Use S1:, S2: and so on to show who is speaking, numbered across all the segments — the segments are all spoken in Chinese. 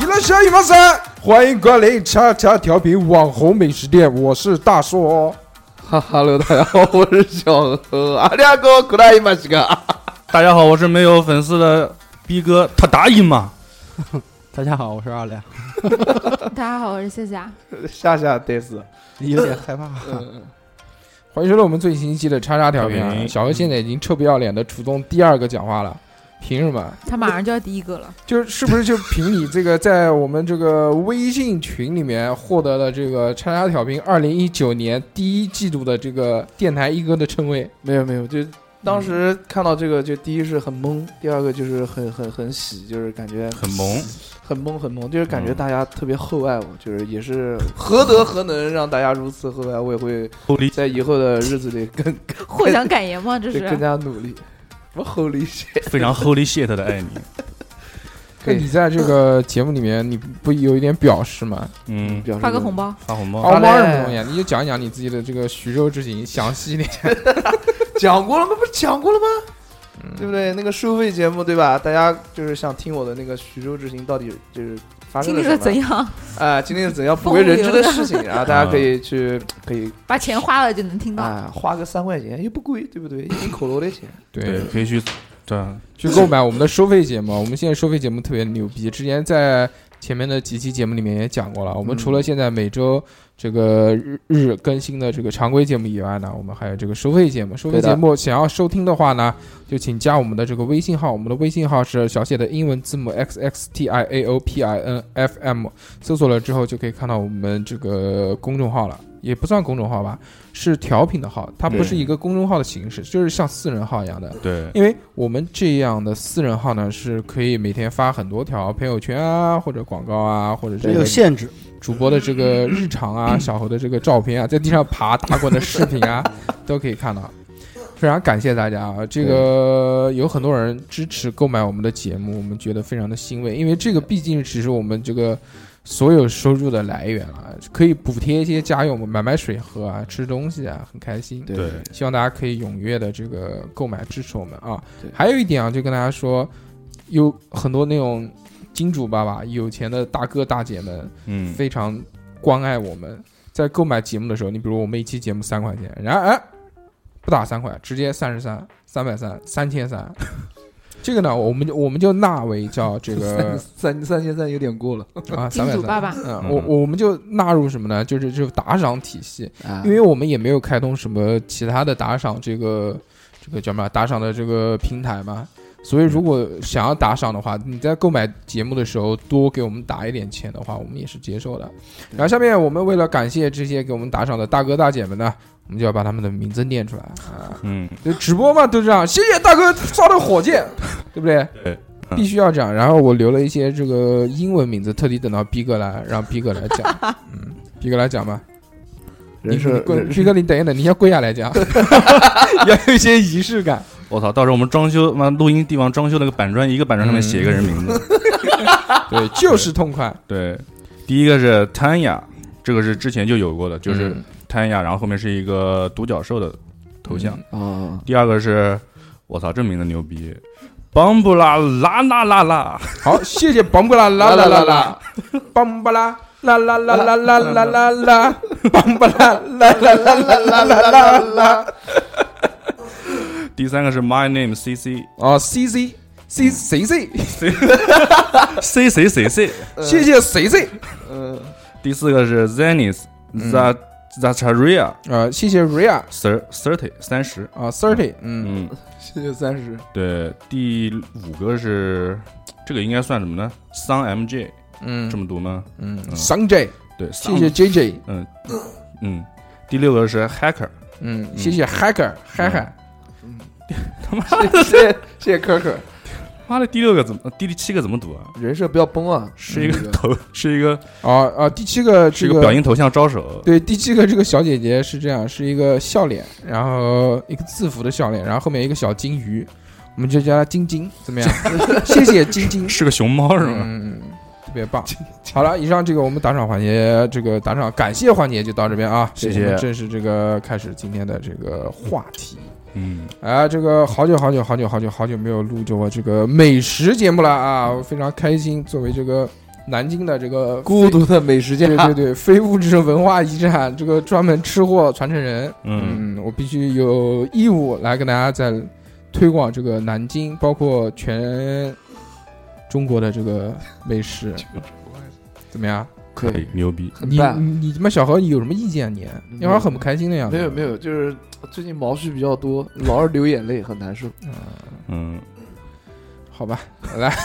S1: 娱乐小羽毛三，欢迎光临叉叉调频网红美食店，我是大硕哦。
S2: 哈哈喽，大家好，我是小何。阿亮哥，古拉伊玛西嘎。
S3: 大家好，我是没有粉丝的逼哥他达伊嘛。
S4: 大家好，我是二亮。
S5: 大家好，我是啊夏夏。
S2: 夏夏得死，
S4: 你有点害怕。
S1: 欢迎收听我们最新一期的叉叉调频啊。
S6: 调频
S1: 小何现在已经臭不要脸的主动第二个讲话了，凭什么？
S5: 他马上就要第一个了。
S1: 就是是不是就凭你这个在我们这个微信群里面获得了这个叉叉调频二零一九年第一季度的这个电台一哥的称谓？
S2: 没有没有，就当时看到这个，就第一是很懵，第二个就是很很很喜，就是感觉
S3: 很萌，
S2: 很懵很懵，就是感觉大家特别厚爱我，就是也是何德何能让大家如此厚爱，我也会在以后的日子里 更
S5: 获奖感言吗？这
S1: 哎
S5: 是
S2: 更加努力。我 Holy shit，
S3: 非常 Holy shit 的爱你。
S1: 那你在这个节目里面，你不有一点表示吗？
S3: 嗯，哦
S2: 表示
S5: 发个红包，
S3: 发红
S2: 哦
S3: 包，
S1: 熬猫是什么东西啊？你就讲一讲你自己的这个徐州之行，详细一点。
S2: 讲过了吗？不是讲过了吗？
S1: 嗯
S2: 对不对？那个收费节目对吧？大家就是想听我的那个徐州之行到底就是发生
S5: 经
S2: 了
S5: 历
S2: 什
S5: 了
S2: 么？
S5: 怎样？
S2: 啊，经历了怎样不为人知的事情， 然后大家可以去可以
S5: 把钱花了就能听到。
S2: 啊，花个三块钱也不贵，对不对？一瓶可乐的钱。
S1: 对，
S3: 可以去对
S1: 去购买我们的收费节目。我们现在收费节目特别牛逼，之前在前面的几期节目里面也讲过了。我们除了现在每周这个日日更新的这个常规节目以外呢，我们还有这个收费节目。收费节目想要收听的话呢，就请加我们的这个微信号，我们的微信号是小写的英文字母 x x t i a o p i n f m，搜索了之后就可以看到我们这个公众号了。也不算公众号吧，是调频的号，它不是一个公众号的形式，就是像私人号一样的。
S3: 对，
S1: 因为我们这样的私人号呢，是可以每天发很多条朋友圈啊，或者广告啊，或者这
S4: 这
S1: 个
S4: 有限制，
S1: 主播的这个日常啊，小猴的这个照片啊，在地上爬打滚的视频 啊，都可以看到。非常感谢大家啊！这个有很多人支持购买我们的节目，我们觉得非常的欣慰，因为这个毕竟只是我们这个所有收入的来源了，可以补贴一些家用，买买水喝啊，吃东西啊，很开心。
S2: 对
S3: 对，
S1: 希望大家可以踊跃的这个购买支持我们啊
S2: 对。
S1: 还有一点啊，就跟大家说，有很多那种金主爸爸、有钱的大哥大姐们，
S3: 嗯，
S1: 非常关爱我们，在购买节目的时候，你比如我们一期节目三块钱，然后哎，不打三块，直接三十三、三百三、三千三。 这个呢，我们就我们就纳为叫这个
S2: 三三三千三有点过了，
S1: 啊，
S5: 金
S1: 三百
S5: 主爸爸，
S1: 三。嗯，我我们就纳入什么呢？就是就是打赏体系，
S2: 啊
S1: 因为我们也没有开通什么其他的打赏这个这个叫什么打赏的这个平台嘛，所以如果想要打赏的话，你在购买节目的时候多给我们打一点钱的话，我们也是接受的。然后下面我们为了感谢这些给我们打赏的大哥大姐们呢，我们就要把他们的名字念出来啊，
S3: 嗯，
S1: 就直播嘛都这样，谢谢大哥刷的火箭， 对不对？
S3: 对。
S1: 必须要讲，然后我留了一些这个英文名字，特地等到逼哥来，让逼哥来讲。嗯，逼哥来讲吧。
S2: 人
S1: 你
S2: 是
S1: 跪，
S2: 人
S1: 逼哥，你等一等，你先跪下来讲，要有一些仪式感。
S3: 我操，到时候我们装修妈录音地方装修那个板砖，一个板砖上面写一个人名字。
S1: 对，就是痛快，
S3: 对，第一个是 Tanya，这个是之前就有过的，就是
S1: 嗯
S3: Tanya，然后后面是一个独角兽的头像。
S1: 嗯
S2: 啊，
S3: 第二个是，我操，这名字牛逼，邦布拉拉拉拉拉，
S1: 好，谢谢邦布拉啦啦啦啦，邦布拉啦啦啦啦啦啦啦啦，邦布拉啦啦啦啦啦啦啦啦。
S3: 第三个是 My name C C
S1: 哦，C C C C C，
S3: C C C C，
S2: 呃
S1: 谢谢 C C，
S2: 嗯，
S3: 第四个是 Zenis Z Zacharia
S1: 呃，谢谢 Ria
S3: Sir Thirty 三十，
S1: 啊，Thirty，嗯，
S3: 嗯，
S2: 谢谢三十，
S3: 对，第五个是这个应该算什么呢？Sun M J
S1: 嗯
S3: 这么读吗？
S1: 嗯，Sanjay，
S3: 对，
S1: 谢谢 J J，
S3: 嗯嗯，第六个是 Hacker，
S1: 嗯，谢谢 Hacker，嗨嗨，
S3: 他妈
S2: 的， 谢谢谢可可。
S3: 妈的，第六个怎么？第七个怎么读啊？
S2: 人设不要崩啊！
S3: 是一个头，是一个
S1: 啊啊！第七个
S3: 是一个表情头像招手。
S1: 对，第七个这个小姐姐是这样，是一个笑脸，然后一个字符的笑脸，然后后面一个小金鱼，我们就叫它晶晶，怎么 样？谢谢晶晶，
S3: 是个熊猫是吗？
S1: 嗯，特别棒。好了，以上这个我们打赏环节，这个打赏感谢环节就到这边啊。
S3: 谢谢。
S1: 正式这个开始今天的这个话题。
S3: 嗯，
S1: 啊，这个好久好久好久好久好久没有录着我这个美食节目了啊，我非常开心。作为这个南京的这个
S2: 孤独的美食家，
S1: 对对对，非物质文化遗产这个专门吃货传承人，
S3: 嗯，
S1: 嗯我必须有义务来跟大家在推广这个南京，包括全中国的这个美食，怎么样？
S3: 可以，牛逼！
S1: 你你他妈小何，你有什么意见、啊你？你要不然很不开心的样
S3: 嗯
S2: 子。嗯没有没有，就是最近毛絮比较多，老是流眼泪，很难受。
S3: 嗯，
S1: 好吧，来，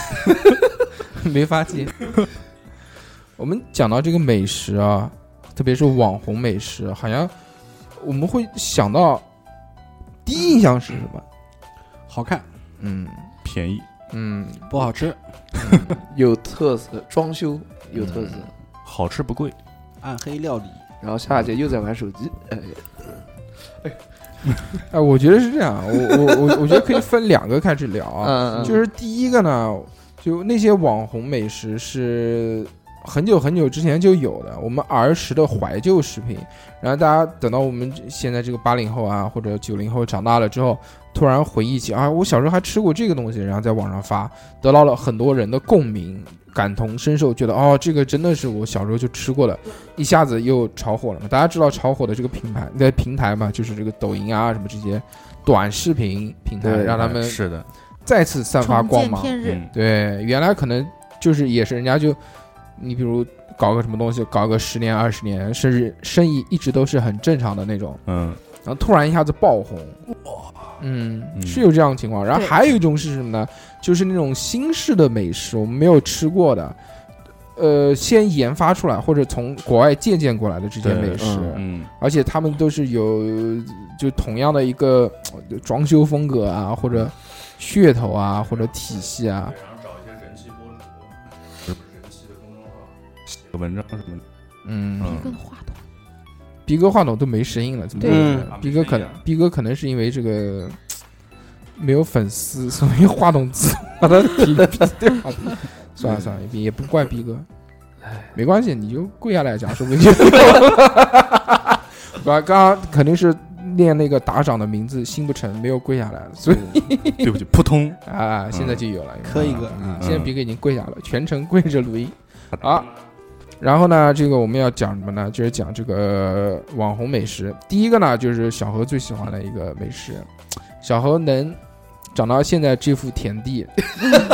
S1: 没法接。我们讲到这个美食啊，特别是网红美食，好像我们会想到第一印象是什么？
S4: 好看，
S1: 嗯，
S3: 便宜，
S1: 嗯，
S4: 不好吃，
S2: 嗯、有特色，装修有特色。嗯
S3: 好吃不贵，
S4: 暗黑料理。
S2: 然后夏姐又在玩手机。哎，
S1: 哎，哎我觉得是这样，我我我我觉得可以分两个开始聊 啊。就是第一个呢，就那些网红美食是很久很久之前就有的，我们儿时的怀旧食品。然后大家等到我们现在这个八零后啊，或者九零后长大了之后，突然回忆起啊，我小时候还吃过这个东西，然后在网上发，得到了很多人的共鸣。感同身受，觉得哦，这个真的是我小时候就吃过了，一下子又炒火了嘛。大家知道炒火的这个品牌的平台嘛，就是这个抖音啊什么这些短视频平台，让他们
S3: 是的
S1: 再次散发光芒。
S5: 嗯、
S1: 对，原来可能就是也是人家就你比如搞个什么东西，搞个十年二十年，甚至生意一直都是很正常的那种，
S3: 嗯，
S1: 然后突然一下子爆红，嗯，是有这样的情况。然后还有一种是什么呢？就是那种新式的美食，我们没有吃过的，呃，先研发出来或者从国外借鉴过来的这些美食，
S3: 嗯，
S1: 而且他们都是有就同样的一个装修风格啊，或者噱头啊，或者体系啊。
S3: 找一些人气博主，人气的公众号，写文章什么的。
S1: 嗯，
S5: 跟话筒，
S1: 逼哥话筒都没声音了，怎么？逼哥可能，逼哥可能是因为这个。没有粉丝，所以话筒自把它屏蔽掉。算了算了，也不怪逼哥，没关系，你就跪下来讲， 说不定。我刚刚肯定是念那个打赏的名字，心不诚，没有跪下来，所以
S3: 对不起， 扑通
S1: 啊，现在就有了，
S4: 磕一个。
S1: 嗯、
S4: 嗯
S1: 现在逼哥已经跪下了，全程跪着录音啊。然后呢，这个我们要讲什么呢？就是讲这个网红美食。第一个呢，就是小何最喜欢的一个美食，小何能。长到现在这副田地，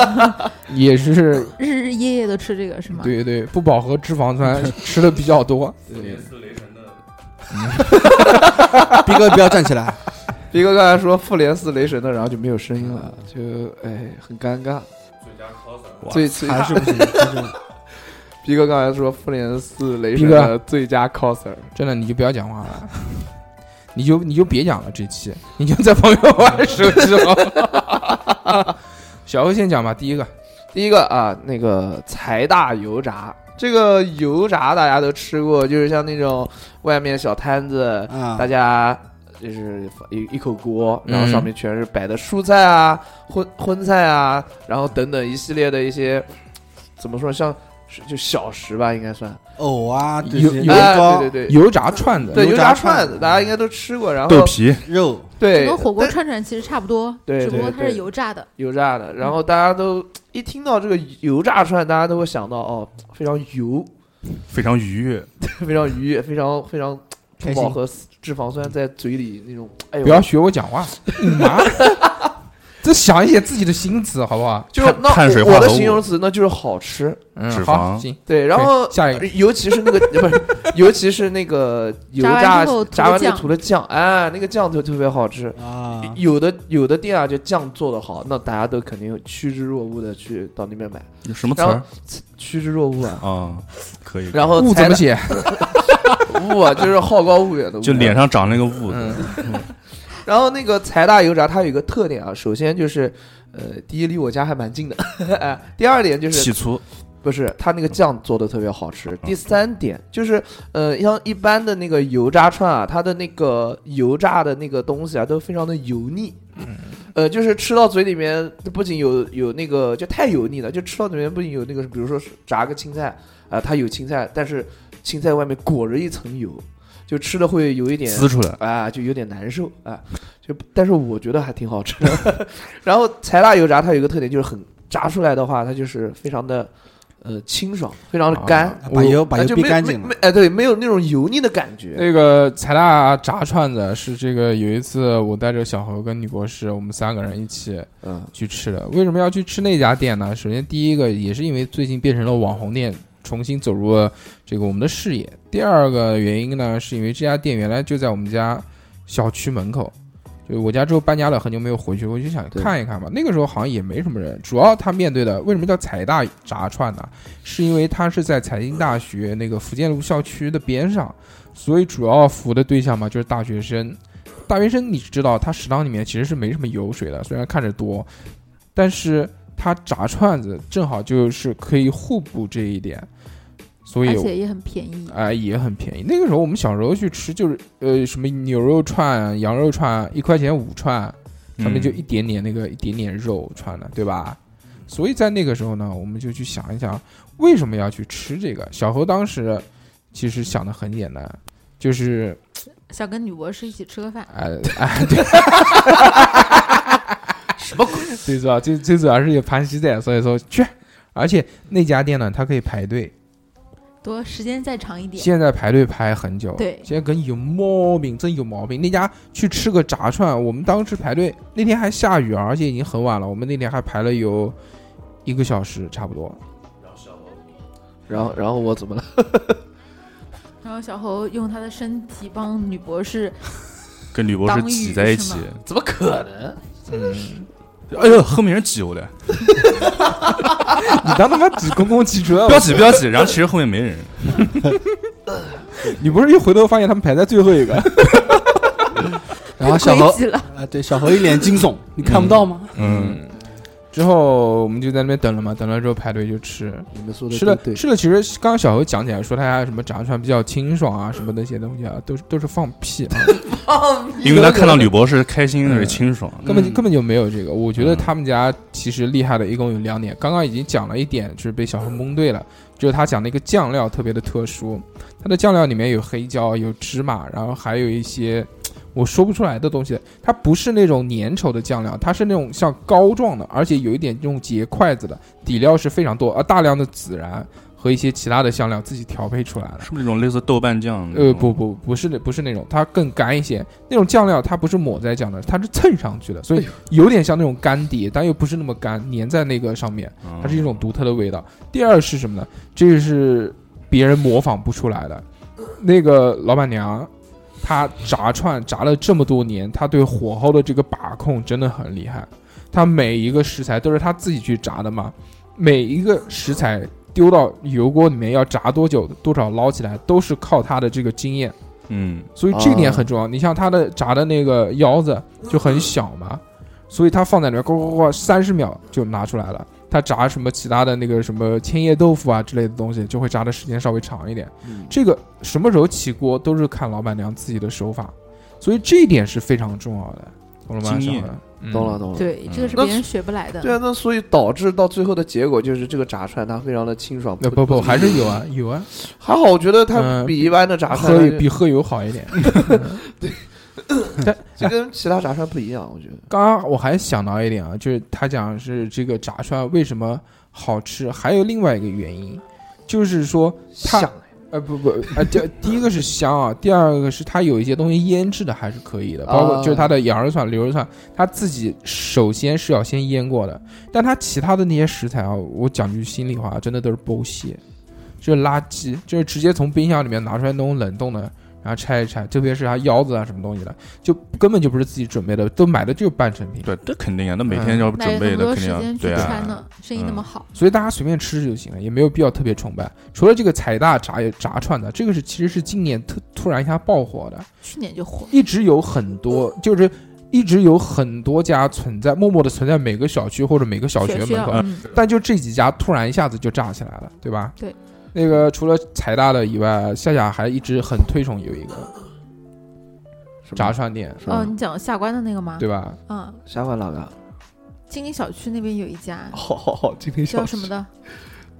S1: 也是
S5: 日日夜夜都吃这个是吗？
S1: 对对，不饱和脂肪酸吃的比较多。
S3: 对，四雷神
S4: 的， 逼哥不要站起来。
S2: 逼哥刚才说复联四雷神的，然后就没有声音
S4: 啊
S2: 了，就哎很尴尬。最佳 coser，最
S4: 还是不行。
S2: 逼哥刚才说复联四雷神的最佳 coser，
S1: 真的你就不要讲话了。 你就你就别讲了，这期 你就在旁边玩手机好。 小欧先讲吧，第一个，
S2: 第一个啊，那个财大油炸，这个油炸大家都吃过，就是像那种外面小摊子，
S4: 嗯、
S2: 啊大家就是一一口锅，然后上面全是摆的蔬菜啊、荤荤菜啊，然后等等一系列的一些，怎么说像。就小食吧，应该算
S4: 藕啊，
S1: 油
S4: 油
S2: 糕，对对对，
S1: 油炸串子，
S2: 对
S4: 油
S2: 炸串子，大家应该都吃过。然后
S3: 豆皮、
S4: 肉，
S2: 对，
S5: 跟火锅串串其实差不多，
S2: 对，
S5: 只不过它是油炸的，
S2: 油炸的。然后大家都一听到这个油炸串，大家都会想到哦，非常油，
S3: 非常愉悦，
S2: 非常愉悦，非常非常饱和脂肪酸在嘴里那种。哎呦，
S1: 不要学我讲话， 妈！这想一些自己的新词，好不好？
S2: 就是那我的形容词，那就是好吃。
S1: 嗯，
S3: 好，
S1: 行。
S2: 对，然后呃
S1: 下一个，
S2: 尤其是那个 不是，尤其是那个油炸炸完之后涂的酱，哎，那个酱就特别好吃
S4: 啊。
S2: 有的有的店啊，就酱做的好，那大家都肯定趋之若鹜的去到那边买。
S3: 什么词儿？
S2: 趋之若鹜啊。
S3: 啊，可以。
S2: 然后
S1: 鹜怎么写？
S2: 鹜啊，就是好高骛远的鹜，嗯
S3: 就脸上长那个痦子。
S2: 然后那个财大油炸，它有一个特点啊，首先就是，呃，第一离我家还蛮近的， 哎第二点就是
S7: 起粗，
S2: 不是，它那个酱做的特别好吃。第三点就是，呃，像一般的那个油炸串啊，它的那个油炸的那个东西啊，都非常的油腻。呃，就是吃到嘴里面，不仅有有那个就太油腻了，就吃到里面不仅有那个，比如说是炸个青菜啊、它有青菜，但是青菜外面裹着一层油，就吃的会有一点
S7: 撕出来
S2: 啊，就有点难受啊。就但是我觉得还挺好吃的。 然后柴辣油炸它有一个特点，就是很炸出来的话，它就是非常的呃清爽，非常的干，
S1: 啊
S4: 把油把
S2: 啊
S4: 油
S2: 就
S4: 逼
S2: 没
S4: 干净
S2: 没
S4: 了。
S2: 没哎，对，没有那种油腻的感觉。
S1: 那个财大炸串子是这个有一次我带着小猴跟女博士，我们三个人一起
S2: 嗯，
S1: 去吃的。为什么要去吃那家店呢？首先第一个也是因为最近变成了网红店，重新走入了这个我们的视野。第二个原因呢，是因为这家店原来就在我们家小区门口。就我家之后搬家了，很久没有回去，我就想
S2: 对
S1: 看一看吧。那个时候好像也没什么人，主要他面对的为什么叫财大炸串呢？是因为他是在财经大学那个福建路校区的边上，所以主要服务的对象嘛就是大学生。大学生你知道，他食堂里面其实是没什么油水的，虽然看着多，但是他炸串子正好就是可以互补这一点，所以
S5: 而且也很便宜。
S1: 哎，也很便宜。那个时候我们小时候去吃，就是呃什么牛肉串、羊肉串，一块钱五串，上
S3: 嗯
S1: 面就一点点那个一点点肉串的，对吧？所以在那个时候呢，我们就去想一想，为什么要去吃这个？小侯当时其实想的很简单，就是
S5: 想跟女博士一起吃个饭，
S1: 哎哎，对， 什
S2: 么
S1: 鬼？最主要最最主要是有盘膝在，所以说去。而且那家店呢，它可以排队，
S5: 多时间再长一点。
S1: 现在排队排很久，
S5: 对
S1: 现在跟有毛病，真有毛病。那家去吃个炸串，我们当时排队那天还下雨，而且已经很晚了，我们那天还排了有一个小时差不多。
S2: 然后，然后我怎么了？
S5: 然后小侯用他的身体帮女博士，
S3: 跟女博士挤在一起
S5: 当玉，
S2: 怎么可能？
S1: 嗯
S3: 哎呦，后面人挤我的，
S1: 你当他妈挤公共汽 车啊
S2: 哦
S3: 不要？挤不要挤，然后其实后面没人，
S1: 你不是一回头发现他们排在最后一个？
S4: 然后小
S5: 太
S4: 猴
S5: 诡计了，
S4: 啊，对，小猴一脸惊悚，你看不到吗？
S3: 嗯，
S1: 之后我们就在那边等了嘛，等了之后排队就吃，
S2: 你们说的
S1: 吃了
S2: 对，
S1: 吃了。其实刚刚小侯讲起来说他家什么炸串比较清爽啊，什么那些东西啊，都是都是放屁啊。
S5: 哦
S2: 嗯
S3: 因为他看到女博士开心那是清爽，
S1: 根本就
S4: 嗯
S1: 根本就没有这个。我觉得
S3: 嗯
S1: 他们家其实厉害的一共有两点，刚刚已经讲了一点，就是被小红蒙对了，就是他讲的一个酱料特别的特殊，它的酱料里面有黑椒、有芝麻，然后还有一些。我说不出来的东西，它不是那种粘稠的酱料，它是那种像膏状的，而且有一点这种结筷子的底料是非常多，而呃大量的孜然和一些其他的香料自己调配出来的。
S3: 是不是那种类似豆瓣酱？
S1: 呃，不，不，不是那不是那种，它更干一些。那种酱料它不是抹在酱的，它是蹭上去的，所以有点像那种干碟，但又不是那么干，粘在那个上面，
S3: 嗯
S1: 它是一种独特的味道。第二是什么呢？这是别人模仿不出来的。那个老板娘，她炸串炸了这么多年，她对火候的这个把控真的很厉害。她每一个食材都是她自己去炸的嘛，每一个食材丢到油锅里面要炸多久、多少捞起来，都是靠她的这个经验。
S3: 嗯，
S1: 所以这一点
S2: 啊
S1: 很重要。你像它的炸的那个腰子就很小嘛，所以它放在里面，呱呱呱，三十秒就拿出来了。它炸什么其他的那个什么千叶豆腐啊之类的东西，就会炸的时间稍微长一点。
S2: 嗯
S1: 这个什么时候起锅都是看老板娘自己的手法，所以这一点是非常重要的，懂了吗？
S3: 经验
S1: 小孩，嗯
S2: 懂了，。懂了。
S5: 对，这个是
S2: 那
S5: 别人学不来的。
S2: 嗯对啊，那所以导致到最后的结果就是这个炸串它非常的清爽。
S1: 那嗯不不，还是有啊有啊，
S2: 还好，我觉得它
S1: 嗯
S2: 比一般的炸
S1: 喝
S2: 串
S1: 比喝油好一点。
S2: 这跟其他炸串不一样，我觉得。
S1: 刚刚我还想到一点啊，就是他讲是这个炸串为什么好吃，还有另外一个原因，就是说它
S2: 像
S1: 呃不不呃，第第一个是香啊，第二个是它有一些东西腌制的还是可以的，包括
S2: 啊
S1: 就是它的羊肉串、牛肉串，它自己首先是要先腌过的，但它其他的那些食材啊，我讲句心里话，真的都是剥削，就是垃圾，就是直接从冰箱里面拿出来那种冷冻的，然后拆一拆，特别是它腰子啊什么东西的，就根本就不是自己准备的，都买的就是半成品。
S3: 对，这肯定啊，那每天要
S5: 哪有
S3: 准
S5: 嗯那
S3: 备
S5: 么
S3: 的，
S5: 多
S3: 肯
S5: 时
S3: 定要
S5: 间去
S3: 对
S5: 穿
S3: 啊，
S5: 呢？生意那么好，
S1: 所以大家随便吃就行了，也没有必要特别崇拜。除了这个财大炸炸串的，这个是其实是今年突突然一下爆火的，
S5: 去年就火。嗯
S1: 一直有很多就是一直有很多家存在，默默的存在每个小区或者每个小学
S5: 学
S1: 门
S5: 校
S1: 口，
S5: 嗯
S1: 但就这几家突然一下子就炸起来了，对吧？
S5: 对。
S1: 那个除了财大的以外，夏夏还一直很推崇有一个
S3: 嗯
S1: 炸串店，
S5: 哦，你讲下关的那个吗？
S1: 对吧？
S5: 嗯，
S2: 下关哪个？
S5: 金陵小区那边有一家，
S3: 哦
S2: 好好好，今天
S5: 叫什么？的？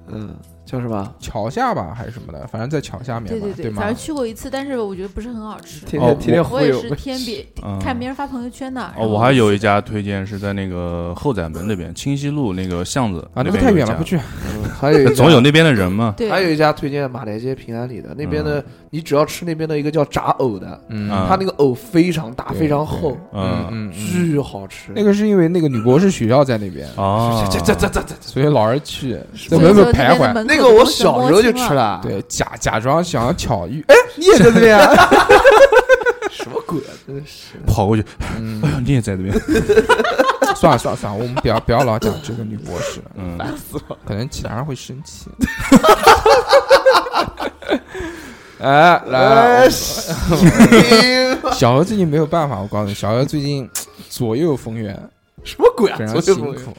S2: 嗯，叫什么？
S1: 桥下吧，还是什么的，反正在桥下面
S5: 对
S1: 吧，
S5: 对，
S1: 吗
S5: 反？正去过一次，但是我觉得不是很好吃。
S3: 天天哦天天
S5: 我
S3: 忽
S5: 也
S3: 悠
S5: 是天别
S3: 嗯
S5: 看啊别人发朋友圈的。然后
S3: 哦，我还有一家推荐是在那个后宰门那边，清溪路那个巷子
S1: 啊那
S3: 那
S1: 个
S3: 边
S1: 太
S3: 有一
S1: 远了
S3: 家
S1: 不去
S2: 嗯还有一 家
S3: 总有那边的人嘛。
S2: 还有一家推荐马来街平安里的那边的，你只要吃那边的一个叫炸藕的，
S1: 嗯
S2: 它那个藕非常大，非常厚，
S1: 嗯嗯，
S2: 巨好吃。
S1: 那个是因为那个女博士学校在那边
S3: 啊
S2: 这这这这这，
S1: 所以老是去在
S2: 吧
S1: 门口徘徊。
S2: 那个我小时候就吃了，
S1: 对，假假装想要巧遇，
S2: 哎，你也在这边啊？什么鬼啊！真的是
S3: 跑过去，
S1: 哎
S3: 呦，你也在那边。
S1: 算了算了算了，我们不要不要老讲这个女博士了，
S3: 嗯
S2: 烦死我了
S1: 可能其他人会生气。 哎，来
S2: 哎
S1: 了，
S2: 行吧
S1: 小何最近没有办法，我告诉你，小何最近左右逢源，
S2: 什么鬼啊
S1: 非常
S2: 左
S1: 辛
S2: 右逢源哦
S1: 苦。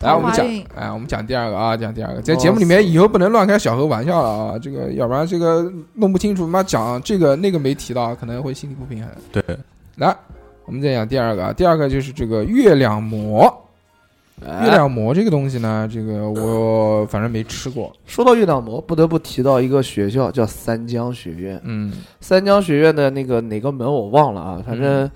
S1: 来，我们讲
S5: 桃花运，
S1: 哎，我们讲第二个啊，讲第二个，在节目里面以后不能乱开小何玩笑了啊，这个要不然这个弄不清楚，妈讲这个那个没提到，可能会心里不平衡。
S3: 对，，
S1: 来，我们再讲第二个啊，第二个就是这个月亮馍。月
S2: 哎
S1: 亮馍这个东西呢，这个我反正没吃过。
S2: 说到月亮馍，不得不提到一个学校，叫三江学院。
S1: 嗯，
S2: 三江学院的那个哪个门我忘了啊，反正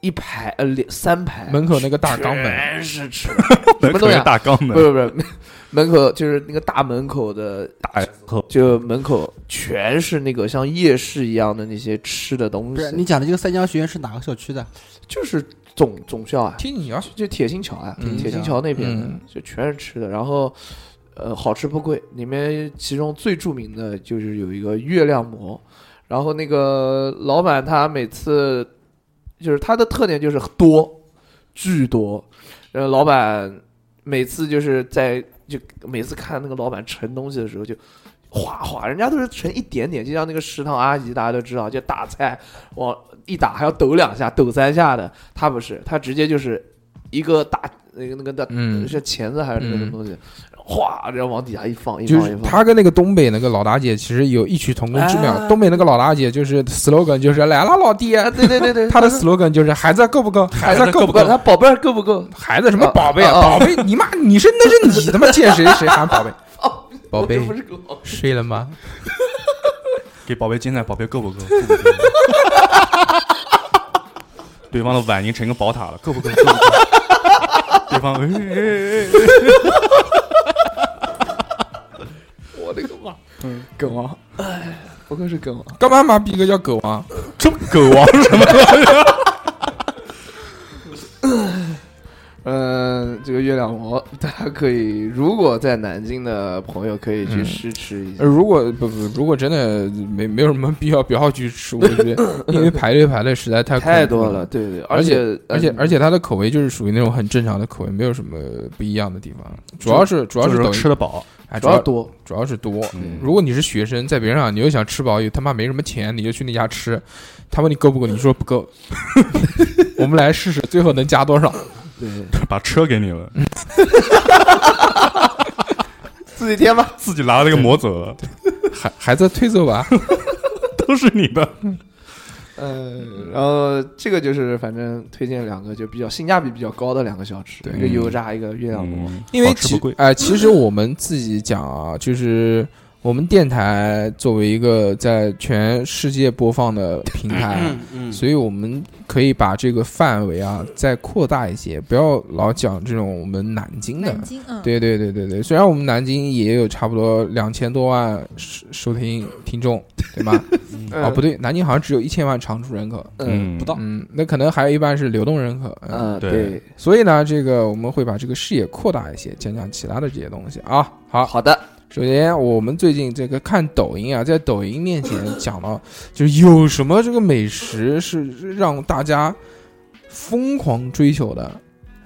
S2: 一排呃两三排
S1: 门口那个大肛门
S2: 全是吃的什么东西啊
S3: 门口那个大肛门
S2: 不是不 是，门口就是那个大门口的
S3: 大口，
S2: 就门口全是那个像夜市一样的那些吃的东
S4: 不
S2: 西
S4: 是。啊你讲的这个三江学院是哪个校区 的？
S2: 就是总总校啊，
S1: 听你啊，
S2: 就铁心桥啊，
S4: 嗯
S2: 铁心桥那边的、
S4: 嗯
S2: 就全是吃的，然后呃好吃不贵，里面其中最著名的就是有一个月亮馍，然后那个老板他每次就是他的特点就是多，巨多，然后老板每次就是在就每次看那个老板盛东西的时候就。哗哗，人家都是盛一点点，就像那个食堂阿姨，大家都知道，就打菜往一打还要抖两下、抖三下的。他不是，他直接就是一个大那个那个大，
S1: 嗯
S2: 是钳子还是那个什么东西，哗，然后往底下一放，一
S1: 就
S2: 放一
S1: 是
S2: 放。
S1: 他跟那个东北那个老大姐其实有异曲同工之妙。
S2: 哎
S1: 东北那个老大姐就是 slogan 就是来了老弟，
S2: 对对对对，
S1: 他 的 slogan 就是孩子够不够，孩子够
S2: 不
S1: 够，
S2: 他宝贝儿够不够？
S1: 孩子什么宝贝啊，
S2: 啊啊
S1: 宝贝，你妈你是那是你他妈见谁谁喊 宝贝，宝贝
S2: 哦我又不是个宝贝
S1: 睡了吗？
S3: 给宝贝金蛋，宝贝够不够？够不够对方的碗已经成个宝塔了，够不够？够不够？对方，哎哎哎哎
S2: 我的个妈！嗯，梗王，哎，不愧是梗王。
S1: 干嘛妈逼哥叫狗啊王？
S3: 这狗王是什么东西啊？
S2: 嗯，这个月亮馍，大家可以如果在南京的朋友可以去试吃一下。
S1: 呃如果不不，如果真的没没有什么必要，不要去吃，我觉 得因为排队排的实在太
S2: 太
S1: 恐怖
S2: 多了对对
S1: 而
S2: 而且
S1: 而且
S2: 嗯
S1: 而且它的口味就是属于那种很正常的口味，没有什么不一样的地方，主要是主要
S3: 就是是
S1: 抖音
S3: 吃得饱
S1: 哎，
S3: 主要多，嗯
S1: 主要是多。如果你是学生，在别人啊，你又想吃饱，又他妈没什么钱，你就去那家吃，他问你够不够，你说不够， 我们来试试最后能加多少。
S2: 对，
S3: 把车给你了，
S2: 自己贴吧，
S3: 自己拿了那个模走了，
S1: 孩孩子推走吧，
S3: 都是你的。
S2: 呃，然后这个就是反正推荐两个就比较性价比比较高的两个小吃，
S1: 对
S2: 一个油炸，一个月亮馍。
S1: 因为其哎、其实我们自己讲啊，就是我们电台作为一个在全世界播放的平台，啊
S4: 嗯嗯
S1: 所以我们可以把这个范围啊再扩大一些，不要老讲这种我们南京的。
S5: 南京嗯
S1: 对对对对对，虽然我们南京也有差不多两千多万收收听听众，对吗？
S2: 嗯
S1: 哦，不对，南京好像只有一千万常住人口，
S2: 哦
S4: 嗯不到
S1: 嗯，那可能还有一半是流动人口，哎
S2: 呃
S4: 嗯对对，
S1: 所以呢，这个我们会把这个视野扩大一些，讲讲其他的这些东西啊。好
S2: 好的，
S1: 首先我们最近这个看抖音啊，在抖音面前讲到，就是有什么这个美食是让大家疯狂追求的。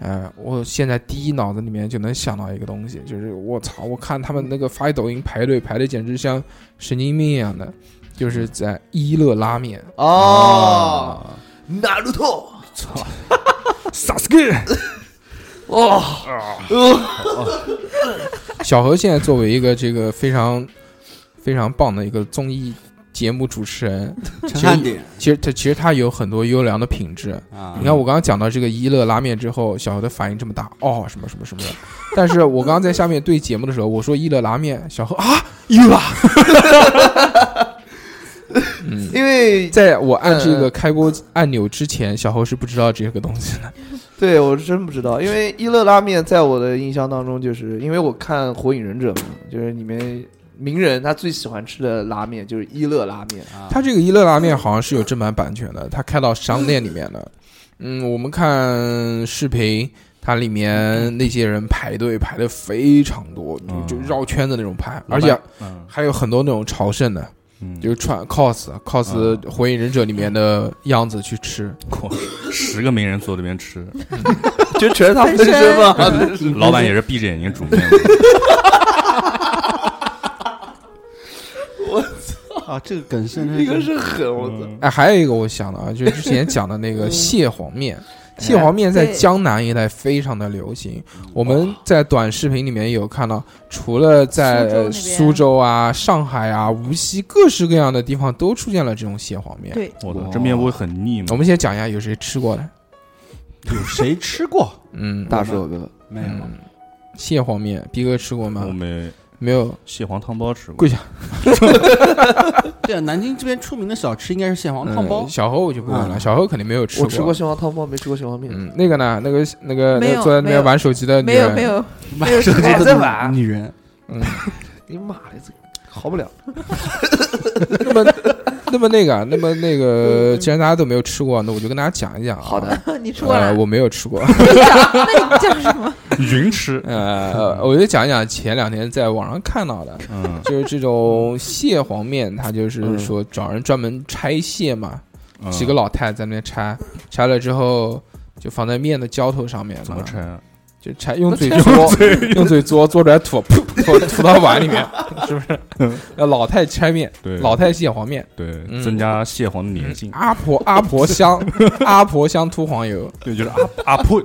S1: 哎，我现在第一脑子里面就能想到一个东西，就是我操，我看他们那个发抖音排队排的简直像神经病一样的，就是在一乐拉面啊
S2: 哦，拿路透，
S6: 操，萨斯克，
S2: 哇，
S1: 小何现在作为一个这个非常非常棒的一个综艺节目主持人，其
S4: 陈汉典
S1: 实其实他其实他有很多优良的品质
S4: 啊
S1: 你看我刚刚讲到这个一乐拉面之后，小何的反应这么大，哦，什么什么什么的。但是我刚刚在下面对节目的时候，我说一乐拉面，小何啊，一乐拉。嗯，
S2: 因为
S1: 在我按这个开播按钮之前，小何是不知道这个东西的。
S2: 对我是真不知道，因为一乐拉面在我的印象当中，就是因为我看《火影忍者》嘛，就是里面鸣人他最喜欢吃的拉面就是一乐拉面啊，
S1: 他这个一乐拉面好像是有正版版权的，他开到商店里面的。嗯，我们看视频，它里面那些人排队排的非常多，就就绕圈子那种排，而且还有很多那种朝圣的，就是穿 cos cos 《火影忍者》里面的样子去吃。
S3: 十个名人坐这边吃，
S2: 就全是他们的身嘛，
S3: 老板也是闭着眼睛煮面。
S4: 啊，这个 梗是
S2: 这个是狠，我操！
S1: 哎，还有一个我想的啊，就是之前讲的那个蟹黄面，蟹黄面
S5: 嗯
S1: 在
S5: 哎对嗯
S1: 江南一带非常的流行。我们在短视频里面也有看到，除了
S5: 苏州那
S1: 在呃
S5: 边
S1: 苏州啊、上海啊、无锡各式各样的地方都出现了这种蟹黄面。
S5: 对，
S3: 我操，这面不会很腻
S1: 我
S3: 吗？
S1: 们先讲一下有谁吃过的，
S4: 有谁吃过？
S1: 嗯，
S2: 大手哥，
S4: 没有
S1: 嗯，蟹黄面，逼哥吃过吗
S3: 我？没
S1: 没有，
S3: 蟹黄汤包吃过。
S1: 贵
S4: 对啊，南京这边出名的小吃应该是蟹黄汤包
S1: 嗯。小何我就不问了，小何肯定没有吃
S2: 啊我吃过。蟹黄汤包，没吃过蟹黄面。
S1: 嗯，那个呢？那个那个
S5: 没有
S1: 坐在那
S5: 没有
S1: 边玩手机的女
S5: 没有
S1: 人
S5: 没，有，
S4: 买手机
S2: 还在玩
S4: 的女人，
S2: 你哎妈的，这个好不了。
S1: 那么， 那么那个啊，那么那个，既然大家都没有吃过，那我就跟大家讲一讲啊。
S2: 好的，
S5: 你吃过
S1: 呃，
S5: 了，
S1: 我没有吃过，
S3: 呃
S5: 那你叫什么？
S3: 云 吃，
S1: 呃，我就讲一讲前两天在网上看到的，
S3: 嗯
S1: 就是这种蟹黄面，它就是
S2: 嗯
S1: 说找人专门拆蟹嘛，
S3: 嗯
S1: 几个老太太在那边拆，拆了之后就放在面的浇头上面嘛，
S3: 怎么吃啊？
S1: 就拆用嘴嘬， 用嘴嘬，嘬出来吐，噗，吐吐到碗里面，是不是？ 那老太拆面，
S3: 对，
S1: 老太蟹黄面，
S3: 对
S1: 嗯
S3: 增加蟹黄的粘性。
S1: 阿婆阿婆香， 阿婆香涂黄油。
S3: 对， 就是阿阿破，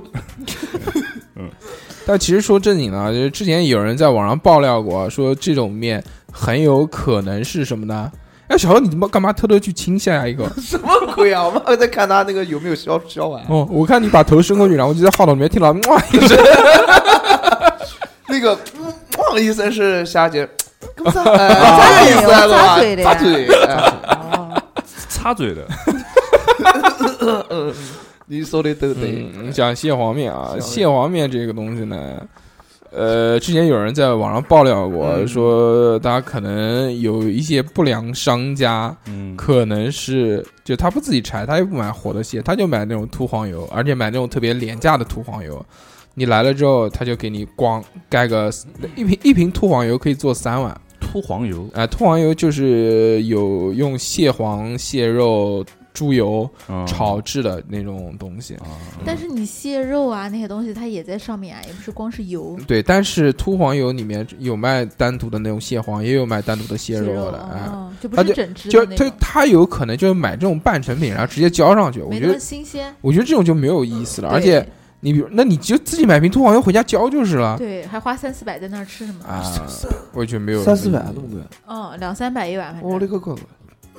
S1: 但其实说正经的啊，就是之前有人在网上爆料过，说这种面很有可能是什么呢？哎，小何，你他妈干嘛偷偷去亲下一 个？
S2: 什么鬼啊！我妈在看他那个有没有消消完。
S1: 哦，我看你把头伸过去，然后我就在话筒里面听 到，哇，
S2: 那个嗯“的一声是夏 姐，干 啥？
S5: 扎
S2: 啥
S5: 嘴
S2: 意思啊？
S5: 我扎
S2: 老
S5: 嘴的
S2: 板
S5: 呀
S2: 扎嘴。哎
S3: 擦嘴的，
S2: 你说的都对。
S1: 嗯，讲蟹黄面啊，
S2: 蟹
S1: 蟹
S2: 黄面
S1: 黄面这个东西呢，呃，之前有人在网上爆料过，
S2: 嗯
S1: 说他可能有一些不良商家，
S3: 嗯，
S1: 可能是就他不自己拆，他也不买活的蟹，他就买那种涂黄油，而且买那种特别廉价的涂黄油。你来了之后，他就给你光盖个一瓶一瓶涂黄油可以做三碗啊、
S3: 秃黄油，
S1: 涂黄油就是有用蟹黄、蟹肉、猪油
S3: 嗯
S1: 炒制的那种东西。
S3: 啊，
S5: 但是你蟹肉啊那些东西，它也在上面啊，也不是光是油。
S1: 对，但是涂黄油里面有卖单独的那种蟹黄，也有卖单独的蟹肉的啊。哎
S5: 啊，就不
S1: 啊
S5: 是整只
S1: 就
S5: 的那
S1: 他
S5: 种，
S1: 他有可能就是买这种半成品，然后直接浇上去。我
S5: 没
S1: 觉
S5: 那么
S1: 得
S5: 新鲜。
S1: 我觉得这种就没有意思了，而
S5: 对
S1: 且你比如，那你就自己买瓶兔黄油回家浇就是了。
S5: 对，还花三四百在那儿吃什么？
S1: 啊，我觉得没有
S2: 三四百那么贵，
S5: 嗯，两三百一碗，反
S2: 我
S1: 哦
S5: 正
S2: 勒个乖乖！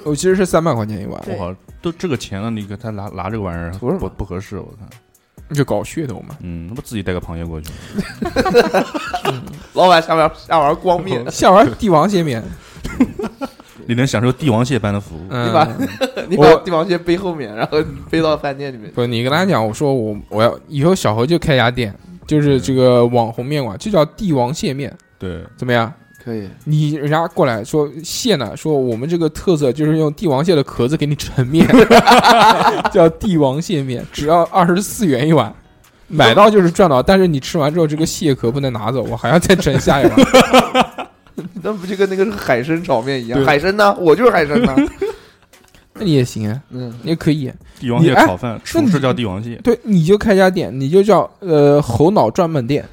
S1: 我其实是三百块钱一碗，
S5: 对
S3: 我靠，都这个钱了，你给他拿拿这个玩意儿
S2: 图什么
S3: 不不合适，我看，
S1: 就搞噱头嘛。
S3: 嗯，那不自己带个螃蟹过去，
S2: 老板下边下碗光 面，
S1: 下碗帝王蟹面，
S3: 你能享受帝王蟹般的服务，
S1: 嗯
S2: 你把，你把帝王蟹背后面，然后你背到饭店里面。
S1: 不，你跟他讲，我说我我要以后小何就开家店，就是这个网红面馆，就叫帝王蟹面，
S3: 对，
S1: 怎么样？
S2: 可以，
S1: 你人家过来说蟹呢，说我们这个特色就是用帝王蟹的壳子给你盛 面，叫帝王蟹面，只要二十四元一碗，买到就是赚到。但是你吃完之后，这个蟹壳不能拿走，我还要再盛下一 碗。
S2: 那不就跟那个海参炒面一样？海参呢？我就是海参 呢。
S1: 那你也行啊，
S2: 嗯，
S1: 你也可以啊。
S3: 帝王蟹
S1: 你哎
S3: 炒饭，
S1: 那
S3: 厨
S1: 你
S3: 师叫帝王蟹，
S1: 对，你就开家店，你就叫呃猴脑专门 店，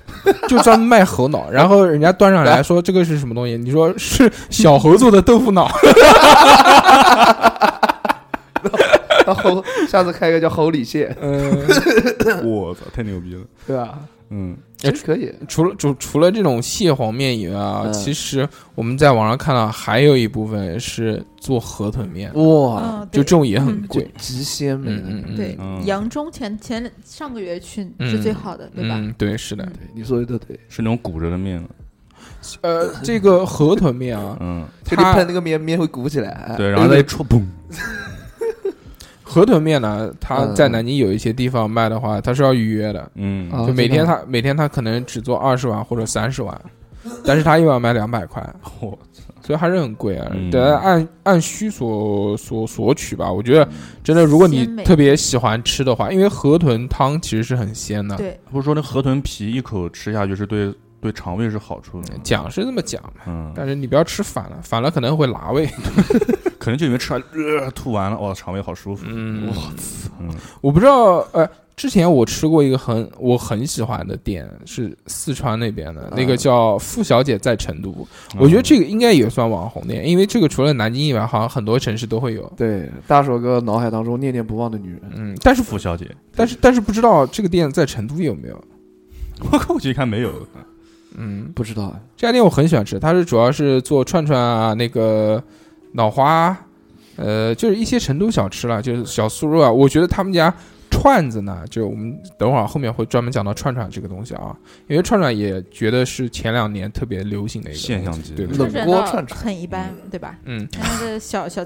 S1: 就专门卖猴脑。然后人家端上来说这个是什么东西，你说是小猴做的豆腐脑，
S2: 叫侯，下次开一个叫侯礼蟹。
S1: 嗯，
S3: 我操，太牛逼了，
S2: 对吧？
S3: 嗯，
S2: 真可以。
S1: 除了除除了这种蟹黄面以外啊，
S2: 嗯
S1: 其实我们在网上看到还有一部分是做河豚面，
S2: 哦哇
S5: 嗯对
S1: 啊就这种也很贵，
S2: 极鲜美。
S1: 嗯嗯嗯，
S5: 对，扬中前前上个月去是最好的，对吧？
S1: 嗯，对，是的，
S2: 你说的对，
S3: 是那种鼓着的面了，
S5: 嗯
S1: 呃，这个河豚面啊，
S3: 嗯，
S2: 就你喷那个面面会鼓起来。哎
S3: 对，然后再戳哎嘣，
S1: 河豚面呢，它
S2: 嗯
S1: 在南京有一些地方卖的话，它是要预约的，
S3: 嗯
S2: 哦
S1: 就每天
S2: 真的
S1: 它每天它可能只做二十碗或者三十碗，但是它又要卖两百块，
S3: 我
S1: 所以还是很贵啊
S3: 嗯。
S1: 得按按需所所索取吧。我觉
S3: 嗯
S1: 得真的，如果你
S5: 鲜美
S1: 特别喜欢吃的话，因为河豚汤其实是很鲜的，
S5: 对，
S3: 不是说那河豚皮一口吃下去是对对肠胃是好处的吗，
S1: 嗯讲是这么讲嘛，
S3: 嗯，
S1: 但是你不要吃反了，反了可能会辣胃。
S3: 可能就因为吃完呃吐完了，哇，肠胃好舒服，
S1: 嗯，
S3: 嗯，
S1: 我不知道，呃，之前我吃过一个很我很喜欢的店，是四川那边
S3: 嗯
S1: 的，那个叫付小姐在成都。我觉得这个应该也算网红店，因为这个除了南京以外，好像很多城市都会有。
S2: 对，大手哥脑海当中念念不忘的女人。
S1: 嗯，但是
S3: 付小姐，
S1: 但是但是不知道这个店在成都有没有？
S3: 我靠，我去看没有，
S1: 嗯，
S2: 不知道哎，
S1: 这家店我很喜欢吃，它是主要是做串串啊，那个脑花，呃，就是一些成都小吃啦，就是小酥肉啊。我觉得他们家串子呢，就是我们等会儿后面会专门讲到串串这个东西啊，因为串串也觉得是前两年特别流行的一个
S3: 现
S1: 东
S3: 象
S1: 西
S3: 级
S1: 对对
S2: 冷
S1: 对，
S5: 这
S2: 锅
S5: 人
S2: 串
S5: 倒很一般，对 吧？
S1: 嗯，
S5: 那个小小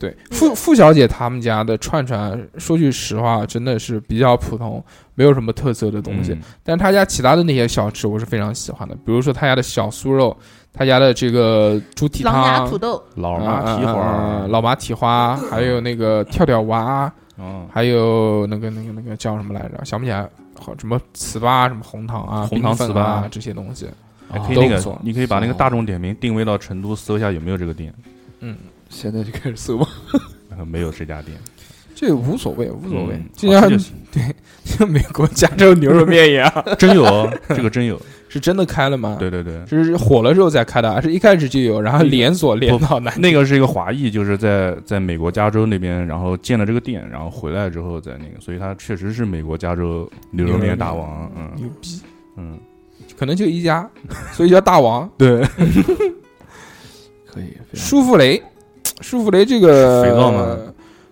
S1: 对，
S5: 那
S1: 付
S5: 个
S1: 付小姐他们家的串串，说句实话，真的是比较普通，没有什么特色的东西。
S3: 嗯
S1: 但是他家其他的那些小吃，我是非常喜欢的，比如说他家的小酥肉，他家的这个猪蹄
S5: 狼牙
S1: 汤
S5: 土。豆，
S3: 老妈蹄花
S1: 啊
S3: 儿，
S1: 老妈蹄花，还有那个跳跳娃，
S3: 嗯，
S1: 还有那个那个那个叫什么来着？想不起来，好什么糍粑、什么红糖啊、
S3: 红糖
S1: 冰粉
S3: 糍粑
S1: 啊这些东 西。
S3: 还可以
S1: 都
S3: 那
S1: 不错
S3: 个，你可以把那
S1: 啊
S3: 个大众点评定位到成都，搜一下有没有这个店，
S2: 现在就开始搜吧。
S3: 呃没有这家店，嗯
S1: 这无所谓，无
S3: 无
S1: 所谓，就
S3: 这家
S1: 像像 美国加州牛肉面一样，
S3: 真有哦，这个 真有，
S1: 是真的开了吗？，
S3: 对对对，
S1: 是火了之后再开的，还是一开始就有，然后连锁连到南？
S3: 那个是一个华裔，就是在在美国加州那边，然后建了这个店，然后回来之后在那个，所以他确实是美国加州牛肉面大王，嗯
S1: 牛逼，
S3: 嗯，
S1: 可能就一家，所以叫大王
S3: 对，
S2: 可以，非常
S1: 舒芙蕾。舒芙蕾这个
S3: 是肥皂吗？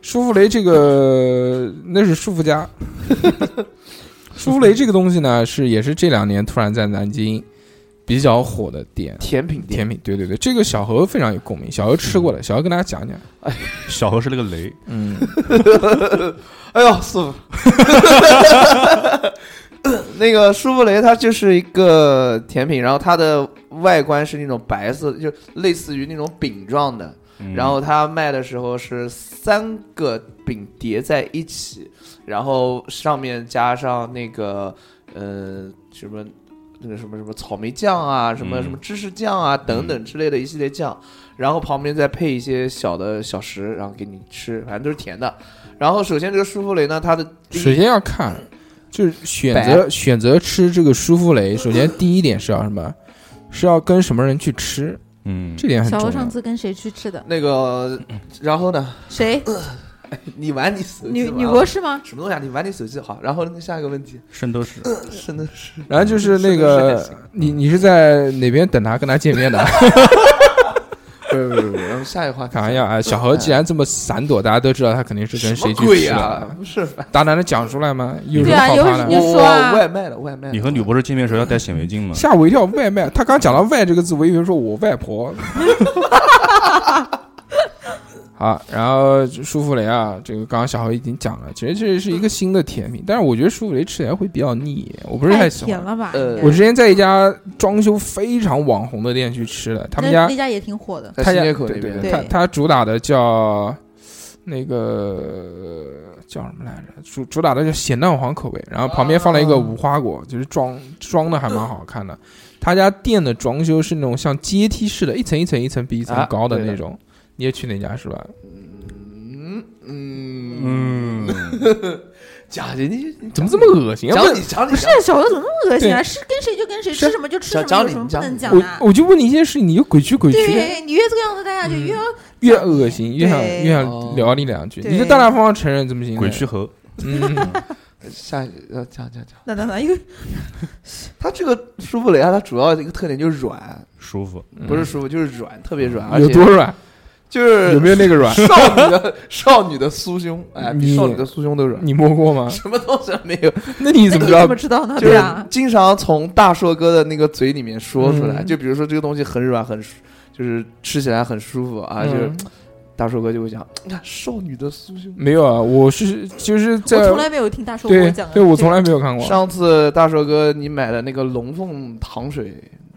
S1: 舒芙蕾这个那是舒芙家。舒芙蕾这个东西呢，是也是这两年突然在南京比较火的店。
S2: 甜品店
S1: 甜品，对对对，这个小何非常有共鸣，小何吃过的，小何跟大家讲讲。
S3: 小何是那个雷，
S1: 嗯，
S2: 哎呦，师傅， 那个舒芙蕾它就是一个甜品，然后它的外观是那种白色，就类似于那种饼状的。
S3: 嗯
S2: 然后它卖的时候是三个饼叠在一起，然后上面加上那个呃什么那个什么什么草莓酱啊，什么
S3: 嗯
S2: 什么芝士酱啊等等之类的一系列酱，然后旁边再配一些小的小食，然后给你吃，反正都是甜的。然后首先这个舒芙蕾呢，它的第一
S1: 首先要看，就是选择选择吃这个舒芙蕾，首先第一点是要什么？是要跟什么人去吃，
S3: 嗯，
S1: 这点很
S5: 小
S1: 重
S5: 欧
S1: 要。呃
S5: 上次跟谁去吃的？
S2: 那个，然后呢，
S5: 谁？
S2: 你玩你手机
S5: 女
S2: 吧
S5: 女国是吗？
S2: 什么东西啊？你玩你手机好。然后那下一个问题，
S3: 圣斗士，
S2: 真的是
S1: 然后就是那
S2: 是
S1: 个，你你是在哪边等他跟他见面的？
S2: 不不不不，然后下一个话题
S1: 开玩笑啊，小何既然这么闪躲，大家都知道他肯定是跟
S2: 什
S1: 谁
S2: 么
S1: 去吃
S2: 鬼啊
S1: 的
S2: 呀？
S1: 了。
S2: 不是，反
S1: 大胆的讲出来吗？有什
S5: 对
S1: 么
S5: 啊
S1: 好
S5: 有
S1: 怕
S5: 什
S1: 的
S5: 么？就
S2: 我
S5: 说啊
S2: 我外卖的外卖的，
S3: 你和女博士见面时候要戴显微镜吗？
S1: 吓我一跳！外卖，他刚讲到外这个字，我以为说我外 婆。好，然后舒芙蕾啊，这个刚刚小何已经讲了，其实这是一个新的甜品，但是我觉得舒芙蕾吃起来会比较腻，我不是
S5: 太
S1: 太喜
S5: 甜
S1: 欢。
S5: 了吧？
S2: 呃
S5: 应该
S1: 我之前在一家装修非常网红的店去吃的，他们
S5: 那
S1: 家
S5: 那家也挺火的，
S2: 在
S1: 他
S2: 新
S1: 家
S2: 街口那
S1: 对
S2: 边
S5: 对
S1: 他他主打的叫那个叫什么来着？主主打的叫咸蛋黄口味，然后旁边放了一
S5: 啊
S1: 个无花果，就是装装的还
S5: 嗯
S1: 蛮好看的。他家店的装修是那种像阶梯式的，一层一层一层比一层
S2: 啊
S1: 高的
S2: 对的
S1: 那种。你也去那家是吧？
S2: 嗯嗯，
S3: 嗯，
S2: 假的，你你
S1: 怎么这么恶心啊？
S2: 讲
S1: 不
S2: 你
S1: 是
S2: 讲你
S5: 不是小的怎么那么恶心啊？
S1: 对啊
S5: 是跟谁就跟谁，吃什么就吃什么，
S2: 讲
S5: 有
S2: 理
S5: 什么不
S2: 讲
S5: 能
S2: 理
S5: 讲的啊？
S1: 我我就问你一件事，你就鬼去鬼去的，
S5: 对你越这个样子，大家就越要
S1: 越恶心越想
S5: 对
S1: 越想聊你两句，
S5: 对
S1: 你就大大方方承认怎么行呢？
S3: 鬼去河，
S1: 嗯，
S2: 下一呃讲讲讲，
S5: 那那那，因为
S2: 它这个舒芙蕾啊，它主要的一个特点就是软，
S3: 舒服。
S2: 不是舒服就是软，特别软，而
S1: 嗯有
S2: 且
S1: 多软？
S2: 就是
S1: 有没有那个软？
S2: 少女的少女的酥胸，哎，比
S1: 你
S2: 少女的酥胸都软。
S1: 你摸过吗？
S2: 什么东西没有？
S1: 那你
S5: 那
S1: 怎么
S5: 你
S1: 知道
S5: 怎么？知道呢？
S2: 就
S5: 对
S2: 是
S5: 啊，
S2: 经常从大硕哥的那个嘴里面说出来。
S1: 嗯
S2: 就比如说这个东西很软，很舒就是吃起来很舒服啊，就是
S1: 嗯
S2: 大硕哥就会 讲，你看少女的酥胸。
S1: 没有啊，我是就是
S5: 我
S1: 在
S5: 从来没有听大叔跟
S1: 对
S5: 讲过这个，
S1: 对，我从来没有看过。啊
S2: 上次大硕哥你买的那个龙凤糖水，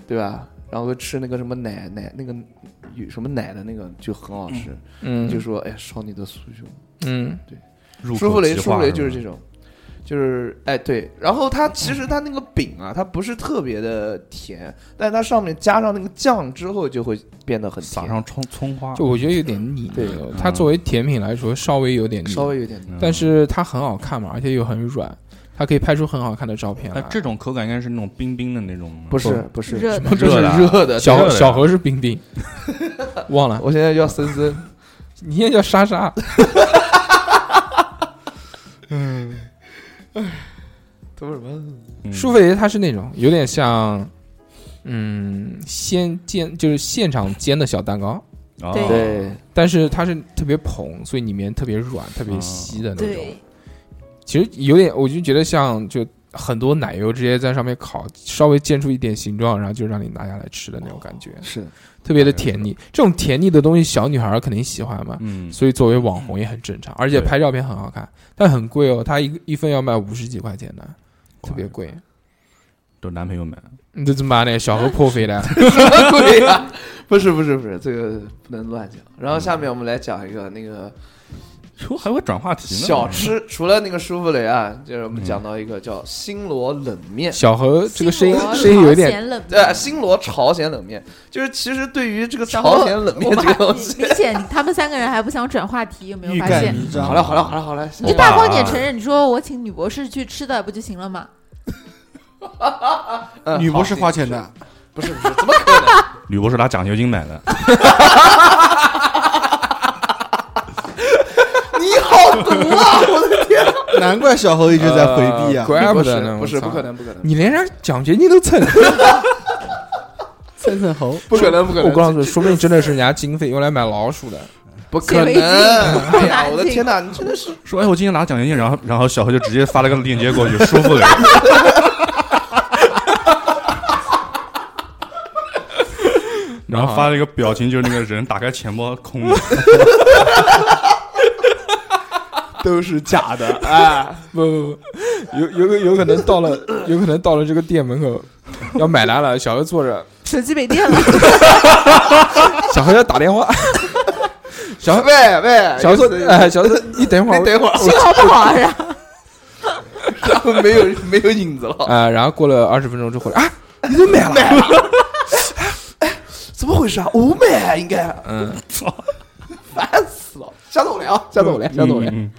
S2: 对吧？然后吃那个什么奶奶那个有什么奶的那个就很好吃，
S1: 嗯，
S2: 就说哎少女的酥胸。
S1: 嗯
S3: 入口
S2: 舒芙蕾，
S3: 即
S2: 舒
S3: 化
S2: 芙蕾就是
S3: 吧
S2: 这种，就是哎对，然后它其实它那个饼啊，它不是特别的甜，但是它上面加上那个酱之后，就会变得很
S3: 撒
S2: 甜，
S3: 上葱葱
S5: 啊
S3: 花，
S1: 就我觉得有点腻。哦
S2: 对
S1: 它作为甜品来说，稍微有点腻，
S2: 稍微有点腻。
S3: 嗯
S1: 但是它很好看嘛，而且又很软，它可以拍出很好看的照片
S3: 哎
S1: 来。，
S3: 这种口感应该是那种冰冰的那种吗，
S2: 不是不是，
S5: 热的
S1: 不
S2: 这是
S3: 热的啊
S2: 嗯热的。
S1: 小
S3: 热的呀
S1: 小何是冰冰，忘了，
S2: 我现在叫森森，
S1: 你也叫莎莎。
S2: 都是什么？
S3: 嗯
S1: 舒芙蕾它是那种有点像，嗯，先煎就是现场煎的小蛋糕，
S3: 哦
S5: 对
S2: 对，
S1: 但是它是特别蓬，所以里面特别软、特别稀的那种。
S5: 对，
S1: 其实有点，我就觉得像就很多奶油直接在上面烤，稍微煎出一点形状，然后就让你拿下来吃的那种感觉，
S3: 哦
S2: 是
S1: 特别的甜腻。这种甜腻的东西，小女孩儿肯定喜欢嘛。
S3: 嗯，
S1: 所以作为网红也很正常，而且
S3: 对
S1: 拍照片很好看，但很贵哦，它一个一份要卖五十几块钱的，特别贵。
S3: 都男朋友买，
S1: 你这怎么办呢？小何破费 了，
S2: 对呀、不是不是不是，这个不能乱讲。然后下面我们来讲一个那个
S3: 哟，还会转话题呢，
S2: 小吃，除了那个舒芙蕾啊，就是我们讲到一个叫新罗冷面。
S1: 小何这个声音
S5: 新罗
S1: 声音有
S5: 朝
S1: 一点，
S5: 鲜冷面，
S2: 对，新罗朝鲜冷面，就是其实对于这个
S5: 小何
S2: 朝鲜冷面
S5: 我
S2: 这
S5: 们
S2: 个
S5: 还
S2: 东西，
S5: 明显他们三个人还不想转话题，有没有
S4: 欲
S5: 发
S4: 盖
S5: 现？
S4: 弥彰。
S2: 好了好了好了好了，
S5: 你就大方点承认，你说我请女博士去吃的不就行了吗？
S2: 嗯
S4: 女博士花钱的，
S2: 不是不是，怎么可能？
S3: 吕博士拿奖学金买的，
S2: 你好毒啊！我的
S4: 难怪小侯一直在回避啊。
S1: 怪不
S2: 不
S1: 得呢，
S2: 是
S1: 我
S2: 不是
S1: 操
S2: 不可，能不可能
S1: 你连人家奖学金都 蹭，
S4: 蹭蹭 猴，
S2: 不可能不可
S1: 我
S2: 能，
S1: 告诉你，说不定真的是人家经费用来买老鼠的，
S2: 不可
S5: 显微
S2: 能！
S5: 镜
S2: 哎呀，我
S5: 显微
S2: 的
S5: 镜
S2: 天哪，你真的是
S3: 说哎，我今天拿奖学金，然后然后小何就直接发了个链接过去，舒服的， 然后发了一个表情，就是那个人打开钱包空的，
S2: 都是假的啊！
S1: 不不不，有有有可能到了，有可能到了这个店门口要买单了，小何坐着，
S5: 手机没电了，
S1: 小何要打电话， 小何
S2: 喂喂，
S1: 小何
S2: 说
S1: 说，哎，小何说你等一会儿，
S2: 你
S1: 我
S2: 等会儿，
S5: 信号不好，然后
S2: 然后没有没有影子了，
S1: 啊、然后过了二十分钟之后啊，
S2: 你都买了？买了？ 哎怎么回事啊？我买应该，
S1: 嗯，
S2: 烦死了！下次我聊，下次我聊，下次我聊。
S3: 嗯，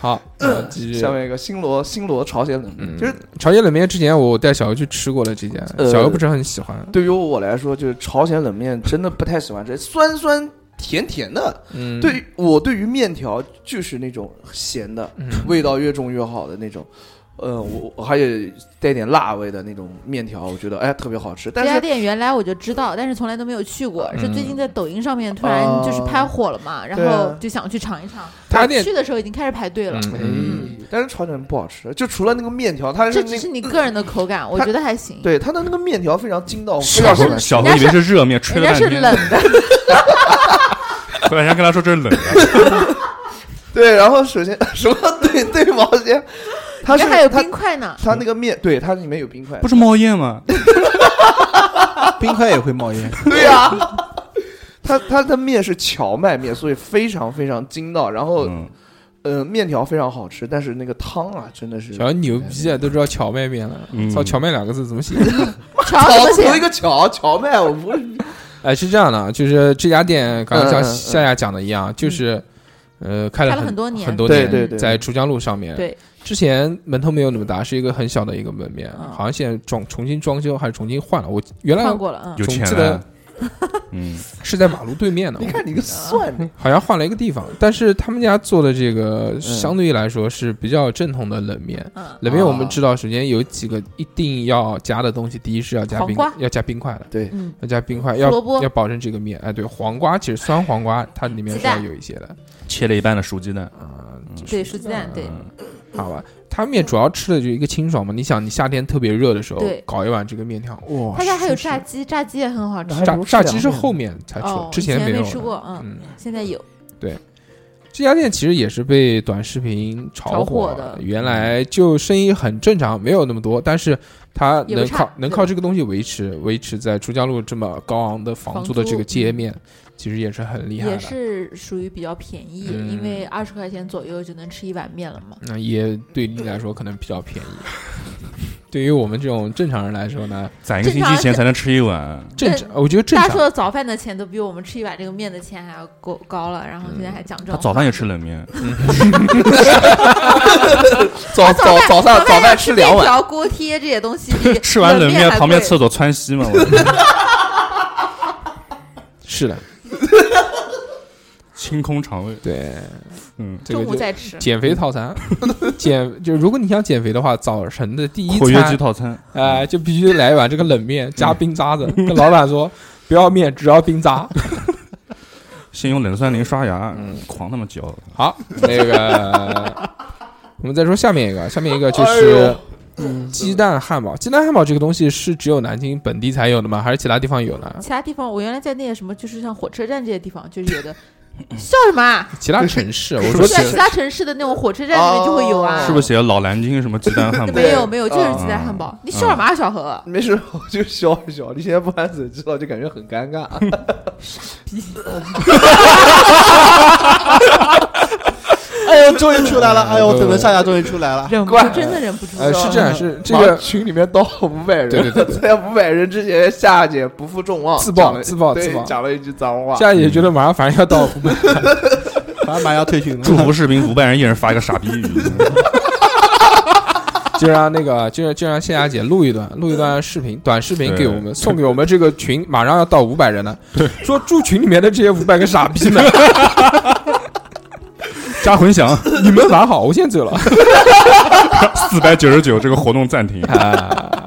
S1: 好， 呃继续
S2: 下。面一个新罗新罗朝鲜冷
S1: 嗯
S2: 面，就是
S1: 朝鲜冷面之前我带小何去吃过了这家，
S2: 呃
S1: 小何不是很喜欢，
S2: 对于我来说，就是朝鲜冷面真的不太喜欢吃，酸酸甜甜的。
S1: 嗯，
S2: 对于我对于面条就是那种咸的，
S1: 嗯
S2: 味道越重越好的那种。呃，我我还有带点辣味的那种面条，我觉得哎特别好
S5: 这
S2: 吃。但
S5: 家
S2: 是
S5: 店啊原来我就知道，但是从来都没有去过，是最
S1: 嗯
S5: 近在抖音上面突然
S2: 哦
S5: 就是拍火了嘛，然
S2: 对啊
S5: 后就想去尝一尝。
S1: 他那
S5: 去的时候已经开始排队了。
S1: 嗯嗯，
S2: 哎，但是朝鲜人不好吃，就除了那个面条，它
S5: 这
S2: 是
S5: 只
S2: 那
S5: 是你个人的口感，我觉得还行。
S2: 对它的那个面条非常筋道，非
S3: 小
S2: 常
S3: 何
S2: 好
S3: 嗯小何以为是热面，吹
S5: 人家
S3: 了半
S5: 是
S3: 天，
S5: 冷的，
S3: 后来人家跟他说这是冷的，
S2: 对，然后首先 什么对对毛 线，它
S5: 人
S2: 是
S5: 家还有
S2: 它
S5: 冰块呢。
S2: 它那个面，对它里面有冰块，
S3: 不是冒烟吗？
S4: 冰块也会冒烟。
S2: 对 呀、它它的面是荞麦面，所以非常非常筋道，然后、
S3: 嗯，
S2: 呃面条非常好吃，但是那个汤啊真的是
S1: 小何牛逼啊，都知道荞麦面了
S3: 嗯，
S1: 操，荞麦两个字怎么写？
S5: 瞧
S2: 草
S5: 怎么
S2: 头一
S5: 写？
S2: 个荞荞麦，我 不是
S1: 哎，是这样的，啊，就是这家店刚刚
S2: 嗯
S1: 像
S2: 嗯嗯
S1: 夏夏讲的一样，就是呃开
S5: 开
S1: 了
S5: 了很多年
S1: 很多
S2: 对对对
S1: 在珠江路上面，
S5: 对，
S1: 之前门头没有那么大，是一个很小的一个门面，好像现在装重新装修还是重新换了。我原
S5: 嗯
S1: 来
S5: 换过了嗯
S1: 总
S3: 有钱
S1: 记得
S3: 了， 嗯，
S1: 是在马路对面的。
S2: 你看
S5: 啊
S2: 你个蒜，
S1: 好像换了一个地方，但是他们家做的这
S2: 嗯
S1: 个相对于来说是比较正统的冷面。
S5: 嗯
S1: 冷面我
S2: 哦
S1: 们知道，首先有几个一定要加的东西，第一是要加冰
S5: 黄瓜，
S1: 要加冰块的，
S2: 对
S5: 嗯
S1: 要加冰块，
S5: 胡
S1: 要
S5: 萝卜
S1: 要保证这个面。哎，对，黄瓜其实酸黄瓜它里面
S5: 鸡
S1: 是要
S5: 蛋
S1: 有一些的，啊
S3: 切了一半的熟鸡蛋，
S5: 对，熟鸡蛋，对，
S1: 好吧。他们也主要吃的就一个清爽嘛，你想你夏天特别热的时候
S5: 对，
S1: 搞一碗这个面条，哇
S5: 他！家还有炸鸡，炸鸡也很好吃。
S1: 炸炸鸡是啊后面才出
S5: 哦，，
S1: 之
S5: 以前
S1: 没有
S5: 吃
S1: 的
S5: 过，嗯，现在有。
S1: 对，这家店其实也是被短视频
S5: 炒
S1: 炒
S5: 火
S1: 火
S5: 的嗯
S1: 原来就生意很正常，没有那么多，但是它
S5: 也不
S1: 能
S5: 差
S1: 靠能
S5: 对
S1: 靠这个东西维持，维持在珠江路这么高昂的房
S5: 房
S1: 租的这
S5: 租嗯
S1: 个街面，其实也是很厉害
S5: 也
S1: 的。
S5: 是属于比较便宜，
S1: 嗯
S5: 因为二十块钱左右就能吃一碗面了嘛。
S1: 那也对你来说可能比较便宜， 对于我们这种正常人来说呢，
S3: 攒一个星期钱才能吃 一碗，
S1: 正常，我觉得正
S5: 大叔
S1: 常。
S5: 的早饭的钱都比我们吃一碗这个面的钱还要高高了，然后现在还讲这
S3: 他
S5: 种。
S3: 早饭也吃冷面，
S5: 早
S2: 早早早上早
S5: 饭要
S2: 饭吃
S5: 面
S2: 两碗，
S5: 条、锅贴这些东西比
S3: 吃完冷面
S5: 还
S3: 旁边
S5: 贵
S3: 厕所窜稀嘛，我
S1: 是的，
S3: 清空肠胃，
S1: 对，
S3: 嗯，
S1: 这个
S5: 中午
S1: 就
S5: 再吃
S1: 减肥套 餐，减就如果你想减肥的话，早晨的第一
S3: 括约
S1: 餐
S3: 肌套餐，
S1: 哎、就必须来一碗这个冷面加冰渣子，跟老板说不要面，只要冰渣。
S3: 先用冷酸灵刷牙，
S1: 嗯
S3: 狂他妈嚼，
S1: 好，那个我们再说下面一个，下面一个就
S2: 哎
S1: 是嗯
S2: 呦
S1: 鸡蛋汉堡。鸡蛋汉堡这个东西是只有南京本地才有的吗？还是其他地方有呢？
S5: 其他地方，我原来在那些什么，就是像火车站这些地方，就是有的。笑什么啊？
S1: 其他城市，我
S5: 对
S1: 说
S5: 啊，
S1: 其
S5: 其他城市的那种火车站里面就会有啊。
S3: 是不是写了老南京什么鸡蛋汉堡？
S5: 没有没有，就是鸡蛋
S3: 啊
S5: 汉
S1: 哦
S5: 堡。你笑什么啊，小何？
S2: 没事，我就笑一笑。你现在不按手机了，就感觉很尴尬。
S4: 哎呦，终于出来了！哎呦，我等了下家终于出来了。
S5: 忍不住，真的忍不住。
S1: 呃是这样，是这
S2: 马上
S1: 个
S2: 群里面到五百人，
S1: 对对对
S2: 在五百人之前，夏姐不负众望，
S1: 自爆
S2: 讲了
S1: 自爆
S2: 对
S1: 自爆
S2: 讲了一句脏话。
S1: 夏姐觉得马上反正要到湖北，
S4: 马上马上要退群了，
S3: 祝福士兵五百人一人发一 个傻逼语音，
S1: 就让那个就让就让谢雅姐录一段录一段视频短视频给我们
S3: 对
S1: 送给我们这个群，马上要到五百人了，说祝群里面的这些五百个傻逼们。
S3: 加混响，
S1: 你们玩好，我先走了。
S3: 四百九十九，这个活动暂停。
S2: 哎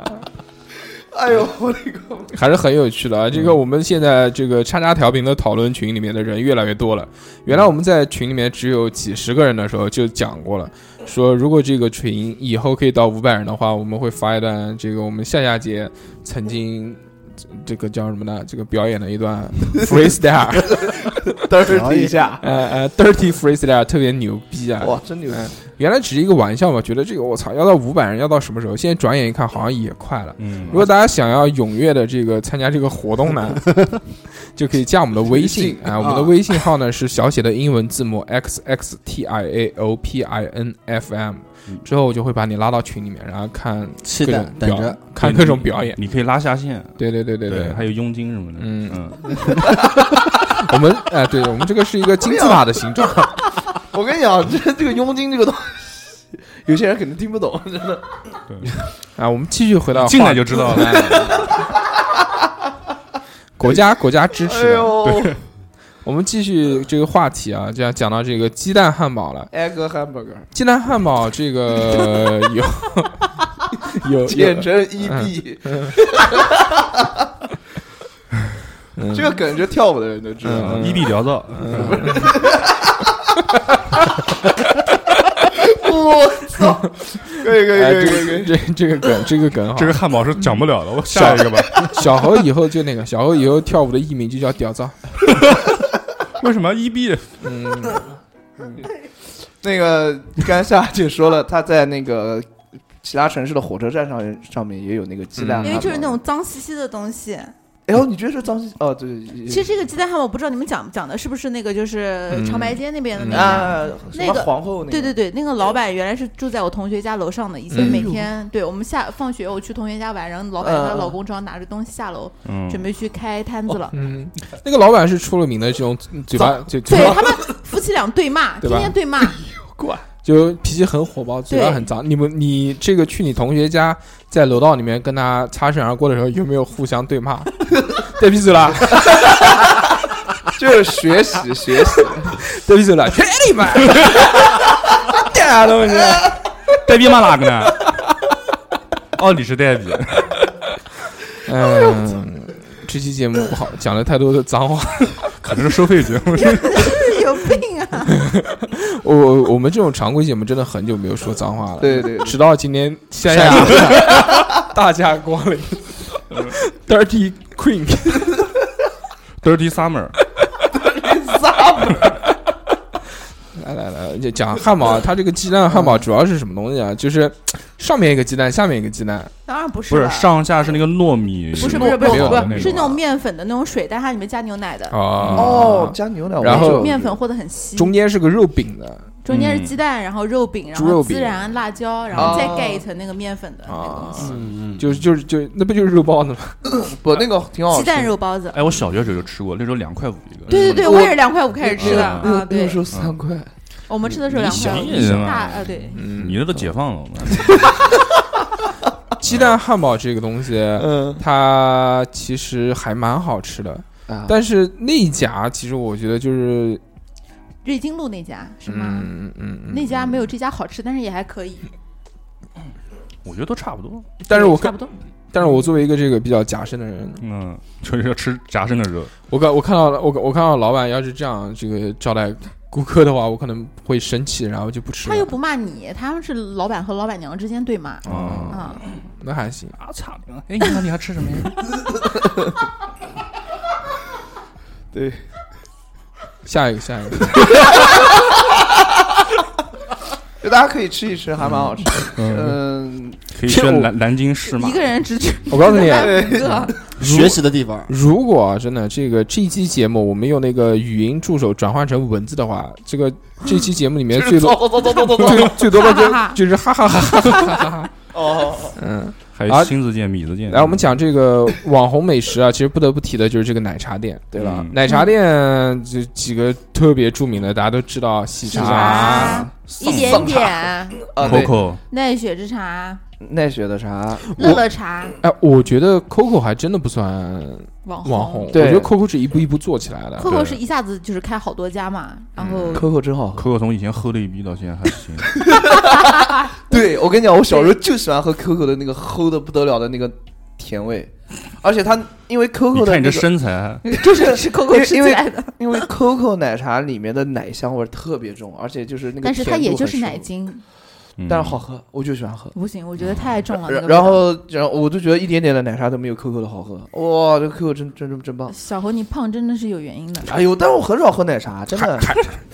S1: 嗯
S2: 呦，我的个！
S1: 还是很有趣的啊！这个我们现在这个叉叉调频的讨论群里面的人越来越多了。原来我们在群里面只有几十个人的时候就讲过了，说如果这个群以后可以到五百人的话，我们会发一段这个我们夏夏姐曾经这个叫什么呢？这个表演的一段 freestyle，
S2: 嘚儿一下，
S1: 呃呃，dirty freestyle 特别牛逼啊！
S2: 哇，真牛！
S1: 嗯原来只是一个玩笑嘛，觉得这个我操要到五百人要到什么时候？现在转眼一看，好像也快了。
S3: 嗯
S1: 如，果大家想要踊跃的这个参加这个活动呢，就可以加我们的微信啊，我们的微信号呢是小写的英文字母 x x t i a o p i n f m，之后我就会把你拉到群里面，然后看
S4: 期
S1: 各
S4: 待
S1: 种
S4: 等
S1: 表
S4: 着。
S1: 看各种表演。
S3: 你可以拉下线，
S1: 对对对对对，
S3: 还有佣金什么的，
S1: 嗯
S3: 嗯，
S1: 我们 哎，对我们这个是一个金字塔的形状，
S2: 我跟你讲，这这个佣金这个东西，有些人肯定听不 懂，真的。
S1: 啊，我们继续回到
S3: 进来
S1: 话
S3: 就知道了。
S1: 国家国家支
S2: 哎
S1: 持。啊
S2: 呦，
S1: 我们继续这个话题啊，这样讲到这个鸡蛋汉堡了。
S2: egg hamburger
S1: 鸡蛋汉堡这个 有有有
S2: 简称
S1: 嗯
S2: EB，这个梗就跳舞的人都知
S1: 嗯
S2: 道。
S3: 一比聊到，
S2: 我操！可以可以
S1: 哎，
S2: 可以可以可
S1: 这
S2: 以。
S1: 这这个梗，这个梗好。
S3: 这个汉堡是讲不了了，我下一个吧。
S1: 嗯小猴以后就那个，小猴以后跳舞的艺名就叫屌照。
S3: 为什么一比？
S2: 那个刚才夏姐说了，她在那个其他城市的火车站上上面也有那个鸡蛋汉堡，
S8: 嗯因为就是那种脏兮兮的东西。
S1: 嗯
S2: 哎呦，你觉得是脏兮？哦，对，其
S8: 其实这个鸡蛋汉堡，我不知道你们讲讲的是不是那个，就是
S1: 嗯
S8: 长白街那边的那个。
S2: 啊，什么
S8: 那个
S2: 皇后那个，
S8: 对对对，那个老板原来是住在我同学家楼上的，以前
S1: 嗯
S8: 每天、对我们下放学我去同学家玩，然后老板
S2: 嗯
S8: 她老公正好拿着东西下楼，
S3: 嗯，
S8: 准备去开摊子了。
S1: 嗯，那个老板是出了名的这种嘴巴嘴嘴
S8: 对
S1: 巴
S8: 他们夫妻俩对骂，
S1: 对
S8: 天
S1: 吧
S8: 天对骂，
S2: 怪
S1: 就脾气很火爆，嘴巴很脏。你们，你这个去你同学家，在楼道里面跟他擦身而过的时候，有没有互相对骂？对屁嘴了，
S2: 就是学习学习，
S1: 对屁嘴了，去你妈！啥东西？
S3: 呆逼骂哪个呢？哦，你是呆逼。
S1: 嗯，这期节目不好，讲了太多的脏话，
S3: 可能是收 费节目。
S8: 有病啊！
S1: 我我们这种常规节目真的很久没有说脏话了，
S2: 对对，
S1: 直到今天夏夏大驾光临，Dirty
S3: Queen，Dirty Summer，Dirty
S2: Summer。
S1: 来来来，就讲汉堡、啊，它这个鸡蛋汉堡主要是什么东西啊？就是上面一个鸡蛋，下面一个鸡蛋。
S8: 当然不是，
S3: 不是上下是那个糯米，
S8: 不是不是不是
S3: 啊
S8: 不是，是那种面粉的那种水，但它里面加牛奶的。
S2: 哦，加牛奶，
S1: 然后
S8: 面粉和的很稀，
S1: 啊中间是个肉饼的，
S8: 中间是鸡蛋，然后肉饼，然后孜然、辣椒，然后再盖一层那个面粉的那东西。
S1: 嗯嗯，就是就是就那不就是肉包子吗？
S2: 不，那个挺好
S8: 吃。鸡蛋肉包子。
S3: 哎，我小学时候就吃过，那时候两块五一个。
S8: 对对对，我也是两块五开始吃的啊，对，
S2: 那时候三块。
S8: 我们吃的时候两块，大啊对，
S3: 你那都解放了。
S1: 嗯鸡蛋汉堡这个东西，嗯，它其实还蛮好吃的，
S2: 啊
S1: 但是那家其实我觉得就是
S8: 瑞金路那家是吗？
S1: 嗯嗯嗯，
S8: 那家没有这家好吃，但是也还可以。
S3: 我觉得都差不 多，
S1: 但是我
S8: 差不多。
S1: 但是我作为一个这个比较夹生的人，
S3: 嗯，就是要吃夹生的肉。
S1: 我看我看到我我看到老板要是这样这个招待顾客的话，我可能会生气，然后就不吃。
S8: 他又不骂你，他们是老板和老板娘之间对骂。
S3: 哦
S8: 啊，
S1: 那还行。
S3: 啊操！哎，你看你还吃什么呀？
S2: 对，
S1: 下一个，下一个。
S2: 就大家可以吃一吃，还蛮好吃。嗯，
S3: 可以去南南京市嘛？
S8: 一个人只吃。
S1: 我告诉 你，
S4: 学习的地方。
S1: 如果真的这个这期节目我们用那个语音助手转换成文字的话，这个这期节目里面最多最最多的就就是哈哈哈哈哈。
S2: 哦，
S1: 嗯，
S3: 还
S8: 啊
S3: 有亲子店、米子店。
S1: 来，我们讲这个网红美食啊，其实不得不提的就是这个奶茶店，
S3: 嗯
S2: 对
S8: 啊
S2: 吧？
S8: 嗯
S1: 奶茶店这几个特别著名的，大家都知道喜
S8: 茶。一点点
S2: 嗯啊
S3: ，Coco，
S8: 奈雪之茶，
S2: 奈雪的茶，
S8: 乐乐茶。
S1: 哎，我觉得 Coco 还真的不算
S8: 网
S1: 红，我觉得 Coco 是一步一步做起来的。
S8: 哦 Coco 是一下子就是开好多家嘛，然后
S2: Coco 真好
S3: ，Coco 从以前齁了一逼到现在还行。
S2: 对，我跟你讲，我小时候就喜欢喝 Coco 的那个齁的不得了的那个甜味，而且它因为 Coco 的，
S3: 看你这身 材，
S8: 就是是 Coco 吃
S2: 因为
S8: 来的，
S2: 因为 Coco 奶茶里面的奶香味特别重，而且就是那个，
S8: 但是它也就是奶精。
S3: 嗯
S2: 但是好喝，我就喜欢喝。
S8: 不行，我觉得太重了。
S2: 嗯然后，然后我就觉得一点点的奶茶都没有 QQ 的好喝。哇，这 QQ 真真真真棒！
S8: 小侯，你胖真的是有原因的。
S2: 哎呦，但我很少喝奶茶，真的。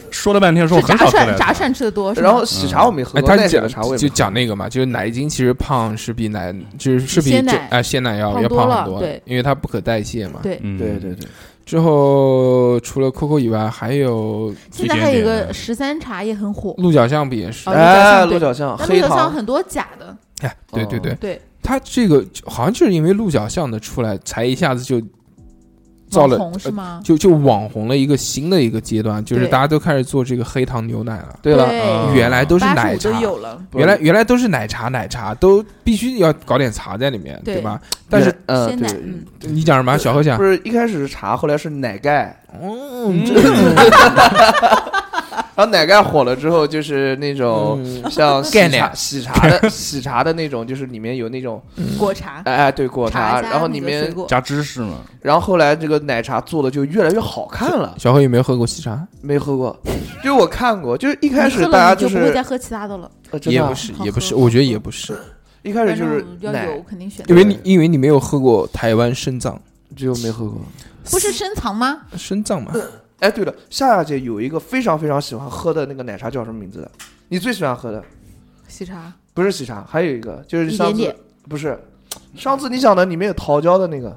S3: 说了半天说我很
S8: 炸
S3: 少喝奶
S8: 串，炸串吃的多。
S2: 然后喜茶我没喝，
S1: 哎他
S2: 讲茶
S1: 就呃讲那个嘛，就是奶精其实胖是比奶就是是比啊鲜奶要要
S8: 胖
S1: 很多，
S8: 对，
S1: 因为它不可代谢嘛。
S8: 对
S3: 嗯
S2: 对对对。
S1: 之后除了 COCO 以外，还有
S8: 现在还有一个十三茶也很
S2: 嗯
S8: 火，
S1: 鹿角巷不也
S8: 哦
S1: 是？
S2: 哎，鹿角巷，
S8: 但鹿角巷很多假的。
S1: 哎，对对对
S8: 对，
S1: 它这个好像就是因为鹿角巷的出来，才一下子就造了
S2: 呃
S8: 红是吗？
S1: 就就网红了一个新的一个阶段，就是大家都开始做这个黑糖牛奶了。
S2: 对
S8: 了，
S2: 嗯
S1: 原来都是奶茶，
S8: 有了。
S1: 原来原来都是奶茶，奶茶都必须要搞点茶在里面，对吧？但是
S2: 呃，对，
S1: 你讲什么？小何讲
S2: 不是嗯一开始是茶，后来是奶盖。
S1: 哦，
S2: 然后奶盖火了之后，就是那种
S1: 嗯
S2: 像喜茶、喜茶的、喜茶的那种，就是里面有 那种
S8: 果茶，
S2: 哎，对果茶，然后里面
S3: 加芝士嘛。
S2: 然后后来这个奶茶做的就越来越好看了。
S1: 小何有没有喝过喜茶？
S2: 没喝过， 就是我看过，就是呃一开始大家
S8: 就是不会再喝其他的了，
S1: 也不是，也不是，我觉得也不是。
S2: 啊一开始就是
S8: 要有肯定选，
S1: 因为你因为你没有喝过台湾深藏，
S2: 只有没喝过，
S8: 不是深藏吗？
S1: 深藏嘛。
S2: 哎，对了，夏夏姐有一个非常非常喜欢喝的那个奶茶叫什么名字的？你最喜欢喝的？
S8: 喜茶？
S2: 不是喜茶，还有一个就是
S8: 一
S2: 上
S8: 点
S2: 次
S8: 点，
S2: 不是上次你想的里面有桃胶的那个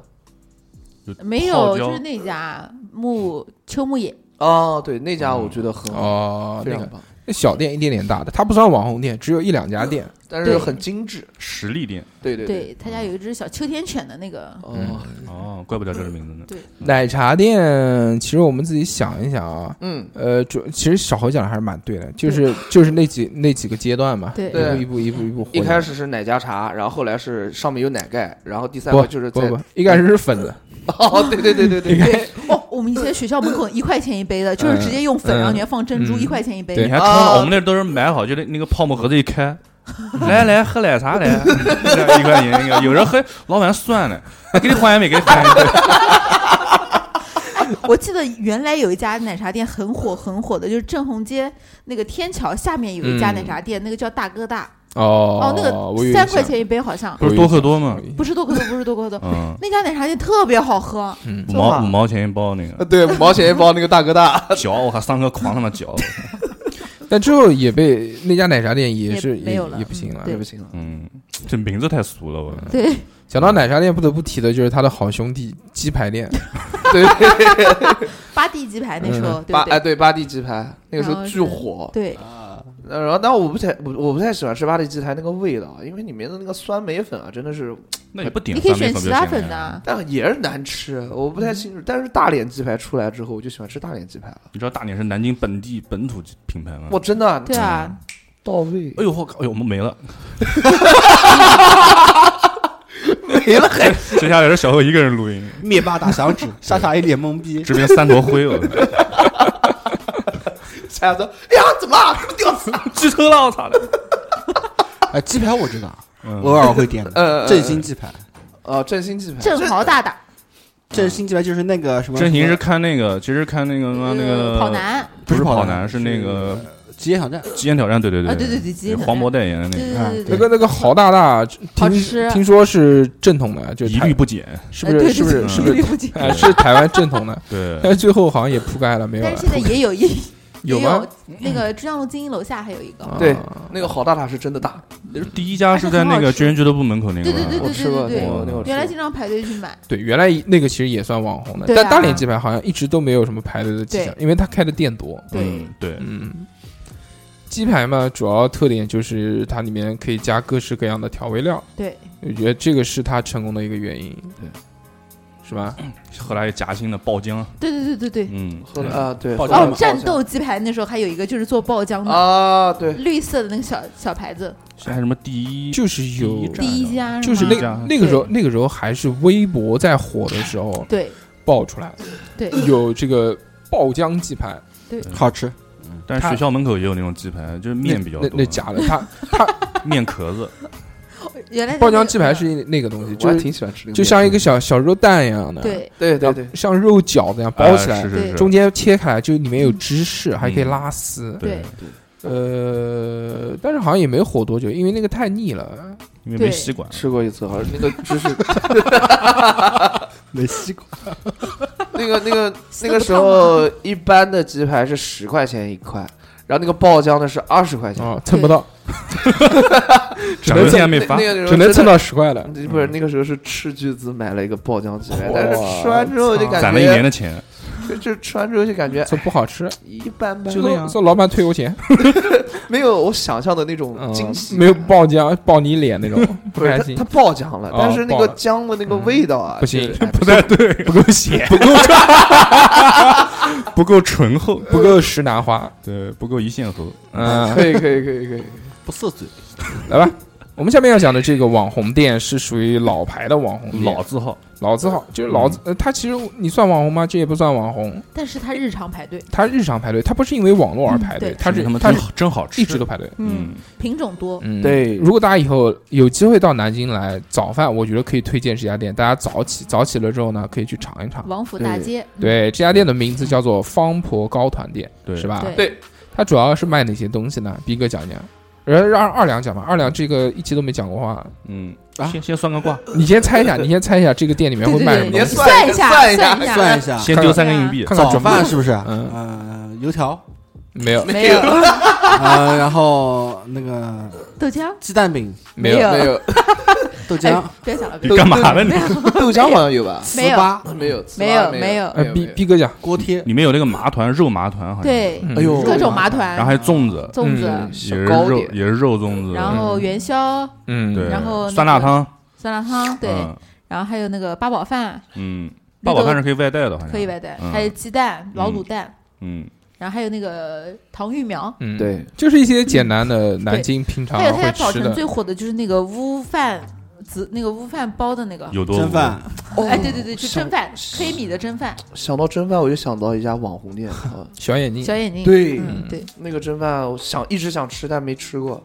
S8: 没有，就是那家木秋木野。
S2: 哦，对那家我觉得很好，
S1: 哦，
S2: 非
S1: 那
S2: 常
S1: 个
S2: 棒。
S1: 那小店一点点大的，它不算网红店，只有一两家店，
S2: 但是很精致，
S3: 实力店。
S2: 对对
S8: 对，他家有一只小秋天犬的那个。
S3: 哦、嗯、哦，怪不得这个名字呢。
S8: 对，
S1: 奶茶店其实我们自己想一想啊，
S2: 嗯，
S1: 呃，主其实小侯讲的还是蛮对的，就是就是那几那几个阶段嘛，
S8: 对，
S1: 一步一步一步一步。
S2: 一开始是奶加茶，然后后来是上面有奶盖，然后第三个就是
S1: 不不，一开始是粉的。
S2: 哦，对对对对对对。
S8: 哦，我们以前学校门口一块钱一杯的，
S2: 嗯
S8: 就是直接用粉，然后里面放珍珠，一块钱一杯。
S3: 你还冲我们那都是买好，就那那个泡沫盒子一开，来来喝奶茶来，一块钱一个。有人喝，老板算了，给你换一杯，给你换一杯。
S8: 我记得原来有一家奶茶店很火很火的，就是正红街那个天桥下面有一家奶茶店，那个叫大哥大。
S1: 哦
S8: 哦，那个三块钱一杯好像
S3: 不是多克多吗？嗯
S8: 不是多克多，不是多克多，
S2: 哦
S8: 那家奶茶店特别好喝，
S2: 嗯
S3: 五毛五毛钱一包那个，
S2: 对，五毛钱一包那个大哥大，
S3: 嚼我靠，三哥狂他妈嚼。
S1: 但之后也被那家奶茶店也是
S8: 没有了，
S1: 也不行了，
S2: 也不行了。
S3: 嗯，这名字太俗了，我。
S8: 对，
S1: 讲到奶茶店，不得不提的就是他的好兄弟鸡排店，
S2: 对，
S8: 巴蒂鸡排那时
S1: 嗯
S8: 候，
S2: 巴哎
S8: 对，哦
S2: 巴蒂鸡排那个时候巨火，
S8: 对。
S1: 啊
S2: 然后，但我不太我我不太喜欢吃巴黎鸡排那个味道，因为里面的那个酸梅粉啊，真的是，
S3: 那你不点
S8: 你可以选其他粉的，
S2: 但也是难吃，我不太清
S8: 嗯
S2: 楚。但是大连鸡排出来之后，我就喜欢吃大连鸡排了。
S3: 你知道大连是南京本地本土品牌吗？
S2: 我真的
S8: 嗯对啊，
S2: 到位。
S3: 哎呦我靠，哎呦我们没了，
S2: 没了还。
S3: 接下来是小何一个人录音，
S4: 灭霸打 响指，莎莎一脸懵 逼，
S3: 这边三坨灰哦。
S2: 莎莎说：“哎呀，怎么这么屌丝？
S3: 剧透了，我操了！”
S4: 哎，鸡排我知道，
S3: 嗯
S4: 偶尔会点的。振兴鸡排，
S2: 哦，振兴
S1: 嗯
S2: 鸡排，
S8: 正豪大大，
S4: 振兴鸡排就是那个什么？
S3: 振兴是看那个，其实看那个那个
S8: 呃跑男，
S3: 不是
S4: 跑
S3: 男，是那个
S4: 极限挑战。
S3: 极限挑战，对对
S8: 啊对，对
S3: 对
S8: 对极限。
S3: 黄渤代言的那
S8: 个，
S1: 那个那个豪大大，听听说是正统的，就
S3: 一律不减，
S1: 是
S8: 呃
S1: 不是？是不是？是不是？啊，是台湾正统的，
S3: 对。
S8: 哎
S1: 但最后好像也铺盖了，没有。啊
S8: 但是现在也有一。
S1: 有吗？哦
S8: 那个珠江路精英楼下还有一个，
S2: 对，那个好大大是真的大。
S3: 第一家是在那个军人俱乐部门口那个，
S8: 对对对对对
S2: 对，
S8: 原来经常排队去买。
S1: 对，原来那个其实也算网红的，
S8: 啊
S1: 但大连鸡排好像一直都没有什么排队的迹象，因为他开的店多。
S8: 对
S3: 对，
S1: 嗯。鸡排嘛，主要特点就是它里面可以加各式各样的调味料。
S8: 对，
S1: 我觉得这个是它成功的一个原因。
S3: 对，
S1: 是吧？
S3: 后来夹心的爆浆。
S8: 对对对对对，
S3: 嗯，
S2: 后来啊，对，
S1: 嗯
S8: 哦，战斗鸡排那时候还有一个就是做爆浆
S1: 哦
S8: 的
S2: 啊，对，
S8: 绿色的那个小小牌子，
S3: 还什么第一，
S1: 就是有
S8: 第一家，
S1: 就是那那个时候，那个时候还是微博在火的时候，
S8: 对，
S1: 爆出来，
S8: 对，
S1: 有这个爆浆鸡排，
S8: 对，
S4: 好吃。
S3: 嗯但是学校门口也有那种鸡排，就是面比较多，
S1: 那假的，它它
S3: 面壳 子。
S8: 原来
S1: 爆浆鸡排是那个东西，就是
S2: 挺喜欢吃，
S1: 就像一个小小肉蛋一样的，
S8: 对
S2: 对对对，
S1: 像肉饺子一样包
S3: 哎
S1: 起
S3: 啊
S1: 来，
S8: 对
S1: 中间切开来，就里面有芝士，还
S3: 嗯
S1: 可以拉丝，
S8: 对。
S1: 呃，但是好像也没火多久，因为那个太腻了，
S3: 因为没吸管。
S2: 吃过一次，好像那个芝士
S4: 没吸管。
S2: 那个、那个、那个时候，一般的鸡排是十块钱一块，然后那个爆浆的是二十块钱，
S1: 哦，蹭不到，
S3: 只能现在没发，
S1: 只能蹭到十块了。
S2: 不是那个时候是斥巨资买了一个爆浆鸡排，但是吃完之后就感觉
S3: 攒了一年的 钱。
S2: 就就吃完之后就感觉
S1: 这不好吃，
S2: 一般般，
S1: 就那样。说老板退我 钱，
S2: 没有我想象的那种惊喜，
S1: 嗯没有爆浆爆你脸 那种，不开心。哦
S2: 它爆浆了，但是那个浆的那个味道啊，
S1: 嗯不行，
S3: 不太对，
S1: 不够咸，
S3: 不够，不够醇厚，
S1: 不够石南花，
S3: 对，不够一线喉。
S1: 嗯，
S2: 哎可以，可以，可以，可以，
S4: 不涩嘴。
S1: 来吧，我们下面要讲的这个网红店是属于老牌的网红
S3: 老字号。嗯
S1: 老字号就是老字，呃，他其实你算网红吗？这也不算网红。
S8: 但是他日常排队，
S1: 他日常排队，他不是因为网络而排队，他是
S3: 他们
S1: 他
S3: 真好吃，
S1: 一直都排队。
S8: 嗯，品种多。
S1: 嗯，
S2: 对。
S1: 如果大家以后有机会到南京来，早饭我觉得可以推荐这家店。大家早起，早起了之后呢，可以去尝一尝。
S8: 王府大街，嗯
S1: 对，这家店的名字叫做方婆糕团店，
S3: 对，
S1: 是吧？
S8: 对。
S1: 它主要是卖哪些东西呢？逼哥讲讲，然让二两讲吧。二两这个一期都没讲过话，
S3: 嗯，
S8: 啊
S3: 先先算个卦，
S1: 你先猜一下，你先猜一下这个店里面会卖什么？
S8: 你
S2: 算
S8: 一
S2: 下，
S8: 算
S2: 一
S8: 下，
S4: 算一下，
S3: 先丢三个硬币，
S1: 看看
S4: 早饭是不是？
S1: 嗯
S4: 嗯，油条
S1: 没有，
S8: 没有，
S4: 啊，然后那个
S8: 豆浆、
S4: 鸡蛋饼
S1: 没
S8: 有，
S2: 没有，
S4: 豆浆，
S8: 别想了，
S3: 你干嘛呢？你
S8: 啊
S2: 豆浆好像有吧？
S8: 哎
S1: 嗯
S8: 没有，
S2: 没有，
S8: 没
S2: 有，
S8: 没有。
S1: 哎，逼逼哥讲
S4: 锅贴，
S3: 里面有那个麻团，肉麻团，好像
S8: 对，
S2: 哎呦，
S8: 各种麻团，
S3: 然后还有粽子，
S8: 粽子
S1: 嗯
S8: 嗯
S3: 也是肉，也是肉粽子，
S8: 然后元宵，
S3: 嗯，对，
S8: 然后
S3: 酸辣汤，
S8: 酸辣汤，对，
S1: 嗯
S8: 然后还有那个八宝饭，
S1: 哎
S3: 嗯，八宝饭是可以外带的，好像
S8: 可以外带，
S1: 嗯
S8: 还有鸡蛋、老卤蛋，
S3: 嗯。
S8: 然后还有那个糖芋苗，
S1: 嗯，
S2: 对，
S1: 就是一些简单的南京平常
S8: 还有他
S1: 会
S8: 家早
S1: 吃
S8: 晨
S1: 的
S8: 最火的就是那个乌饭子，那个乌饭包的那个
S3: 有多
S4: 蒸饭，
S8: 哎，对对对，就蒸饭，黑米的蒸饭，
S2: 想到蒸饭，我就想到一家网 红店，啊
S1: 小眼睛，
S8: 小眼睛，
S2: 对
S8: 嗯对，
S2: 那个蒸饭，我想一直想吃，但没吃过，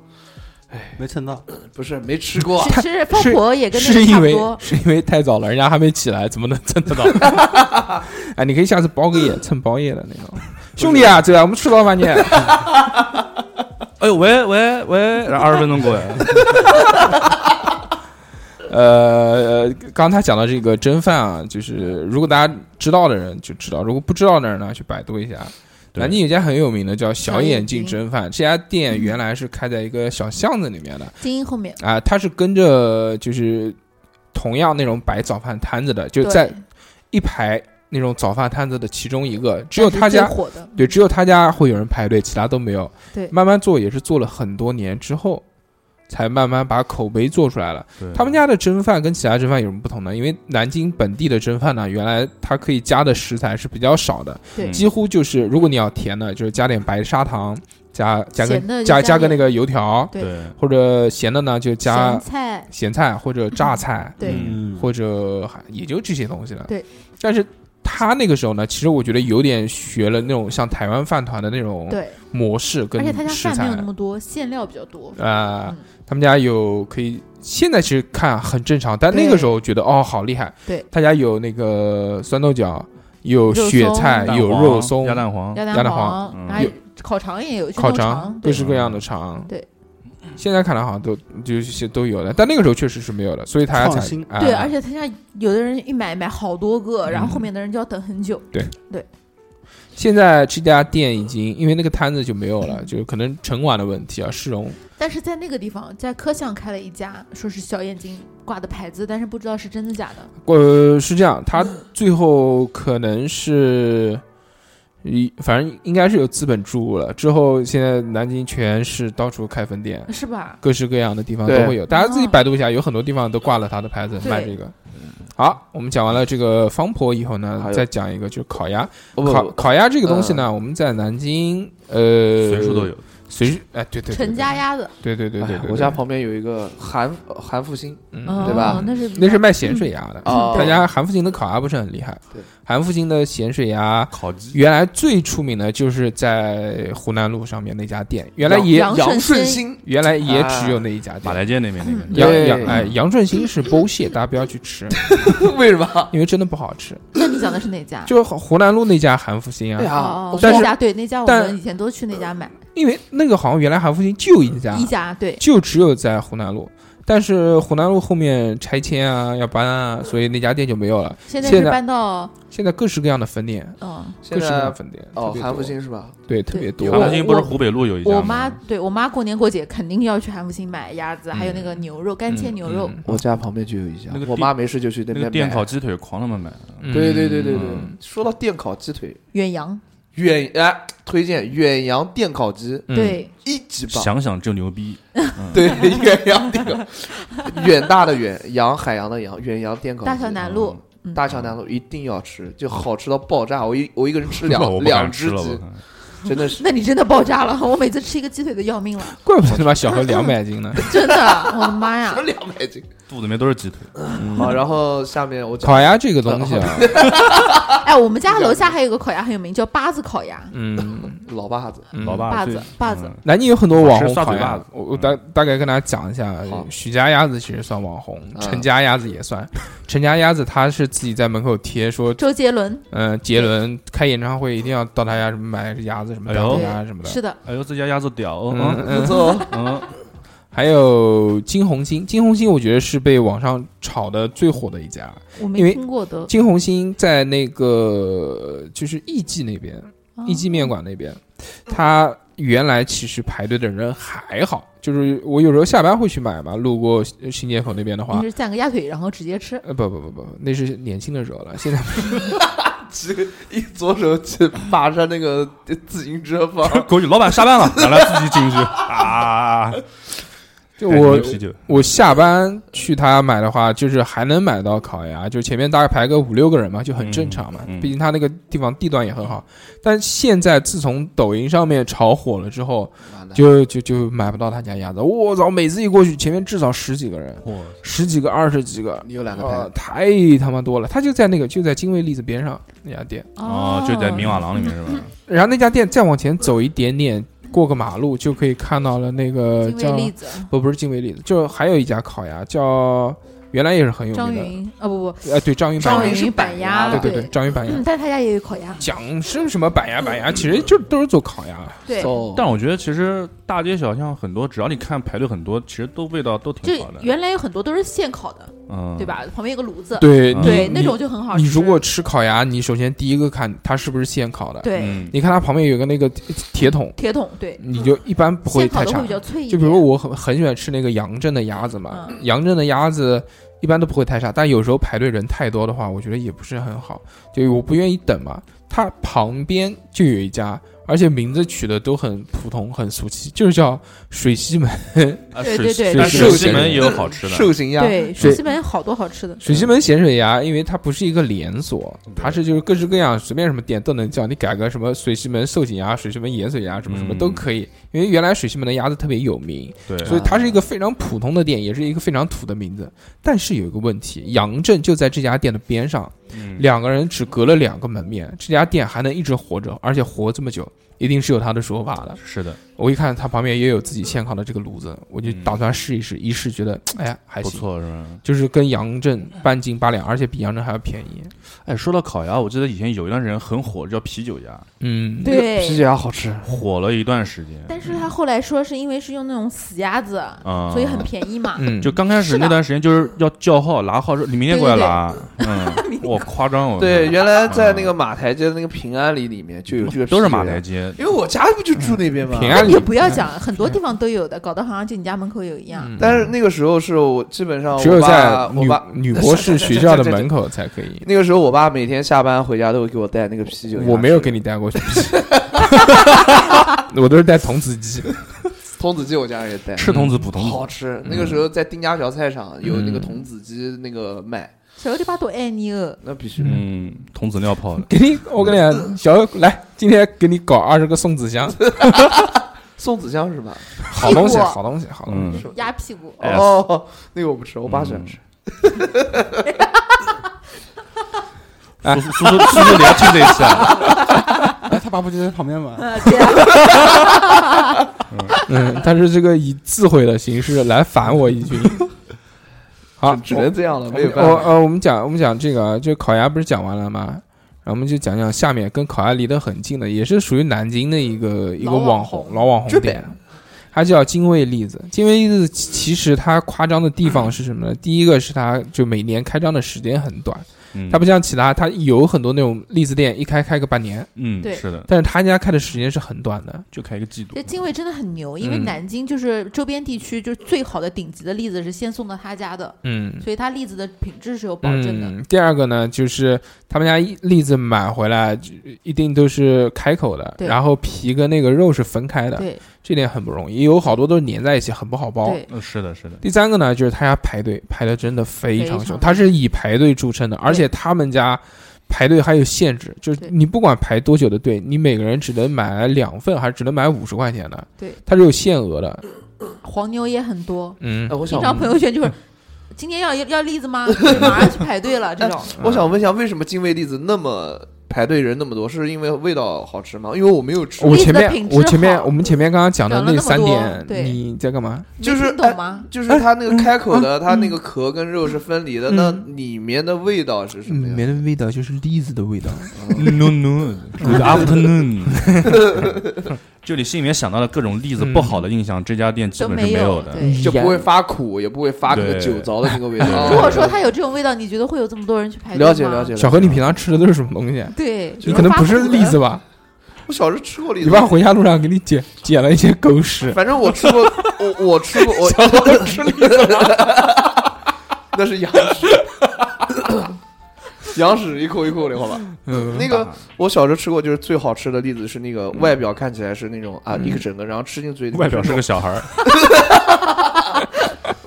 S4: 没蹭到，
S2: 不是没 吃过，
S8: 其实风婆也跟那
S1: 是
S8: 个差
S1: 因
S8: 不
S1: 为
S8: 多，
S1: 是因为太早了，人家还没起来，怎么能蹭得到？ 哎，你可以下次包个夜，蹭包夜的那种。兄弟啊，走啊，我们吃早饭去。
S3: 哎呦喂喂喂，然后二十分 钟过来了，
S1: 呃，刚才讲到这个蒸饭啊，就是如果大家知道的人就知道，如果不知道的人呢，去百度一下。
S3: 对
S1: 南京有一家很有名的叫小眼镜
S8: 小眼镜
S1: 蒸饭，这家店原来是开在一个小巷子里面的
S8: 精英后面
S1: 啊，它是跟着就是同样那种摆早饭摊子的，就
S8: 对
S1: 在一排那种早饭摊子的其中一个，只有他
S8: 但
S1: 家
S8: 是最火的，
S1: 对，只有他家会有人排队，其他都没有。
S8: 对
S1: 慢慢做也是做了很多年之后，才慢慢把口碑做出来了。
S3: 对嗯
S1: 他们家的蒸饭跟其他蒸饭有什么不同呢？因为南京本地的蒸饭呢，原来它可以加的食材是比较少的，
S3: 嗯
S8: 对
S1: 几乎就是如果你要甜的，就是加点白砂糖，加加
S8: 咸的
S1: 个
S8: 就
S1: 加
S8: 加
S1: 加个那
S8: 点
S1: 个油条，
S8: 对
S3: 对，
S1: 或者咸的呢就加
S8: 咸菜，
S1: 咸菜或者榨菜，
S8: 对
S3: 嗯
S1: 或者还也就这些东西了。
S8: 对，
S1: 但是他那个时候呢，其实我觉得有点学了那种像台湾饭团的那种
S8: 对，
S1: 模式跟
S8: 而且他家
S1: 食
S8: 饭
S1: 材
S8: 没有那么多，馅料比较多，
S1: 啊、
S8: 嗯
S1: 他们家有可以。现在其实看很正常，但
S8: 对
S1: 那个时候觉得哦，好厉害。
S8: 对，
S1: 他家有那个酸豆角，有
S8: 肉
S1: 雪
S8: 松
S1: 菜，有
S3: 蛋黄
S1: 肉松
S3: 鸭、蛋黄，
S8: 鸭
S1: 鸭蛋
S8: 黄
S3: 黄，嗯
S8: 然后
S1: 有
S8: 烤肠也有，去
S1: 烤
S8: 弄
S1: 肠，各
S8: 对
S1: 式各样的肠。
S8: 对，
S1: 现在看来好像都就是都有了，但那个时候确实是没有的，所以他家
S4: 创
S1: 才
S4: 新
S1: 哎
S8: 对，而且他家有的人一买买好多个，然后
S1: 嗯
S8: 后面的人就要等很久。
S1: 现在这家店已经因为那个摊子就没有了，就可能城管的问题啊，市容
S8: 但是在那个地方，在科巷开了一家，说是小眼睛挂的牌子，但是不知道是真的假的。
S1: 呃，是这样，他最后可能是一，反正应该是有资本注入了。之后现在南京全市到处开分店，
S8: 是吧？
S1: 各式各样的地方都
S2: 对
S1: 会有，大家自己百度一下，有很多地方都挂了他的牌子
S8: 对
S1: 卖这个。好，我们讲完了这个方婆以后呢
S2: 还，有
S1: 再讲一个就是烤鸭。
S2: 哦
S1: 烤
S2: 不，嗯
S1: 烤鸭这个东西呢，我们在南京呃
S3: 随处都，有。
S1: 随哎对对对
S8: 陈家鸭子，
S1: 对对对对
S2: 哎
S1: 对
S2: 呀，
S1: 对，
S2: 我家
S1: 对
S2: 旁边有一个韩呃韩复兴，
S1: 嗯
S8: 哦
S2: 对吧
S8: 那是
S1: 那是卖咸水鸭的。
S2: 哦
S1: 他家韩复兴的烤鸭不是很厉害
S2: 对，
S1: 韩复兴的咸水鸭
S3: 烤鸡，
S1: 原来最出名的就是在湖南路上面那家店，原来也
S8: 杨
S2: 杨
S8: 顺
S2: 顺
S8: 兴
S2: 兴，
S1: 原来也只有那一家
S3: 马
S1: 店。
S3: 来街那边那
S8: 嗯
S3: 个
S1: 杨
S2: 对
S1: 杨哎，杨顺兴是剥蟹，大家不要去吃，
S2: 为 什么？
S1: 因为真的不好吃。
S8: 那你讲的是哪家？
S1: 就湖南路那家韩复兴
S2: 对
S1: 啊，
S2: 啊，
S8: 哦，
S2: 我
S1: 但
S8: 那
S1: 是
S8: 家对那家我
S1: 但
S8: 们以前都去那家买
S1: 因为那个好像原来韩复兴就一家
S8: 一，家，对
S1: 就只有在湖南路。但是湖南路后面拆迁啊，要搬啊，所以那家店就没有了。
S8: 现在
S1: 现
S8: 是
S1: 在
S8: 搬到
S1: 现在各式各样的分店，
S8: 嗯，
S1: 各
S2: 现
S1: 式各样的
S2: 在
S1: 分店
S2: 哦
S1: 特别
S2: 韩复
S1: 多
S2: 兴是吧？
S1: 对特别
S8: 对
S1: 多。
S8: 我
S3: 韩复兴不是湖北路有一家吗？
S8: 我妈对我妈过年过节肯定要去韩复兴买鸭子，还有那个牛肉干
S1: 嗯
S8: 切牛肉，
S2: 我家旁边就有一家
S3: 那个，
S2: 我
S3: 店
S2: 妈没事就去那
S3: 那个
S2: 边
S3: 电
S2: 买
S3: 烤。鸡腿狂他们买，
S1: 嗯
S2: 对对对对对
S1: 嗯，
S2: 说到电烤鸡腿，
S8: 远洋
S2: 远哎推荐远洋电烤鸡
S1: 嗯
S8: 对
S2: 一级棒，
S3: 想想就牛逼。
S2: 对远洋电烤， 远大的远洋海洋的洋远洋电烤鸡，
S8: 大桥南路嗯
S2: 大桥南路一定要吃，就好吃到爆炸。我一我一个人吃
S3: 我
S2: 两
S3: 不敢
S2: 两
S3: 吃
S2: 只
S3: 了，我
S2: 鸡，
S3: 看
S2: 真 的是
S8: 那你真的爆炸了！我每次吃一个鸡腿都要命了，
S1: 怪不得他妈小何两百斤 呢。
S8: 真的，我的妈呀！
S2: 两百斤。
S3: 肚子里面都是鸡腿。
S2: 好，然后下面我讲
S1: 烤鸭这个东西 啊，
S8: 哎，我们家楼下还有个烤鸭很有名，叫八字烤鸭，
S1: 嗯，
S2: 老爸子，
S1: 嗯
S3: 老爸
S8: 把
S3: 最
S8: 子把子，
S3: 嗯
S1: 南京有很多网红烤
S3: 好吃刷嘴巴
S1: 鸭
S3: 子，
S1: 我我大大概跟大家讲一下
S2: 嗯好，嗯
S1: 许家鸭子其实算网红，
S2: 啊
S1: 陈家鸭子也算。陈家鸭子他是自己在门口贴说，
S8: 周杰伦
S1: 嗯，杰伦开演唱会一定要到他家什么买鸭子什么
S3: 哎呦
S1: 蛋鸭什么的。
S8: 是的，
S3: 哎呦，这家鸭子屌，
S1: 嗯
S3: 嗯
S2: 不
S1: 嗯，
S2: 错，
S3: 嗯，
S1: 还有金红星，金红星我觉得是被网上炒的最火的一家。
S8: 我没
S1: 因为
S8: 听过的。
S1: 金红星在那个就是艺妓那边，
S8: 啊
S1: 一记面馆那边，他原来其实排队的人还好，就是我有时候下班会去买嘛，路过新街口那边的话，
S8: 你是蘸个鸭腿然后直接吃？
S1: 呃，不不不不，那是年轻的时候了，现在
S2: 这个一左手去把上那个自行车放，
S3: 过去，老板下班了，让他自己进去啊。
S1: 就我我下班去他买的话，就是还能买到烤鸭，就前面大概排个五六个人嘛，就很正常嘛。
S3: 嗯嗯
S1: 毕竟他那个地方地段也很好。但现在自从抖音上面炒火了之后，就就就买不到他家鸭子。我操，每次一过去，前面至少十几个人，十几个、二十几个，
S2: 你又
S8: 哦
S2: 懒得
S1: 啊
S2: 排，
S1: 太他妈多了。他就在那个就在金味栗子边上那家店，
S3: 哦，就在明瓦廊里面是吧？
S1: 然后那家店再往前走一点点，过个马路就可以看到了那个
S5: 金味
S1: 叫
S5: 栗子
S1: 不不是金味栗子，就还有一家烤鸭叫原来也是很有
S5: 张
S1: 名的。
S5: 云
S8: 哦
S5: 啊，不不，
S1: 哎，对，张云
S5: 张
S1: 板
S5: 云
S1: 鸭，
S5: 板鸭，
S1: 对对对，张云板鸭
S5: 嗯，但是他家也有烤鸭，
S1: 讲是什么板鸭板鸭，其实就都是做烤鸭。
S5: 对
S3: 但我觉得其实大街小巷很多，只要你看排队很多，其实都味道都
S8: 就
S3: 挺好的。
S8: 原来有很多都是现烤的，
S3: 嗯，
S8: 对？吧？旁边有个炉子，
S1: 对
S8: 对，
S1: 你
S8: 那啊种就很好
S1: 你
S8: 吃。
S1: 如果吃烤鸭，你首先第一个看它是不是现烤的。
S8: 对嗯
S1: 你看它旁边有个那个铁桶，
S8: 铁桶对
S1: 你就一般不嗯会太
S8: 现
S1: 差。
S8: 烤的会比较脆一嗯
S1: 就比如我很很喜欢吃那个杨镇的鸭子嘛，杨镇的鸭子一般都不会太差，但有时候排队人太多的话，我觉得也不是很好，就我不愿意等嘛。它旁边就有一家，而且名字取的都很普通，很俗气，就是叫水西门。
S3: 但
S8: 对对对对，
S3: 啊是
S1: 寿
S3: 寿西
S1: 喜
S3: 门也有好吃的，
S8: 对，
S1: 水
S8: 水西门有好多好吃的。
S1: 水西门咸水鸭，因为它不是一个连锁，它是就是各式各样，随便什么店都能叫。你改个什么水西门寿喜鸭、水西门盐水鸭，什么什么都可以。因为原来水西门的鸭子特别有名，
S3: 嗯对
S1: 所以它是一个非常普通的店，也是一个非常土的名字。但是有一个问题，杨镇就在这家店的边上，
S3: 嗯
S1: 两个人只隔了两个门面，这家店还能一直活着，而且活这么久，一定是有它的说法的。
S3: 是的，
S1: 我一看它旁边也有自己现烤的这个炉子，我就打算试一试。一试觉得，哎呀，还
S3: 嗯不
S1: 行，
S3: 错是吧？
S1: 就是跟杨镇半斤八两，而且比杨镇还要便宜。
S3: 哎，说到烤鸭，我记得以前有一段时间很火，叫啤酒鸭，
S1: 嗯
S8: 对啤酒
S2: 鸭好吃，
S3: 火了一段时间。
S8: 但是他后来说是因为是用那种死鸭子，
S1: 哦
S3: 啊
S8: 所以很便宜
S1: 嗯
S8: 嘛。
S3: 就刚开始那段时间，就是要叫号拿号，说你明天过来拿。嗯，我夸张
S1: 哦
S3: 我。
S2: 对，原
S1: 啊
S2: 来在那个马台街的那个平安里里面就有这个，
S3: 都是马台街
S2: 因为我家不就住那边
S1: 嗯
S2: 嘛。
S8: 哎也不要讲，很多地方都有的，搞得好像就你家门口有一
S1: 嗯
S8: 样。
S2: 但是那个时候是我基本上
S1: 只有
S2: 啊我
S1: 在
S2: 爸我
S1: 女
S2: 爸
S1: 女博士学校的门口才可以。
S2: 那个时候，我爸每天下班回家都会给我带那个啤酒鸭。
S1: 我没有给你带 过去，我都是带童子鸡。
S2: 童子鸡，我家也带。
S1: 吃童子补童子
S2: 好吃。
S1: 嗯
S2: 那个时候在丁家桥菜场有那个童子鸡那个卖，
S8: 小欧这把多爱你哦，
S2: 那必须。
S3: 嗯，童子尿泡的。
S1: 给你，我跟你讲，小欧来，今天给你搞二十个送子 香，
S2: 送子香是吧？
S1: 好东
S2: 哎
S1: 西，好东西，好东西。
S8: 鸭屁股。
S3: 哎呀
S2: 哦，那个我不吃，我爸喜
S1: 嗯
S2: 欢吃。
S3: 苏苏苏苏苏聊听这一次啊，
S4: 哎，他爸不就在旁边吗？
S8: 呃啊
S1: 嗯，他是这个以自毁的形式来反我一 军。好，
S2: 只能这样了
S1: 我
S2: 没有办
S1: 啊
S2: 法
S1: 我呃，我们讲我们讲这个啊，就烤鸭不是讲完了吗？然后我们就讲讲下面跟烤鸭离得很近的，也是属于南京的一个一个
S2: 老网
S1: 网红老网红
S2: 这
S1: 店
S2: 边，
S1: 它叫金味栗子。金味栗子其其实它夸张的地方是什么呢？第一个是它就每年开张的时间很短，
S3: 嗯
S1: 它不像其他，它有很多那种栗子店一开开个半年，
S3: 嗯对是的
S1: 但是他家开的时间是很短的，
S3: 就开一个季度
S8: 这金味真的很牛，因为
S1: 嗯
S8: 南京就是周边地区，就是最好的顶级的栗子是先送到他家的，
S1: 嗯
S8: 所以他栗子的品质是有保证的。
S1: 嗯。第二个呢，就是他们家一栗子买回来就一定都是开口的，
S8: 对
S1: 然后皮跟那个肉是分开的，
S8: 对，
S1: 这点很不容易，有好多都是粘在一起，很不好包。
S8: 对
S3: 嗯，是的，是的。
S1: 第三个呢，就是他家排队排的真的非常
S3: 非
S1: 凶，
S3: 常
S1: 他是以排队著称的，而且他们家排队还有限制，就是你不管排多久的队，你每个人只能买两份，还是只能买五十块钱的，
S8: 对
S1: 它是有限额的。
S8: 黄牛也很多，
S1: 嗯，
S2: 哎我
S8: 经
S2: 想
S8: 常朋友圈就是今天要要栗子吗？马上去排队了，这种。
S2: 我想问一下，为什么金味栗子那么排队人那么多？是因为味道好吃吗？因为我没有吃。
S1: 我前面我前面我们前面刚刚讲的那三
S2: 讲了那
S1: 点
S2: 么，多对
S1: 你在干嘛？
S2: 就是懂吗？就是
S1: 哎
S2: 它
S1: 嗯
S2: 那个开口的，它那个壳跟肉是分离的，那里面的味道是什么？
S1: 嗯里面的味道就是栗子的味道。
S3: No no，Good afternoon。就你心里面想到的各种例子不好的印象，这家店基本是有的，
S2: 就不会发苦，也不会发那个
S3: 对
S2: 酒糟的那个味道。
S8: 如果说它有这种味道，你觉得会有这么多人去排队吗？
S1: 小何，你平常吃的都是什么东西？
S8: 对
S1: 你可能不是栗子吧？
S2: 我小时候吃过栗子。
S1: 你爸回家路上给你捡捡了一些狗屎。
S2: 反正我 吃过，我我吃过，我
S1: 小时候 吃栗子，
S2: 那是羊屎，羊屎一口一口的，好吧？
S1: 嗯，
S2: 那个我小时候吃过，就是最好吃的栗子是那个外表看起来是那种啊
S1: 嗯
S2: 一个整个，然后吃进嘴里
S3: 外表是个小孩儿。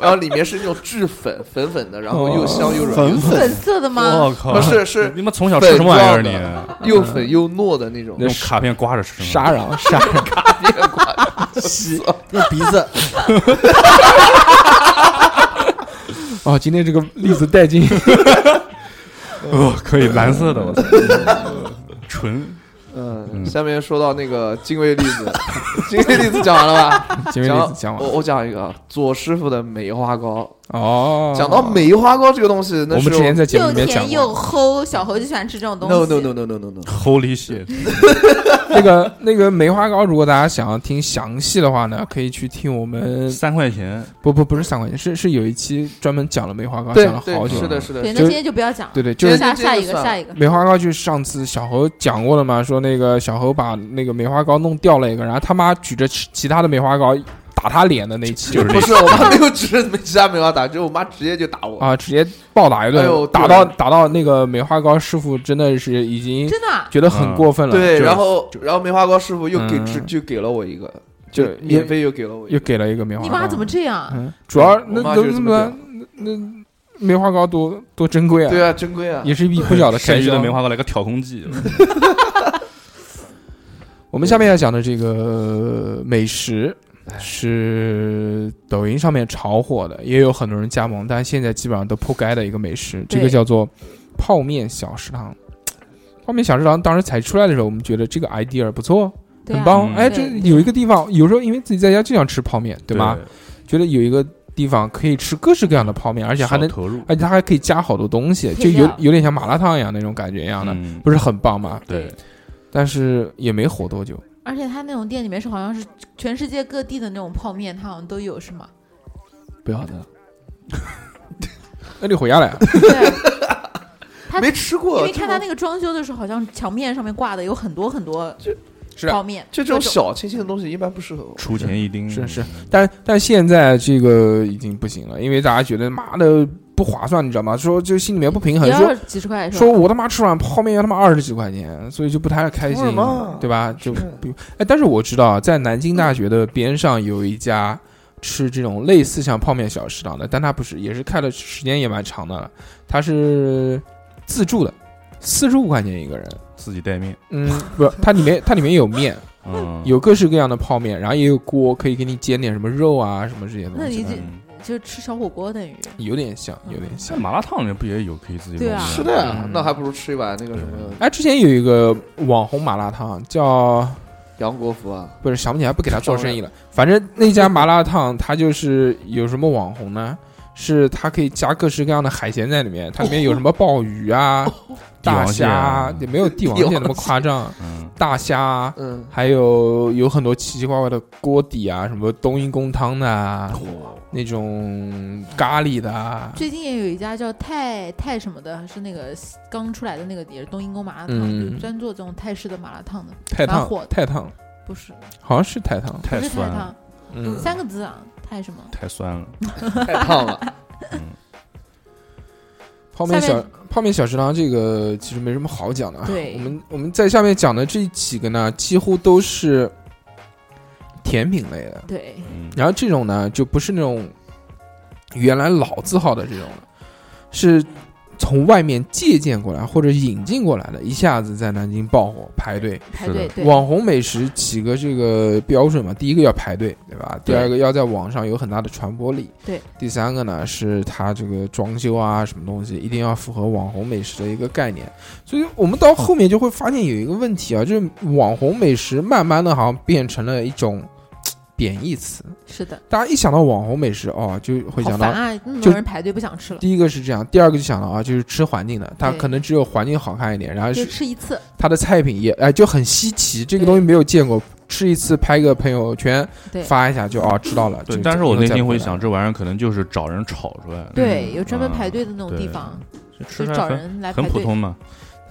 S2: 然后里面是那种巨粉粉粉的，然后
S1: 哦
S2: 又香又软，
S4: 粉粉
S8: 色的吗？
S3: 我靠！
S2: 不是，是
S3: 你们从小吃什么玩意儿？你
S1: 嗯
S2: 又粉又糯的那种，
S3: 用卡片刮着吃。
S1: 沙瓤，沙瓤，
S2: 卡片刮，
S4: 吸 用鼻子。
S1: 哦，今天这个栗子带 劲。
S3: 哦，可以，蓝色的，我操，纯。
S2: 嗯，下面说到那个精卫栗子，精卫栗子讲完了
S1: 吧？精卫栗子讲完，
S2: 我我讲一个啊左师傅的梅花糕。
S1: 哦，
S2: 讲到梅花糕这个东西，那
S1: 我们之前在节目里面讲
S8: 又甜又齁，小猴就喜欢吃这种东西。
S2: No no no no no no no，
S3: 齁里血。
S1: 那个那个梅花糕，如果大家想要听详细的话呢，可以去听我们
S3: 三块钱，
S1: 不不不是三块钱，是是有一期专门讲了梅花糕，
S2: 对
S1: 讲了好久。
S2: 是的，是的。
S8: 对，那今天就不要讲。
S1: 对对，就是嗯
S8: 下下一个下一 个
S1: 梅花糕，就是上次小猴讲过了嘛，说那个小猴把那个梅花糕弄掉了一个，然后他妈举着其他的梅花糕。打他脸的那期
S3: 就是
S2: 不是我妈 没有指着梅其他梅花打，就是我妈直接就打我
S1: 啊，直接暴打一顿，
S2: 哎呦
S1: 打到打到那个梅花糕师傅真的是已经
S8: 真的啊
S1: 觉得很
S8: 嗯
S1: 过分了。
S2: 对，
S1: 就
S2: 然后然后梅花糕师傅又给只
S1: 嗯
S2: 就给了我一个，
S1: 就
S2: 免费又给了我一
S1: 又
S2: 个，
S1: 给了一个梅花糕。
S8: 你妈怎么这样？
S1: 嗯，主要
S2: 我
S1: 那
S2: 妈
S1: 都
S2: 就
S1: 那
S2: 是这么
S1: 么那那梅花糕多多珍贵啊！
S2: 对啊，珍贵啊，
S1: 也是一笔不小 的开
S3: 咸鱼
S1: 销
S3: 的梅。花糕来个挑空计，
S1: 我们下面要讲的这个呃美食
S8: 哎
S1: 是抖音上面炒火的，也有很多人加盟，但现在基本上都铺盖的一个美食，这个
S8: 对
S1: 叫做泡面小食堂。泡面小食堂当时才出来的时候，我们觉得这个 idea 不错，
S8: 对
S1: 很
S8: 啊
S1: 棒。
S3: 嗯
S1: 哎，这
S8: 对
S1: 有一个地方，有时候因为自己在家就想吃泡面，对
S3: 对
S1: 吗？？觉得有一个地方可以吃各式各样的泡面，而且还能
S3: 少投入，
S1: 而且它还可以加好多东西，就
S8: 配
S1: 有
S8: 料
S1: 有点像麻辣烫一样那种感觉一样的，
S3: 嗯
S1: 不是很棒嘛？
S3: 对，
S1: 但是也没火多久，
S8: 而且他那种店里面是好像是全世界各地的那种泡面，他好像都有 是吗？
S1: 不要的。 那你回家来啊，
S8: 对，他
S2: 没吃过，
S8: 因为看他
S2: 这种
S8: 那个装修的时候，好像墙面上面挂的有很多很多
S1: 是
S8: 泡
S1: 啊
S8: 面，
S2: 这种小清新的东西一般不适合我。
S3: 出钱一丁
S1: 是是，但但现在这个已经不行了，因为大家觉得妈的不划算，你知道吗？说就心里面不平衡，
S8: 也要
S1: 说
S8: 几十块是吧
S1: 说？我他妈吃碗泡面要他妈二十几块钱，所以就不太开心
S2: 凭什么，
S1: 对吧？就是不哎，但是我知道啊在南京大学的边上有一家吃这种类似像泡面小食堂的，但它不是，也是开了时间也蛮长的了，它是自助的，四十五块钱一个人。
S3: 自己带面，
S1: 嗯，不，它里面它里面有面，
S3: 嗯，
S1: 有各式各样的泡面，然后也有锅，可以给你煎点什么肉啊什么这些
S8: 那
S1: 东西
S8: 你
S1: 的，
S8: 这
S3: 嗯
S8: 就吃小火锅等于嗯
S1: 有点像，有点像
S3: 像。麻辣烫里面不也有可以自己
S8: 对啊
S3: 弄
S2: 是的呀
S1: 嗯，
S2: 那还不如吃一碗那个什么
S1: 哎，之前有一个网红麻辣烫叫
S2: 杨国福啊，
S1: 不是想不起来，不给他做生意了。反正那家麻辣烫，它就是有什么网红呢？是它可以加各式各样的海鲜在里面，它里面有什么鲍鱼 啊、大虾啊
S3: 帝王蟹啊，
S1: 也没有帝王蟹那么夸张，
S3: 嗯，
S1: 大虾啊，
S2: 嗯，
S1: 还有有很多奇奇怪怪的锅底啊，什么冬阴功汤的啊，那种咖喱的啊，
S8: 最近也有一家叫泰泰什么的，是那个刚出来的那个也是冬阴功麻辣烫，
S1: 嗯
S8: 就专做这种泰式的麻辣烫的，
S1: 太
S8: 蛮
S1: 烫
S8: 火的，
S1: 太烫，
S8: 不是
S1: 好像是太烫，
S3: 太
S8: 不是泰
S3: 酸了，
S8: 烫，
S1: 嗯，
S8: 三个字啊，泰什么？
S3: 太酸了，
S2: 太烫 了，
S1: 泡面
S8: 下面
S1: 小泡面小食堂这个其实没什么好讲的啊。
S8: 对
S1: 我们我们在下面讲的这几个呢，几乎都是甜品类的。
S8: 对，
S3: 嗯，
S1: 然后这种呢，就不是那种原来老字号的这种了，是从外面借鉴过来或者引进过来的，一下子在南京爆火，排队。
S8: 排
S3: 是的
S8: 队对，
S1: 网红美食几个这个标准嘛，第一个要排队，对吧？第
S8: 对
S1: 二个要在网上有很大的传播力，
S8: 对。
S1: 第三个呢是它这个装修啊，什么东西一定要符合网红美食的一个概念。所以我们到后面就会发现有一个问题啊，就是网红美食慢慢的好像变成了一种嘖贬义词，
S8: 是的，
S1: 大家一想到网红美食哦，就会
S8: 好
S1: 想
S8: 烦
S1: 到。
S8: 啊！那么
S1: 就
S8: 多人排队不想吃了，
S1: 第一个是这样，第二个就想到啊，就是吃环境的，它
S8: 对
S1: 可能只有环境好看一点，然后
S8: 就是吃一次，
S1: 它的菜品也哎就很稀奇，这个
S8: 对
S1: 东西没有见过，吃一次拍个朋友圈
S8: 对
S1: 发一下就哦知道了。
S3: 对
S1: 就，
S3: 但是我
S1: 就
S3: 内
S1: 再不
S3: 心会
S1: 来
S3: 想，
S1: 了，
S3: 这玩意儿可能就是找人炒出来的，
S8: 对，有专门
S3: 嗯
S1: 啊
S8: 排队的那种地
S3: 对
S8: 方，
S3: 就吃
S8: 就
S3: 出来
S8: 找
S3: 很
S8: 人来排
S3: 很普
S8: 队。
S3: 通嘛，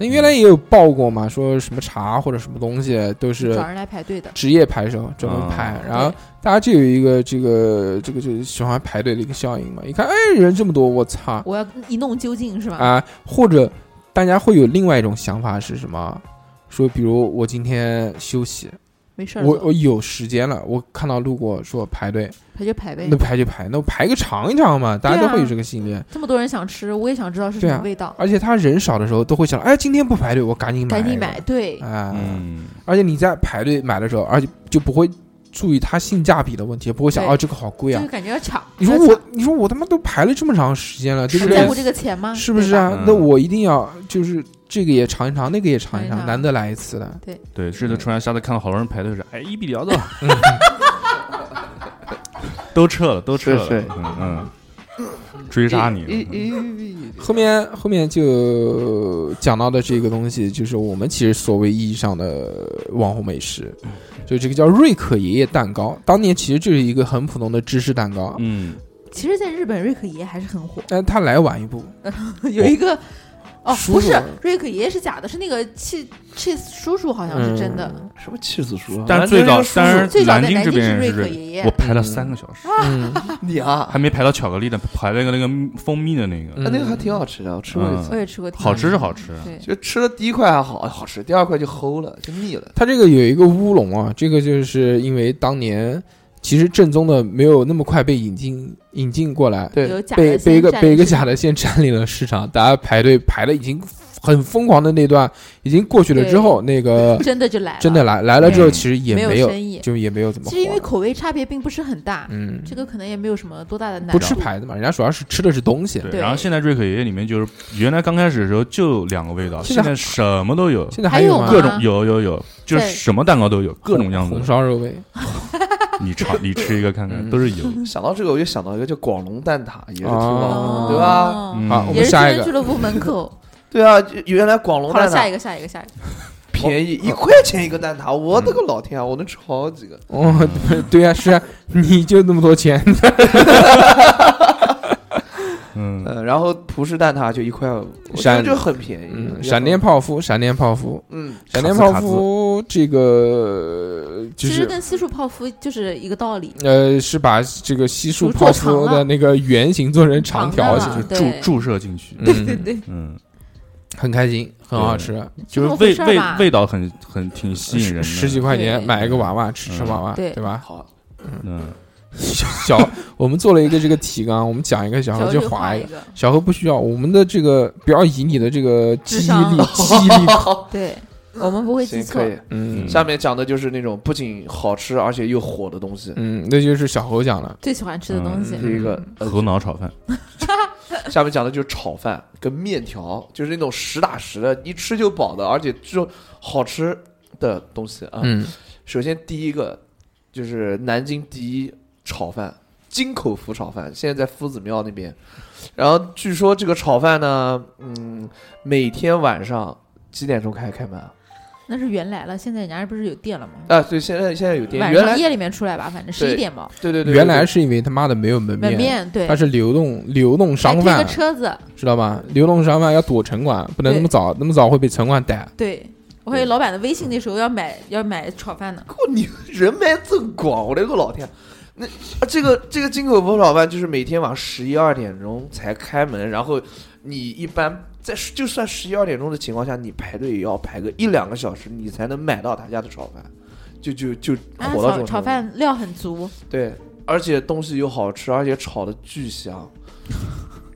S1: 那原来也有报过嘛，说什么茶或者什么东西都是
S8: 找人来排队的，
S1: 职业排手专门排，然
S8: 嗯
S1: 后大家就有一个这个这个就喜欢排队的一个效应嘛。一看，哎，人这么多，我操！
S8: 我要一弄究竟是吧？
S1: 啊，或者大家会有另外一种想法是什么？说比如我今天休息，
S8: 没事，
S1: 我我有时间了，我看到路过说排队，
S8: 排就排呗，
S1: 那排就排，那我排个长一长嘛，大家都会有这个信念。
S8: 这么多人想吃，我也想知道是什
S1: 啊
S8: 么味道。
S1: 而且他人少的时候都会想，哎，今天不排队，我赶紧
S8: 赶紧买，对，
S1: 啊，
S3: 嗯
S1: 而且你在排队买的时候，而且就不会注意它性价比的问题，不会想啊这个好贵啊，
S8: 就是感觉要抢。
S1: 你说我，你说我他妈都排了这么长时间了，对不对？
S8: 在乎这个钱吗？
S1: 是不是啊？那我一定要就是。这个也尝一尝，那个也尝一尝，难得来一次的。
S8: 对
S3: 对，是的，突然下次看到好多人排队是，哎，一比聊的，都撤了，都撤了，嗯嗯，追杀
S2: 你。
S1: 后面后面就讲到的这个东西，就是我们其实所谓意义上的网红美食，
S2: 嗯
S1: 就这个叫瑞可爷爷蛋糕，当年其实就是一个很普通的芝士蛋糕。
S3: 嗯，
S8: 其实，在日本瑞可爷还是很 火，
S1: 但他来晚一步，
S8: 有一个。哦，不是，瑞克爷爷是假的，是那个气气叔叔好像是真的。
S1: 嗯
S2: 什么气死叔？啊
S3: 但是最早，但
S8: 是
S3: 南
S8: 京
S3: 这边
S8: 是瑞克爷爷，
S3: 我排了三个小时。
S1: 嗯
S2: 你啊，
S3: 还没排到巧克力的，排了个那个蜂蜜的那个。
S2: 那
S1: 嗯
S2: 个还挺好吃的，我吃过一次，
S8: 我也吃过。
S3: 好吃是好吃，
S8: 嗯
S2: 就吃了第一块还好好吃，第二块就齁了，就腻了。
S1: 它这个有一个乌龙啊，这个就是因为当年。其实正宗的没有那么快被引进引进过来，
S2: 对，
S1: 被被一个被一个假的先占领了市场，大家排队排的已经很疯狂的那段已经过去了之后，那个
S8: 真的就来
S1: 真的来来了之后，其实也
S8: 没
S1: 有就也没有怎么。
S8: 其实因为口味差别并不是很大，
S1: 嗯，
S8: 这个可能也没有什么多大的难
S1: 度。不吃牌子嘛，人家主要是吃的是东西。
S3: 对，然后现在瑞可爷爷里面就是原来刚开始的时候就两个味道，现在什么都有，
S1: 现在
S8: 还
S1: 有
S3: 各种有有有，就是什么蛋糕都有，各种样子。
S1: 啊红烧肉味。
S3: 你尝，你吃一个看看，都是
S8: 嗯
S3: 有。
S2: 想到这个，我就想到一个叫广隆蛋挞，也是挺
S1: 哦
S8: 哦
S2: 好，对吧？
S3: 嗯
S1: 好，我们下一个
S8: 俱乐部门口。
S2: 对啊，原来广隆蛋挞。
S8: 下一个，下一个，下一个。嗯
S2: 便宜一块钱一个蛋挞，我的个老天啊！我能吃好几个。
S1: 哦，对呀，是啊，你就那么多 钱。
S3: 嗯，
S2: 然后葡式蛋挞就一块五，
S1: 闪
S2: 就很便宜。
S1: 嗯闪电泡芙，闪电泡芙，
S2: 嗯，
S1: 闪电泡芙这个
S8: 其
S1: 实
S8: 跟西数泡芙就是一个道理。
S1: 呃，是把这个西数泡芙的那个圆形做成长条，
S8: 啊
S3: 就是注注射进去。
S8: 对对对，
S3: 嗯，
S1: 很开心，很好吃，
S3: 就是味味味道很很挺吸引人的。
S1: 十几块钱买一个娃娃吃吃娃娃，对吧？
S2: 好，
S3: 嗯。
S1: 小，我们做了一个这个提纲，我们讲一个，小何就划
S8: 一
S1: 个。小何不需要，我们的这个不要以你的这个记忆 力，记忆力，
S8: 对我们不会记错。
S1: 嗯，
S2: 下面讲的就是那种不仅好吃，而且又火的东西。
S1: 嗯，那就是小侯讲了
S8: 最喜欢吃的东西，
S2: 第嗯一个
S1: 嗯
S2: 呃
S3: 猴脑炒饭。
S2: 下面讲的就是炒饭跟面条，就是那种实打实的，一吃就饱的，而且就好吃的东西啊。
S1: 嗯，
S2: 首先第一个就是南京第一。炒饭，金口福炒饭，现在在夫子庙那边。然后据说这个炒饭呢，嗯，每天晚上几点钟开开门？
S8: 那是原来了，现在人家不是有店了吗？
S2: 啊，对，现在现在有店。
S8: 晚上夜里面出来吧，反正十一点吧。
S2: 对对对。
S1: 原来是因为他妈的没有门
S8: 面，门面对，
S1: 它是流动流动商贩，啊
S8: 个车子，
S1: 知道吧？流动商贩要躲城管，不能那么早，那么早会被城管逮。
S8: 对。我还有老板的微信，那时候要买要买炒饭呢。
S2: 我你人脉真广，我的个老天！那啊这个这个金口福炒饭就是每天晚上十一二点钟才开门，然后你一般在就算十一二点钟的情况下，你排队也要排个一两个小时，你才能买到他家的炒饭，就就就火到这种、啊、
S8: 炒饭料很足，
S2: 对，而且东西又好吃，而且炒的巨香，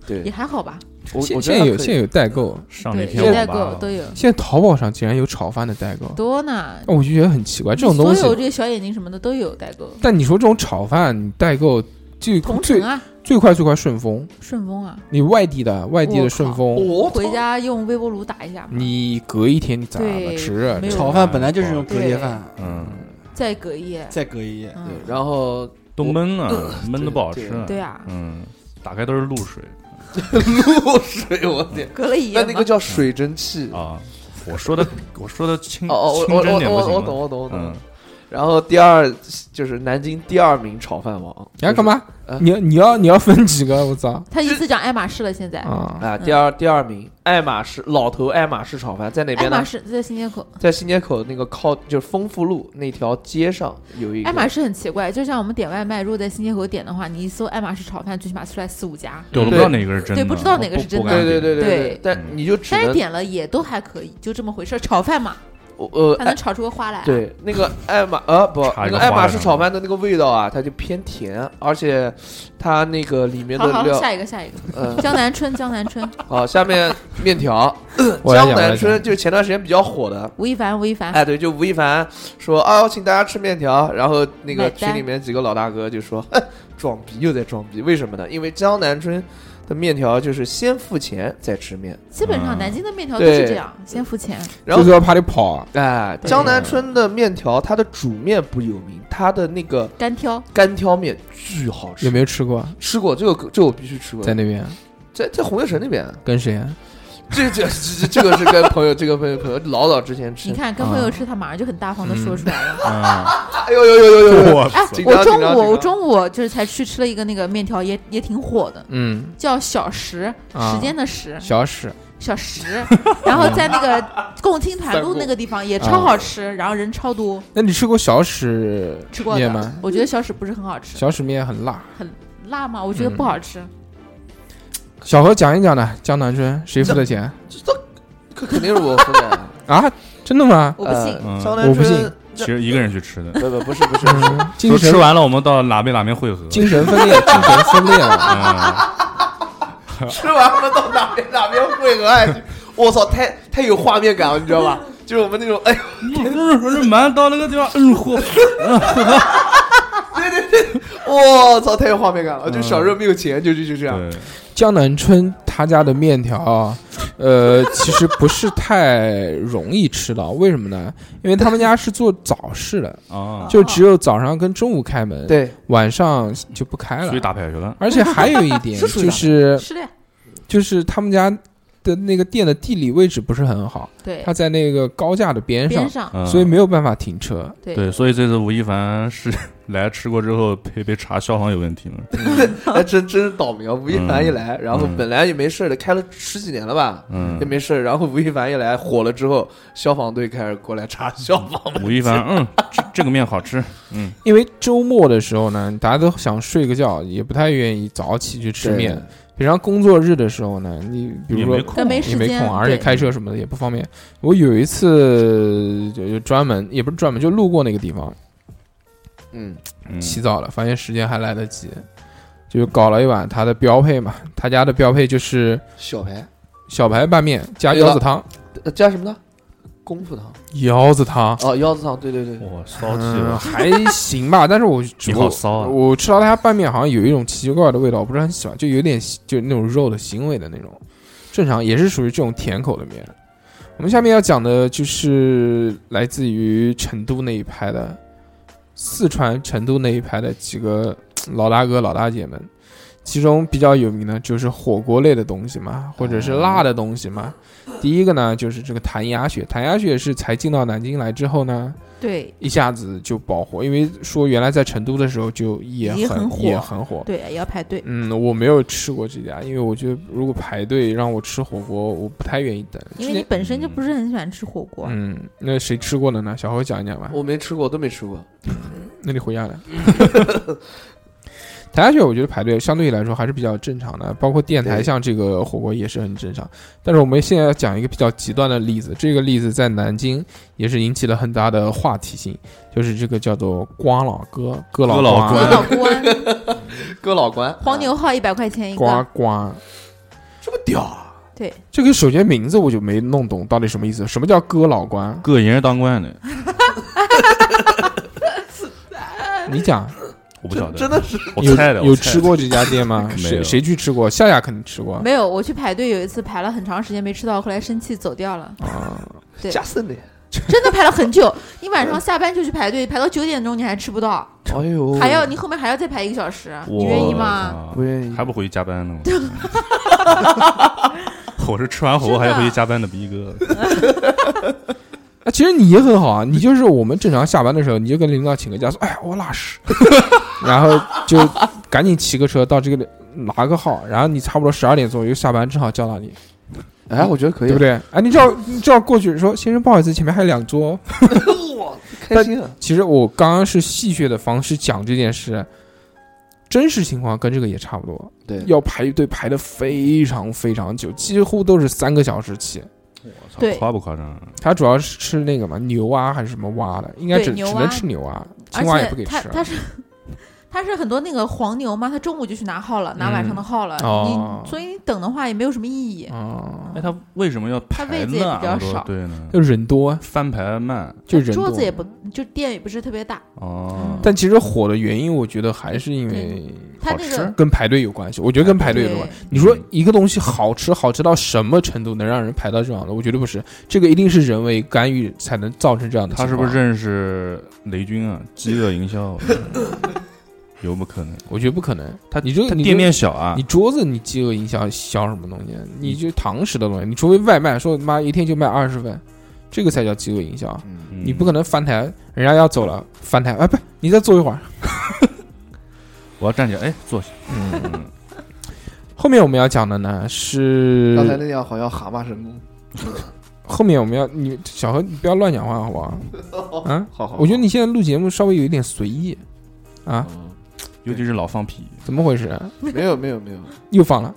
S2: 对，
S8: 也还好吧。
S2: 我我
S1: 现在有现在有代购，
S2: 啊
S3: 上
S8: 对
S3: 有
S8: 代购都有。
S1: 现在淘宝上竟然有炒饭的代购，
S8: 多呢！
S1: 我就觉得很奇怪，哦这种东西
S8: 所有这些小眼睛什么的都有代购。
S1: 但你说这种炒饭代购最
S8: 同城啊，
S1: 最快最快顺丰，
S8: 顺丰啊！
S1: 你外地的外地的顺丰，
S2: 我
S8: 回家用微波炉打一下。
S1: 你隔一天你咋了吃？
S2: 啊
S4: 炒饭本来就是用隔夜饭，
S3: 嗯，
S8: 再隔一夜，嗯
S4: 再隔一夜，
S2: 对，然 后
S3: 都闷啊，闷的不好吃。
S8: 对啊，
S3: 嗯，打开都是露水。
S2: 露水，我天！啊
S8: 隔了一
S2: 夜，那那个叫水蒸气
S3: 啊！我说的，我说的清
S2: 哦哦，
S3: 清真点嗯
S2: 我我懂，我懂，我懂。然后第二就是南京第二名炒饭王。
S1: 你要干嘛？
S3: 呃
S1: 你你要你要分几个？我操！
S8: 他一次讲爱马仕了，现在
S2: 啊
S3: 嗯
S2: 啊！
S8: 嗯
S2: 第二第二名爱马仕老头爱马仕炒饭在哪边呢？
S8: 爱马仕在新街口，
S2: 在新街口那个靠就是丰富路那条街上有一个
S8: 爱马仕很奇怪，就像我们点外卖，如果在新街口点的话，你一搜爱马仕炒饭，最起码出来四五家，
S3: 对，不知道哪个是真的，
S8: 对，不知道哪个是真的，
S2: 对对
S8: 对
S2: 对。但你就只
S8: 但是点了也都还可以，就这么回事，炒饭嘛。
S2: 呃，
S8: 还能炒出个花来。啊
S2: 对，那个爱马呃不，那个爱马仕炒饭的那个味道啊，它就偏甜，而且它那个里面的料。嗯
S8: 好，下一个，下一个，江南春，江南春。
S2: 好，下面面条，江南春就是前段时间比较火的。
S8: 吴亦凡，吴亦凡。
S2: 哎，对，就吴亦凡说啊，请大家吃面条，然后那个群里面几个老大哥就说装逼又在装逼，为什么呢？因为江南春。的面条就是先付钱再吃面，
S8: 基本
S2: 啊
S8: 上南京的面条都是这样，先付钱，
S2: 然后
S1: 就是要怕你跑。啊
S2: 哎，江南春的面条，它的煮面不有名，它的那个
S8: 干挑
S2: 干挑面巨好吃。
S1: 有没有吃过？
S2: 吃过，这个这我必须吃过。
S1: 在那边，
S2: 在在红叶城那边，
S1: 跟谁啊？
S2: 这这这这个是跟朋友，这个朋友朋友老早之前吃。
S8: 你看，跟朋友
S2: 啊
S8: 吃，他马上就很大方的
S2: 嗯
S8: 说出来
S2: 了。哎呦呦呦呦 呦！
S8: 哎，我中午我中午就是才去吃了一个那个面条，也也挺火的，
S1: 嗯，
S8: 叫小食，时间的时，
S1: 啊小食，
S8: 小食，然后在那个共青团路那个地方
S1: 啊
S8: 也超好吃，然后人超多。
S1: 那你吃过小食
S8: 吃过
S1: 面吗？
S8: 我觉得小食不是很好吃，
S1: 小食嗯面很辣，
S8: 很辣吗？我觉得不好吃。
S1: 小何讲一讲呢，江南春谁付的钱？
S2: 这肯定是我付的呃
S1: 啊！真的吗？
S8: 我不信，
S1: 嗯
S2: 江南春。
S3: 其实一个人去吃的，
S2: 不不不是不是 不是，
S3: 都吃完了，我们到哪边哪边汇合，啊
S1: 精神分裂，精神分裂了。
S2: 吃完了到哪边哪边汇合，哎，我操，太太有画面感了，你知道 吧？就是我们那种，哎，
S3: 嗯不是蛮到那个地方，嗯，汇合。
S2: 对对对，我操，太有画面感了！就小时候没有钱，就就就这样。
S1: 江南春他家的面条啊，呃，其实不是太容易吃到，为什么呢？因为他们家是做早市 的
S3: 啊，
S1: 就只有早上跟中午开门，
S2: 对，
S1: 晚上就不开了，
S3: 出去打牌去了。
S1: 而且还有一点就是就是他们家。的那个店的地理位置不是很好，
S8: 对，
S1: 它在那个高架的边
S8: 上，
S3: 嗯
S8: 边上
S1: 所以没有办法停车。
S8: 对,
S3: 对，所以这次吴亦凡是 来吃过之后被被查消防有问题了，
S2: 还哎真真是倒霉啊！吴亦凡一来，嗯、然后本来也没事的，开了十几年了吧，
S3: 嗯，
S2: 也没事。然后吴亦凡一来火了之后，消防队开始过来查消防。
S3: 吴亦凡，嗯，这这个面好吃，嗯，
S1: 因为周末的时候呢，大家都想睡个觉，也不太愿意早起去吃面。平常工作日的时候呢，你比如说
S3: 也没
S8: 空，没
S1: 空，而且开车什么的也不方便。我有一次就就专门也不是专门，就路过那个地方，
S2: 嗯，
S1: 起早了，发现时间还来得及，就搞了一碗他的标配嘛。他家的标配就是
S2: 小排，
S1: 小排拌面加腰子汤，
S2: 呃加什么呢？功夫汤，
S1: 腰子汤
S2: 哦，腰子汤，对对对，
S3: 我骚气了，
S1: 嗯还行吧，但 是我
S3: 你好骚啊！
S1: 我吃到他家拌面好像有一种奇怪的味道，我不是很喜欢，就有点就那种肉的腥味的那种。正常也是属于这种甜口的面。我们下面要讲的就是来自于成都那一派的，四川成都那一派的几个嗯老大哥老大姐们，其中比较有名的就是火锅类的东西嘛，或者是辣的东西嘛。第一个呢，就是这个谭鸭血，谭鸭血是才进到南京来之后呢，
S8: 对，
S1: 一下子就爆火，因为说原来在成都的时候就
S8: 也
S1: 很
S8: 火，
S1: 也很火，
S8: 对，也要排队。
S1: 嗯，我没有吃过这家，因为我觉得如果排队让我吃火锅，我不太愿意等，
S8: 因为你本身就不是很喜欢吃火锅。
S1: 嗯，那谁吃过的呢？小侯讲一讲吧。
S2: 我没吃过，都没吃过。
S1: 那你回家来。台下去，我觉得排队相对来说还是比较正常的，包括电台像这个火锅也是很正常。但是我们现在要讲一个比较极端的例子，这个例子在南京也是引起了很大的话题性，就是这个叫做“瓜老哥”、“哥
S3: 老
S1: 瓜”、
S8: “哥老官”、
S2: “哥老官”、
S8: 黄牛号一百块钱一个，
S1: 瓜瓜，
S2: 这么屌啊！
S8: 对，
S1: 这个首先名字我就没弄懂到底什么意思，什么叫“哥老官”？
S3: 哥也是当官的，
S1: 你讲。
S3: 我不晓得，
S2: 真的是
S3: 我猜的。
S1: 有吃过这家店 吗？谁谁去吃过？夏夏肯定吃过。
S8: 没有，我去排队有一次排了很长时间没吃到，后来生气走掉了。
S1: 啊，
S8: 对，
S2: 加森的，
S8: 真的排了很久。你晚上下班就去排队，排到九点钟你还吃不到，
S2: 哎呦，
S8: 还要你后面还要再排一个小时，你愿意吗？
S2: 不愿意，
S3: 还不回去加班呢 吗？
S8: 啊
S3: 我是吃完火锅还要回去加班的逼哥。
S1: 啊，其实你也很好啊，你就是我们正常下班的时候，你就跟领导请个假，说哎我拉屎， 然后就赶紧骑个车到这个拿个号，然后你差不多十二点左右下班，正好叫到你。
S2: 哎，我觉得可以，
S1: 对不对？哎，你只要你只要过去说，先生不好意思，前面还有两桌。
S2: 哇，开心啊！
S1: 其实我刚刚是戏谑的方式讲这件事，真实情况跟这个也差不多。
S2: 对，
S1: 要排队排的非常非常久，几乎都是三个小时起。
S8: 对，
S3: 夸不夸张？啊
S1: 他主要是吃那个嘛牛蛙还是什么蛙的，应该只只能吃牛蛙，青蛙也不给吃。
S8: 他是 他是很多那个黄牛嘛，他中午就去拿号了，拿晚上的号了，
S1: 嗯哦、
S8: 你所以你等的话也没有什么意义。
S1: 哦，
S3: 哎，他为什么要
S8: 他位子也比较少，
S3: 对呢？
S1: 就人多，
S3: 翻牌慢，
S1: 就人
S8: 桌子也不，就店也不是特别大。
S3: 哦，
S8: 嗯、
S1: 但其实火的原因，我觉得还是因为
S8: 他那个
S1: 跟排队有关系。我觉得跟排队有关。你说
S3: 嗯
S1: 一个东西好吃，好吃到什么程度能让人排到这样的？我觉得不是，这个一定是人为干预才能造成这样的。
S3: 他是不是认识雷军啊？饥饿营销。有不可能？
S1: 我觉得不可能。
S3: 他
S1: 你这
S3: 他店面小啊，
S1: 你桌子你饥饿营销销什么东西？你就堂食的东西，你除非外卖，说妈一天就卖二十份，这个才叫饥饿营销。
S3: 嗯、
S1: 你不可能翻台，人家要走了翻台，哎，不，你再坐一会儿。
S3: 我要站起来，哎，坐下。
S1: 嗯。后面我们要讲的呢是
S2: 刚才那叫好像蛤蟆神功。
S1: 后面我们要你小何，你不要乱讲话，好不
S2: 好？
S1: 啊，
S2: 好,好好。
S1: 我觉得你现在录节目稍微有一点随意啊。
S3: 嗯尤其是老放屁，
S1: 怎么回事？啊
S2: 啊没有没有没有，
S1: 又放了，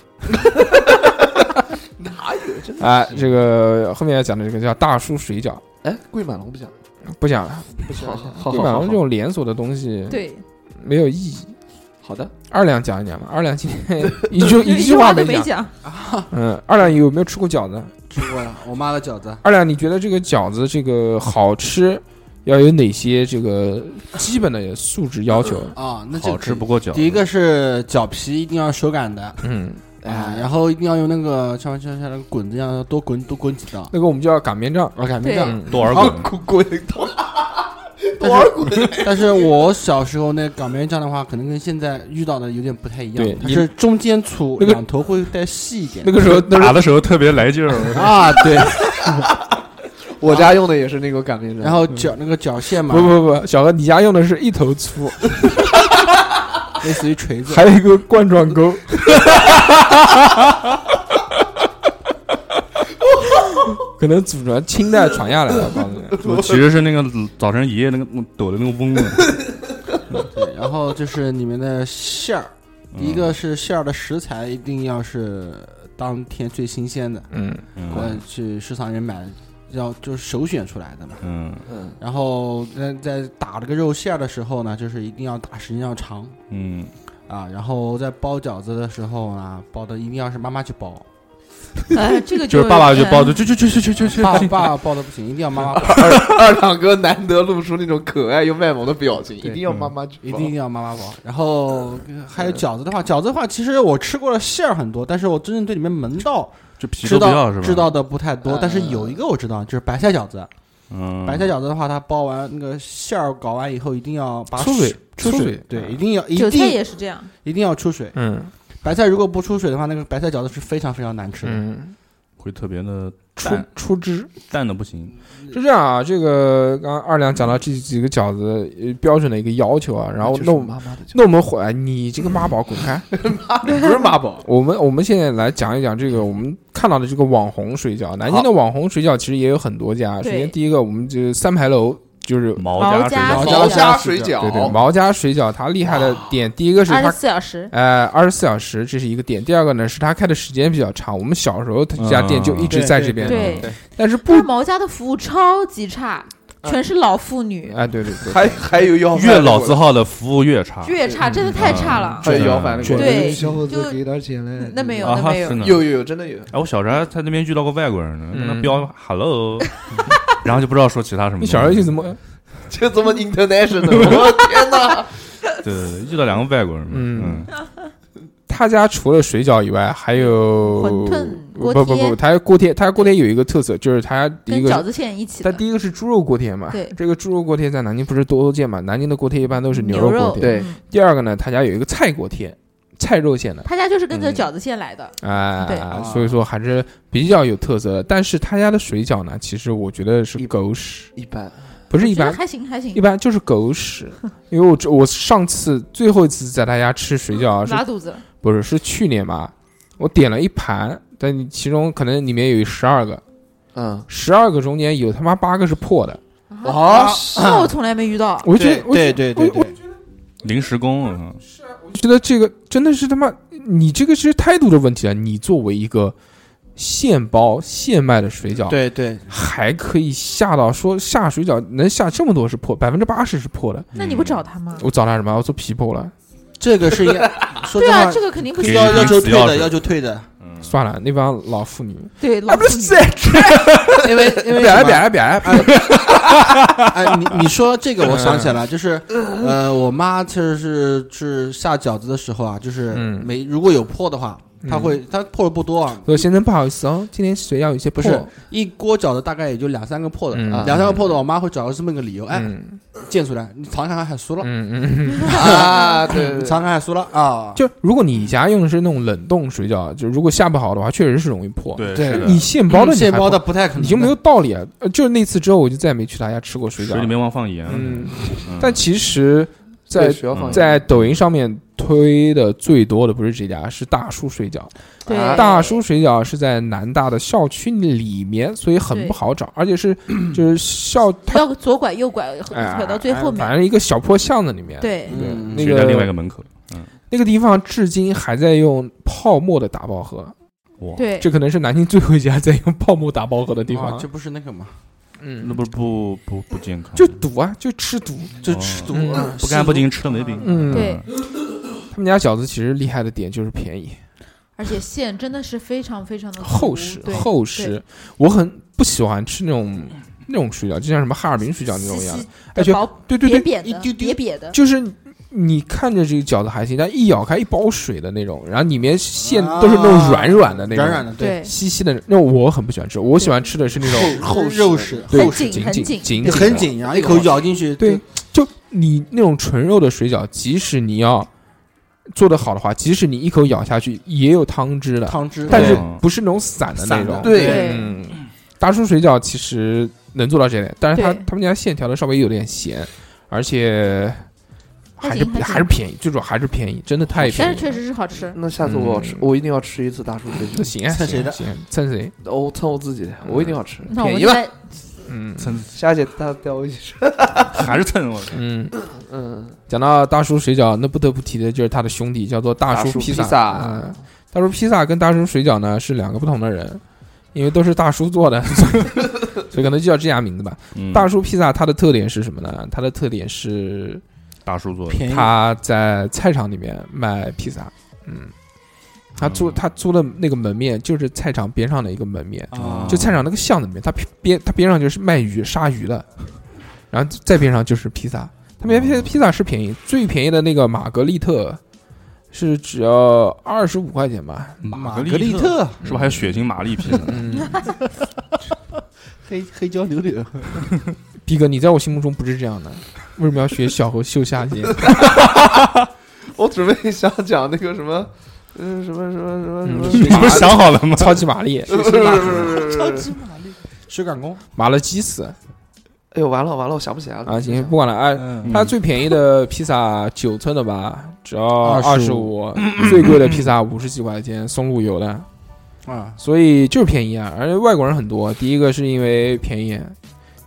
S2: 哪有真的
S1: 啊？这个后面要讲的这个叫大叔水饺，
S2: 哎，桂满龙不讲，
S1: 不讲了，
S2: 不讲了。
S1: 桂满龙这种连锁的东西，
S8: 对，
S1: 没有意义。
S2: 好的，
S1: 二两讲一讲吧。二两今天一句一句话
S8: 没
S1: 讲啊。嗯，二两有没有吃过饺子？
S4: 吃过呀，我妈的饺子。
S1: 二两，你觉得这个饺子这个好吃？要有哪些这个基本的素质要求
S4: 啊？那
S3: 好吃不过饺。
S4: 第一个是饺皮一定要手擀的，
S1: 嗯
S2: 哎
S4: 啊，然后一定要用那个像像像那个滚子一样多滚多滚几道。
S1: 那个我们叫擀面杖嗯
S4: 啊，擀面杖
S3: 多少滚
S2: 滚滚多少滚？
S4: 但是我小时候那擀面杖的话，可能跟现在遇到的有点不太一样，
S1: 对，
S4: 它是中间粗，
S1: 那个
S4: 两头会带细一点。
S1: 那个时候
S3: 打的时候特别来劲儿
S4: 啊， 对。
S2: 我家用的也是那个擀面杖，
S4: 然后绞那个绞线嘛，
S1: 不不不，小何，你家用的是一头粗，
S4: 类似于锤 子，
S1: 还有一个冠状沟。可能祖传清代传下来的，告诉你，
S3: 我其实是那个早晨爷爷那个抖的那个嗡的。
S4: 对，然后就是里面的馅儿，第一个是馅儿的食材一定要是当天最新鲜的，
S1: 嗯
S4: 呃，去市场里买，要就是首选出来的嘛。
S3: 嗯
S2: 嗯，
S4: 然后在在打这个肉馅儿的时候呢，就是一定要打时间要长
S3: 嗯
S4: 啊。然后在包饺子的时候呢，包的一定要是妈妈去包，
S8: 呃，这个
S3: 就是爸爸就
S8: 嗯
S3: 包的，去去去去去去去。
S4: 爸爸包的不行，一定要妈妈包，
S2: 二两哥难得露出那种可爱又卖萌的表情，一定要妈妈去，
S4: 一定要妈妈包。然后还有饺子的话，饺子的话，其实我吃过的馅儿很多，但是我真正对里面门道
S3: 就皮
S4: 知
S3: 都不
S4: 道
S3: 要是吧？
S4: 知道的不太多
S2: 嗯，
S4: 但是有一个我知道，就是白菜饺子。
S3: 嗯，
S4: 白菜饺子的话，它包完那个馅儿搞完以后，一定要把
S1: 出水
S4: 出
S1: 出
S4: 水
S1: 水，
S4: 对，一定要一
S8: 韭菜
S4: 定
S8: 也是这样，
S4: 一定要出水。
S1: 嗯
S4: 白菜如果不出水的话，那个白菜饺子是非常非常难吃的。
S1: 嗯，
S3: 会特别的
S1: 出
S3: 淡
S1: 出汁
S3: 淡的不行。
S1: 是这样啊。这个刚刚二两讲到这几个饺子呃标准的一个要求啊，然后
S2: 就是
S1: 那我们
S2: 妈妈的饺子，
S1: 那我们回来，你这个妈宝滚开！
S2: 不是妈宝，
S1: 我们我们现在来讲一讲这个我们看到的这个网红水饺。南京的网红水饺其实也有很多家。首
S8: 对
S1: 先第一个，我们就是三牌楼，就是
S3: 毛
S8: 毛
S3: 家水饺
S8: 家啊
S1: 毛
S2: 毛家
S4: 水
S2: 水
S4: 饺
S2: 饺，
S1: 对对毛家水饺，它厉害的点，第一个是
S8: 二十
S1: 它
S8: 四小时。
S1: 呃二十四小时，这是一个点；第二个呢是它开的时间比较长。我们小时候这家店就一直在这边，
S8: 对
S2: 对
S1: 但是不呃
S8: 但是毛家的服务超级差，全是老妇女，
S1: 哎，对对对，
S2: 还还有要
S3: 越老字号的服务越差。
S8: 越差，真的
S1: 嗯
S8: 太差了。
S2: 还有要饭的过来，
S8: 对，
S7: 小伙
S8: 就
S7: 子给点钱嘞！
S8: 那没有，
S3: 啊
S8: 那
S3: 哈，
S8: 没有
S3: 是，呢。
S2: 有有有，真的有。
S3: 哎，我小时候还在那边遇到过外国人呢，跟他
S1: 嗯
S3: 飙 hello，然后 就不知道说其他什么东西。
S1: 你小时候就怎么
S2: 就这 么 international，我的天哪！
S3: 对对对，遇到两个外国人嘛，
S1: 嗯
S3: 嗯，
S1: 他家除了水饺以外，还有
S8: 馄饨
S1: 不
S8: 锅
S1: 不不，
S8: 贴
S1: 他锅贴，他锅贴有一个特色，就是他一
S8: 跟
S1: 个
S8: 饺子馅一起
S1: 它
S8: 的。
S1: 第一个是猪肉锅贴嘛，
S8: 对
S1: 这个猪肉锅贴在南京不是多见嘛？南京的锅贴一般都是
S8: 牛
S1: 肉锅
S8: 肉
S1: 贴。
S2: 对
S8: 嗯
S1: 第二个呢，他家有一个菜锅贴，菜肉馅的。
S8: 他家就是跟着饺子馅来的。
S1: 啊，
S8: 对，
S1: 所以说还是比较有特色的。但是他家的水饺呢，其实我觉得是狗屎，
S2: 一般，
S1: 不是一般，
S8: 还行还行，
S1: 一般就是狗屎。因为我我上次最后一次在他家吃水 饺啊是
S8: 拉肚子，
S1: 不是是去年吧？我点了一盘，但其中可能里面有十二个，
S2: 嗯，
S1: 十二个中间有他妈八个是破的。
S8: 啊，那我从来没遇到。
S1: 我觉得，
S4: 对对对对，
S3: 临时工，嗯
S1: 是啊，我觉得这个真的是他妈，你这个是态度的问题啊！你作为一个现包现卖的水饺，
S4: 对对，
S1: 还可以下到说下水饺能下这么多是破，百分之八十是破的。
S8: 那你不找他吗？
S1: 我找他什么？我做皮破了。
S4: 这个 是应该说
S8: 对啊，这个肯定不行。
S4: 要要求退的，要求退的。
S1: 算了，那帮老妇女。
S8: 对，老妇女。
S4: 因为因为
S1: 表扬表扬表扬。
S4: 哎，你你说这个，我想起 来了，就是呃，我妈其实是是下饺子的时候啊，就是
S1: 嗯
S4: 没如果有破的话，她会她破的不多啊。
S1: 说先生不好意思哦，今天水饺有些
S4: 不是一锅饺子大概也就两三个破的，
S1: 嗯
S2: 嗯
S4: 两三个破的，我妈会找到这么一个理由，哎，溅出来，你尝尝看海酥了，
S1: 嗯
S2: 嗯啊，对，
S4: 尝尝海酥了啊。
S1: 就如果你家用的是那种冷冻水饺，就如果下不好的话，确实是容易破。
S3: 对，
S4: 对
S1: 你现包的
S4: 现包的不太可能，
S1: 你就没有道理啊！呃就是那次之后，我就再也没去他家吃过水饺。
S3: 水里面忘放盐。
S1: 嗯，但其实在，
S2: 对水要放
S8: 嗯
S1: 在
S2: 盐
S1: 抖音上面推的最多的不是这家，是大叔水饺。
S8: 对，
S1: 大叔水饺是在南大的校区里面，所以很不好找，而且是就是校 它
S8: 要左拐右拐，
S1: 哎
S8: 拐到最后面。
S1: 反正一个小破巷子里面。
S8: 对，
S4: 嗯
S1: 那
S3: 去掉另外
S1: 个
S3: 一个门口，
S1: 那个地方至今还在用泡沫的打包盒，
S3: 哇，
S8: 对，
S1: 这可能是南京最后一家在用泡沫打包盒的地
S4: 啊
S1: 方
S4: 这。不是那个嘛，
S1: 嗯
S3: 那，不不不不健康，哦
S1: 就赌啊，就吃赌。
S4: 就吃毒
S1: 嗯，
S4: 嗯
S3: 不干不净吃雷饼。
S1: 嗯，
S8: 对，
S1: 他们家饺子其实厉害的点就是便宜。
S8: 而且馅真的是非常非常的
S1: 厚实
S8: 嗯对
S1: 厚实，我很不喜欢吃那种那种水饺，就像什么哈尔滨水饺那种一样的，而且
S8: 薄
S1: 对对对，
S8: 扁扁
S4: 一
S8: 的，
S4: 丢丢
S8: 瘪瘪的，
S1: 就是你你看着这个饺子还行，但一咬开一包水的那种，然后里面馅都是那种软软的那种，
S4: 啊软软的，对，
S8: 对，
S1: 稀稀的，那种我很不喜欢吃，我喜欢吃的是那种
S4: 厚
S2: 厚
S4: 肉
S2: 实
S4: 实，
S1: 对
S8: 很
S1: 是
S8: 紧很
S1: 紧
S8: 紧
S1: 紧
S4: 你
S1: 的
S4: 很紧，然后一口咬进去，
S1: 对，就你那种纯肉的水饺，即使你要做得好的话，即使你一口咬下去，也有汤汁的，
S4: 汤汁，
S1: 啊但是
S3: 对
S1: 不是那种散的那
S4: 散的
S1: 种，
S2: 对，
S8: 对，
S1: 嗯，大叔水饺其实能做到这点，但是他
S8: 对
S1: 他们家线调的稍微有点咸，而且还是
S8: 还行还行
S1: 还是便宜，最主要还是便宜，真的太
S8: 但
S1: 便
S8: 是
S1: 宜
S8: 确
S1: 了。
S8: 实是好吃。
S2: 那下次我要吃，我一定要吃一次大叔水
S1: 那
S2: 饺，
S1: 行啊，
S4: 蹭谁的
S1: 行啊？行啊蹭谁？
S2: 我蹭哦我自己的，我一定要吃。
S8: 那我们
S2: 便宜吧
S8: 再
S1: 嗯
S3: 蹭
S2: 霞姐她带我一起吃，
S3: 还是蹭我，
S1: 嗯。
S2: 嗯，
S1: 讲到大叔水饺，那不得不提的就是他的兄弟，叫做大
S2: 大
S1: 叔
S2: 叔
S1: 披
S2: 披萨
S1: 嗯，大叔披萨跟大叔水饺呢是两个不同的人，因为都是大叔做的， 所以所以可能就叫这家名字吧。
S3: 嗯
S1: 大叔披萨它的特点是什么呢？它的特点是
S3: 大叔做的，
S4: 便宜，
S1: 他在菜场里面卖披萨，嗯，他租
S3: 嗯
S1: 他租的那个门面就是菜场边上的一个门面，
S4: 啊
S1: 就菜场那个巷子里面，他边他边上就是卖鱼杀鱼的，然后再边上就是披萨，他们家披萨是便宜，最便宜的那个玛格丽特是只要二十五块钱吧，
S3: 玛
S4: 玛
S3: 格
S4: 格丽
S3: 丽
S4: 特
S3: 是不是还有血腥 玛丽披萨？
S1: 嗯，
S4: 黑黑椒牛柳，
S1: 逼哥，你在我心目中不是这样的，为什么要学小猴秀下限？
S2: 我准备想讲那个什么，嗯，什么什么什么什么，
S1: 嗯
S3: 你不是想好了吗？
S1: 超级玛 丽，
S2: 不是不是不是不是
S1: 嗯
S2: 不是，
S4: 水擀工，
S1: 麻了鸡死
S2: 哎呦完了完了，我想不起来了
S1: 啊！行，不管了，哎，
S4: 嗯，
S1: 它最便宜的披萨九寸的吧，只要二十
S4: 25
S1: 五；最贵的披萨五十几块钱，松露油的，
S4: 啊，
S1: 所以就是便宜啊。而且外国人很多，第一个是因为便宜，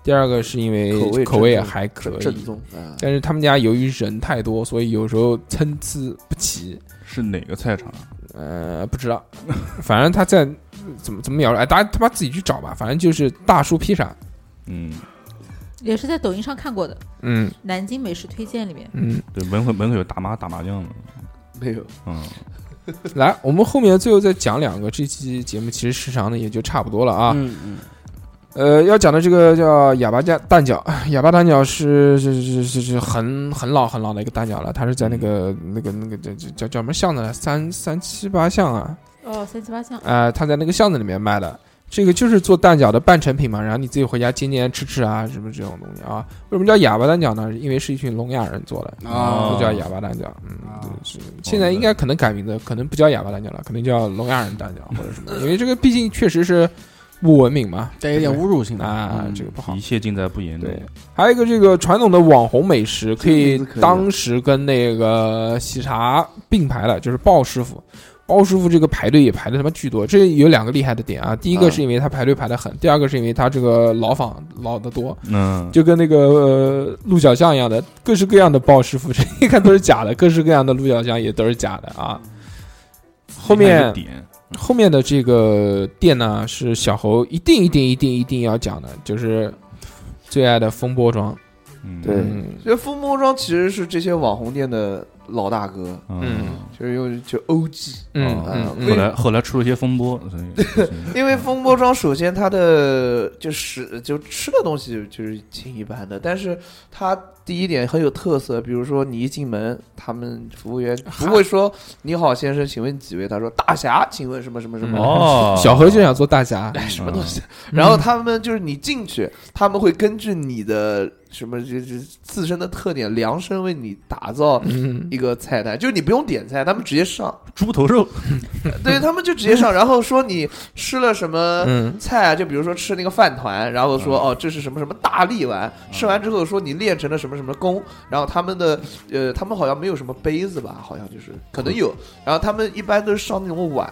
S1: 第二个是因
S2: 口味
S1: 为
S2: 正
S1: 口味
S2: 宗
S1: 还可
S2: 正
S1: 以。
S2: 正宗啊，
S1: 但是他们家由于人太多，所以有时候参差不齐。
S3: 是哪个菜场？
S1: 呃，不知道，反正他在怎么怎么描述，哎，大家他妈自己去找吧。反正就是大叔披萨，
S3: 嗯，
S8: 也是在抖音上看过的，
S1: 嗯
S8: 南京美食推荐里面。
S1: 嗯。
S3: 对，门口门口有大妈打麻将的，
S2: 没有，
S3: 嗯，
S1: 来，我们后面最后再讲两个，这期节目其实时长呢也就差不多了啊。
S4: 嗯嗯，
S1: 呃，要讲的这个叫哑巴家蛋饺， 哑巴蛋饺是是是是是很很老很老的一个蛋饺了，它是在那个那个那个叫叫叫叫什么巷子呢？三三七八巷啊，
S8: 哦，三七八巷，
S1: 呃，他在那个巷子里面卖的。这个就是做蛋饺的半成品嘛，然后你自己回家煎煎吃吃啊，什么这种东西啊。为什么叫哑巴蛋饺呢？因为是一群聋哑人做的，
S4: 啊
S1: 就叫哑巴蛋饺。嗯，对是现在应该可能改名字，可能不叫哑巴蛋饺了，可能叫聋哑人蛋饺或者什 么，因为这个毕竟确实是不文明嘛，
S4: 带有点侮辱性的嗯
S1: 啊，这个不好。
S3: 一切尽在不言中。
S1: 对，还有一个这个传统的网红美食，可以啊当时跟那个喜茶并排的，就是鲍师傅。包师傅这个排队也排的他妈巨多，这有两个厉害的点啊。第一个是因为他排队排的狠，第二个是因为他这个老访老的多，
S3: 嗯，
S1: 就跟那个、呃鹿角巷一样的，各式各样的包师傅，这一看都是假的，各式各样的鹿角巷也都是假的啊。后面
S3: 点
S1: 后面的这个店呢，是小侯一定一定一定一定要讲的，就是最爱的风波庄。
S3: 嗯
S2: 对
S1: 嗯，
S2: 所以风魔庄其实是这些网红店的老大哥，
S1: 嗯
S2: 就是用就 OG，
S1: 嗯
S2: 啊
S1: 嗯
S2: 为
S3: 后来后来出了一些风波，所 以
S2: 因为风波庄首先它的就是就吃的东西就是挺一般的，但是它第一点很有特色，比如说你一进门，他们服务员不会说“你好，先生，请问几位？”他说“大侠，请问什么什么什
S1: 嗯
S2: 么”
S3: 哦
S1: 小何就想做大侠，
S2: 哎 什么东
S1: 嗯
S2: 西？然后他们就是你进去，他们会根据你的什么这这自身的特点量身为你打造
S1: 嗯
S2: 一个菜单，就是你不用点菜，他们直接上，
S3: 猪头肉，
S2: 对他们就直接上，然后说你吃了什么。
S1: 嗯
S2: 菜啊，就比如说吃那个饭团，然后说哦，这是什么什么大力丸，吃完之后说你练成了什么什么功，然后他们的呃，他们好像没有什么杯子吧，好像就是可能有，
S1: 嗯
S2: 然后他们一般都是上那种碗，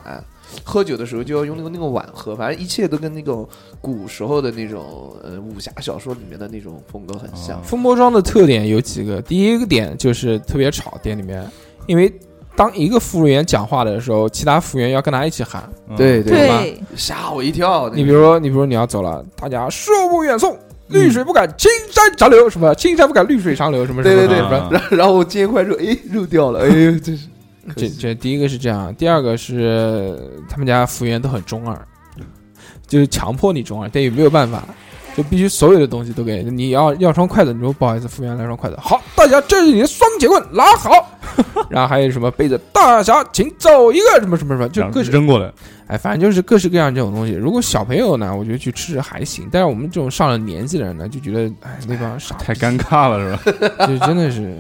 S2: 喝酒的时候就要用那个那个碗喝，反正一切都跟那种古时候的那种呃武侠小说里面的那种风格很像。
S1: 风波庄的特点有几个，第一个点就是特别吵，店里面，因为当一个服务员讲话的时候，其他服务员要跟他一起喊。
S3: 嗯
S2: 对，
S5: 对，
S2: 吓我一跳！啊
S1: 你比如说，你比如说你要走了，大家恕我远送，绿水不敢青山长流，什么青山不改绿水长流，什么什
S2: 对
S1: 么
S2: 对
S1: 什么
S2: 嗯对，
S1: 什么
S3: 啊
S2: 然后然后我煎一块肉，哎，肉掉了，哎呦，这是可
S1: 这
S2: 惜
S1: 这第一个是这样，第二个是他们家服务员都很中二，就是强迫你中二，但也没有办法，就必须所有的东西都给你要要双筷子，你说不好意思，服务员来双筷子，好，大侠这是你的双节棍，拿好， 然后还有什么杯子，大侠请走一个什么什么什么，就
S3: 然后
S1: 各式
S3: 扔过来，
S1: 哎，反正就是各式各样这种东西。如果小朋友呢，我觉得去吃还行，但是我们这种上了年纪的人呢，就觉得哎那帮傻逼，
S3: 太尴尬了是吧？
S1: 就真的是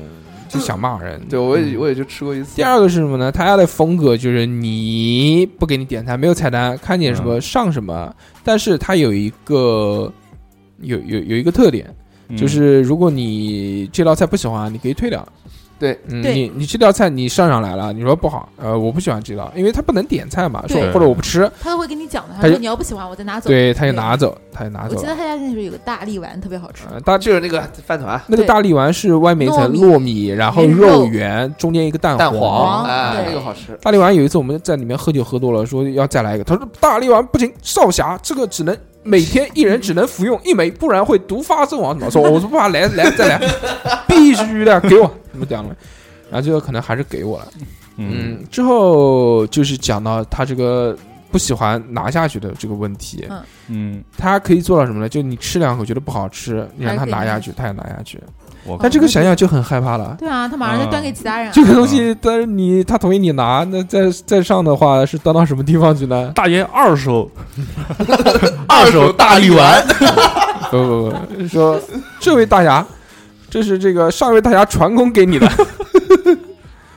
S1: 就想骂人。
S2: 对我
S1: 嗯
S2: 也我也就吃过一次。
S1: 第二个是什么呢？他家的风格就是你不给你点菜，没有菜单，看见什
S2: 嗯
S1: 么上什么。但是它有一个有有有一个特点，
S2: 嗯
S1: 就是如果你这道菜不喜欢，你可以退掉。
S2: 对
S1: 嗯、
S5: 对
S1: 你你这道菜你上上来了，你说不好，呃，我不喜欢这道，因为他不能点菜嘛，说
S5: 对
S1: 或者我不吃，
S5: 他都会跟你讲的。他
S1: 他就
S5: 说你要不喜欢，我再拿走。
S1: 对，他就拿走，他就拿
S5: 我
S1: 走
S5: 记
S1: 了。
S5: 得他家那时候有个大力丸特别好吃，
S1: 呃大
S2: 就是那个饭团，
S1: 那个
S5: 对
S1: 大力丸是外面一层
S5: 糯
S1: 糯米，然后
S5: 圆肉
S1: 肉圆，中间一个蛋
S2: 蛋
S5: 黄
S2: 哎，
S5: 对
S2: 那个好吃。
S1: 大力丸有一次我们在里面喝酒喝多了，说要再来一个，他说大力丸不行，少侠这个只能每天一人只能服用一枚，不然会毒发身亡。怎么 说？我说不怕，来来再来，必须的，给我怎么讲了？然后最后可能还是给我了。
S3: 嗯，
S1: 嗯，之后就是讲到他这个不喜欢拿下去的这个问题，
S5: 嗯
S3: 嗯，
S1: 他可以做到什么呢？就你吃两口觉得不好吃，你哦让他拿下去，他也拿下去。
S3: 我
S1: 但这个想想就很害怕了。
S5: 对啊，他马上就端给其他人啊。
S1: 这个东西，但嗯是你他同意你拿，那再再上的话是端到什么地方去呢？
S3: 大爷二手二手大力丸，
S1: 不不不，说这位大侠，这是这个上一位大侠传功给你的，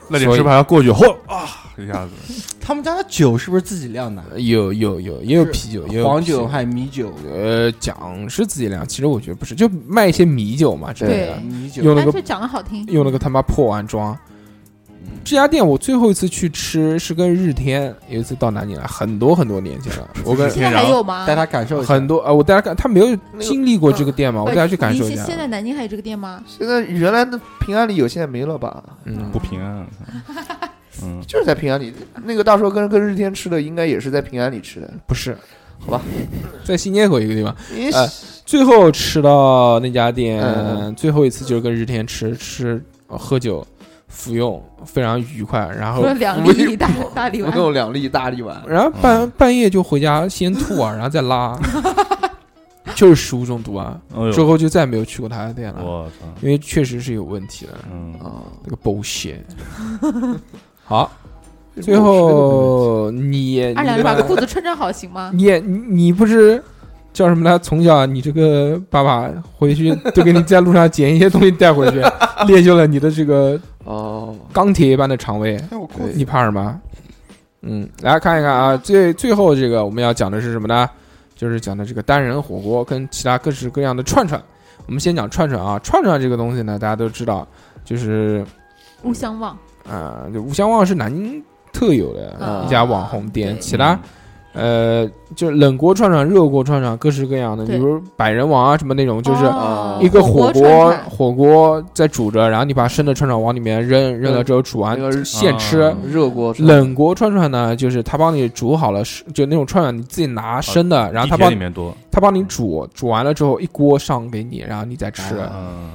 S3: 那你吃饭要过去，嚯啊一下子，
S4: 他们家的酒是不是自己酿的？
S1: 有有有也有啤酒，也有
S4: 黄
S1: 啤
S4: 酒还有米酒，
S1: 呃，讲是自己酿，其实我觉得不是，就卖一些米酒嘛之类的，
S4: 米酒
S1: 用那
S5: 但
S1: 个
S5: 是嗯讲的好听，
S1: 用那个他妈破碗装。这家店我最后一次去吃是跟日天有一次到南京来，很多很多年前了。我跟
S5: 现在还有吗？
S4: 带他感受一下。
S1: 很多啊，我带他看，他没有经历过这个店嘛，我带他去感受
S5: 呃你
S1: 一下
S5: 现。现在南京还有这个店吗？
S2: 现在原来的平安里有，现在没了吧？
S1: 嗯
S3: 不，平安，嗯，
S2: 就是在平安里，那个大叔跟跟日天吃的，应该也是在平安里吃的。
S1: 不是，
S2: 好吧，
S1: 在新街口一个地方。
S2: 你
S1: 哎最后吃到那家店，
S2: 嗯
S1: 最后一次就是跟日天吃吃呃喝酒，服用非常愉快，然后
S2: 嗯
S5: 说两粒大大力
S2: 我
S5: 丸，
S2: 弄两粒大力丸，
S1: 然后半、半夜就回家先吐 啊，然后再拉，就是食物中毒啊，
S3: 哎呦
S1: 之后就再也没有去过他的店了，
S3: 我操，
S1: 因为确实是有问题的，
S3: 嗯，
S2: 啊，
S1: 那个 bullshit。好，最后你
S5: 二两，你把裤子穿穿好行
S8: 啊
S5: 吗？
S1: 你你不是叫什么来？从小你这个爸爸回去就给你在路上捡一些东西带回去，练就了你的这个
S2: 哦
S1: 钢铁一般的肠胃。你怕什么？嗯，来看一看啊，最最后这个我们要讲的是什么呢？就是讲的这个单人火锅跟其他各式各样的串串。我们先讲串串啊，串串这个东西呢，大家都知道，就是
S5: 乌相旺
S1: 啊，就乌相旺是南京特有的一家网红店，啊、其他
S3: 嗯
S1: 呃，就是冷锅串串、热锅串串，各式各样的，比如百人王啊什么那种，就是啊一个火锅、
S5: 哦、
S1: 火锅在煮着，然后你把生的串串往里面扔，扔了之后煮完、
S2: 那个、啊
S1: 现吃。
S2: 热锅
S1: 冷锅串串呢，就是他帮你煮好了，就那种串串你自己拿生的，然后他帮
S3: 里面多。
S1: 他帮你煮，煮完了之后一锅上给你，然后你再吃。嗯，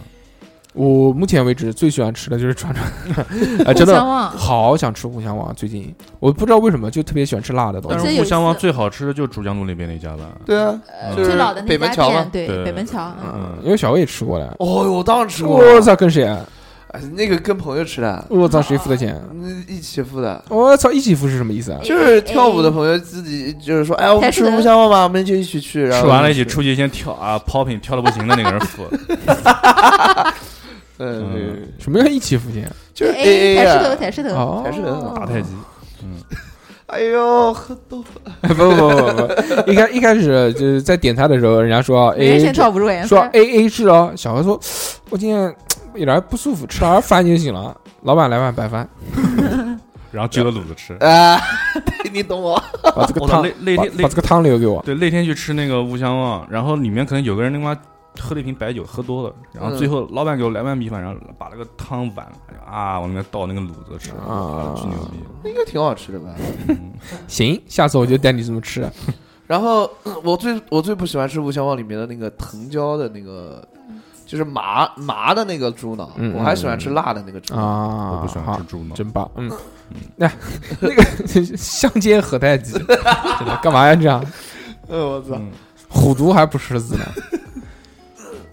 S1: 我目前为止最喜欢吃的就是串串， 啊，真的好想吃五香旺。最近我不知道为什么就特别喜欢吃辣的东西。
S3: 但是五香旺最好吃的就是珠江路那边那家了。
S2: 对啊，
S5: 呃最老的
S2: 北门桥嘛，
S5: 对北门桥。嗯，
S1: 因为小魏吃过了。
S2: 哦，我当然吃过。
S1: 我操，跟谁？
S2: 那个跟朋友吃的，
S1: 我操，谁付的钱？
S2: 一起付的。
S1: 我操，一起付是什么意思啊？
S2: 就是跳舞的朋友自己就是说，哎，我们吃乌香旺吧，我们就一起去。然后
S3: 吃完了，一起出去先跳啊，popping 跳的不行的那个人付。
S2: 嗯，
S1: 什么叫一起付钱？
S2: 就是
S8: 哎
S2: 哎
S5: A A
S1: 啊
S5: 抬哎石头，抬石头，
S2: 抬石头，
S3: 打太极。嗯，
S2: 哎呦，喝多
S1: 不
S2: 了。不
S1: 不不，一开一开始就是在点菜的时候，人家说 A A 制，说 A A 制哦。小何说，我今天。有点不舒服，吃点饭就行了。老板来碗白饭，
S3: 然后揪着卤子吃。
S2: 啊， 你懂我。
S1: 把这个汤，
S3: 哎那天
S1: 把这个汤留给我。
S3: 对，那天去吃那个乌香旺，然后里面可能有个人他妈喝了一瓶白酒，喝多了，然
S1: 嗯
S3: 后最后老板给我来碗米饭，然后把那个汤碗啊往里面倒那个卤子吃啊，巨牛逼。
S2: 那应该挺好吃的吧？
S1: 行，下次我就带你这么吃。
S2: 然后 我最我最不喜欢吃乌香旺里面的那个藤椒的那个。就是麻麻的那个猪脑，
S1: 嗯、
S2: 我还喜欢吃辣的那个猪脑，
S1: 啊、
S3: 我不喜欢吃猪脑，
S1: 真棒。嗯，那、嗯啊、那个相煎何太急，真的干嘛呀这样？
S2: 呃、嗯，我操，
S1: 虎毒还不食子呢。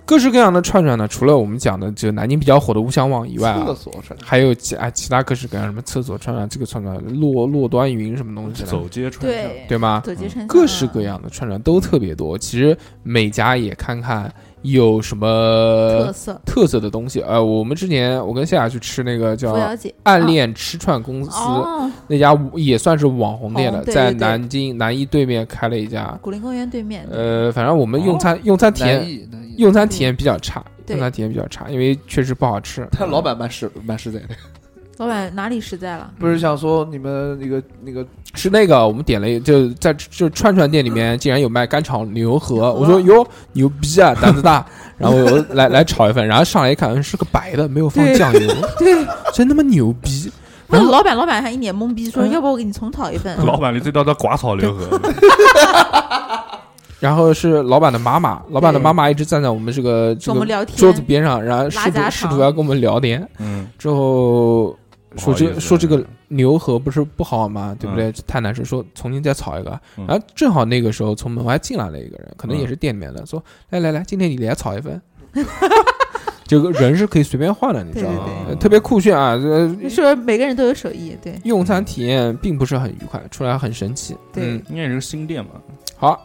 S1: 各式各样的串串呢，除了我们讲的就南京比较火的乌香旺以外啊，
S2: 厕所串
S1: 还有其啊其他各式各样什么厕所串串，这个串串落落端云什么东西，
S3: 走街串
S5: 串，对
S1: 对吗？
S5: 走街串
S1: 嗯各式各样的串串都特别多，其实每家也看看。有什么
S5: 特色
S1: 特色的东西？呃，我们之前我跟夏夏去吃那个叫“
S5: 哦
S1: 暗恋吃串公司”那家，也算是网红店
S5: 哦
S1: 了，在南京南一对面开了一家，
S5: 古林公园对面。
S1: 呃，反正我们用餐用餐体验用餐体验比较差，用餐体验比较差，因为确实不好吃。
S2: 他老板蛮实蛮实在
S1: 嗯
S2: 的，
S5: 老板哪里实在了？
S2: 不是想说你们那个那 个
S1: 是那个，我们点了就在就串串店里面竟然有卖干炒啊牛河，我说哟牛逼啊，胆子大。 然后我来来炒一份，然后上来一看嗯是个白的，没有放酱 油，
S5: 对，
S1: 真他妈牛逼！
S5: 然后老板老板还一脸懵逼，说
S1: 嗯
S5: 要不我给你重炒一份。
S3: 老板你最道他寡炒牛河。
S1: 然后是老板的妈妈，老板的妈妈一直站在我们这个这个桌子边上，然后试图试图要跟我们聊天。
S3: 嗯，
S1: 之后。 说这说这个牛河不是不好吗？对不对？太难吃，说重新再炒一个。然后正好那个时候从门外进来了一个人，可能也是店里面的，说来来来，今天你来炒一份。 这个人是可以随便换的，你知道吗？特别酷炫啊！
S5: 说每个人都有手艺，对。
S1: 用餐体验并不是很愉快，出来很神奇。嗯
S5: 对，
S3: 因为是新店嘛。
S1: 好，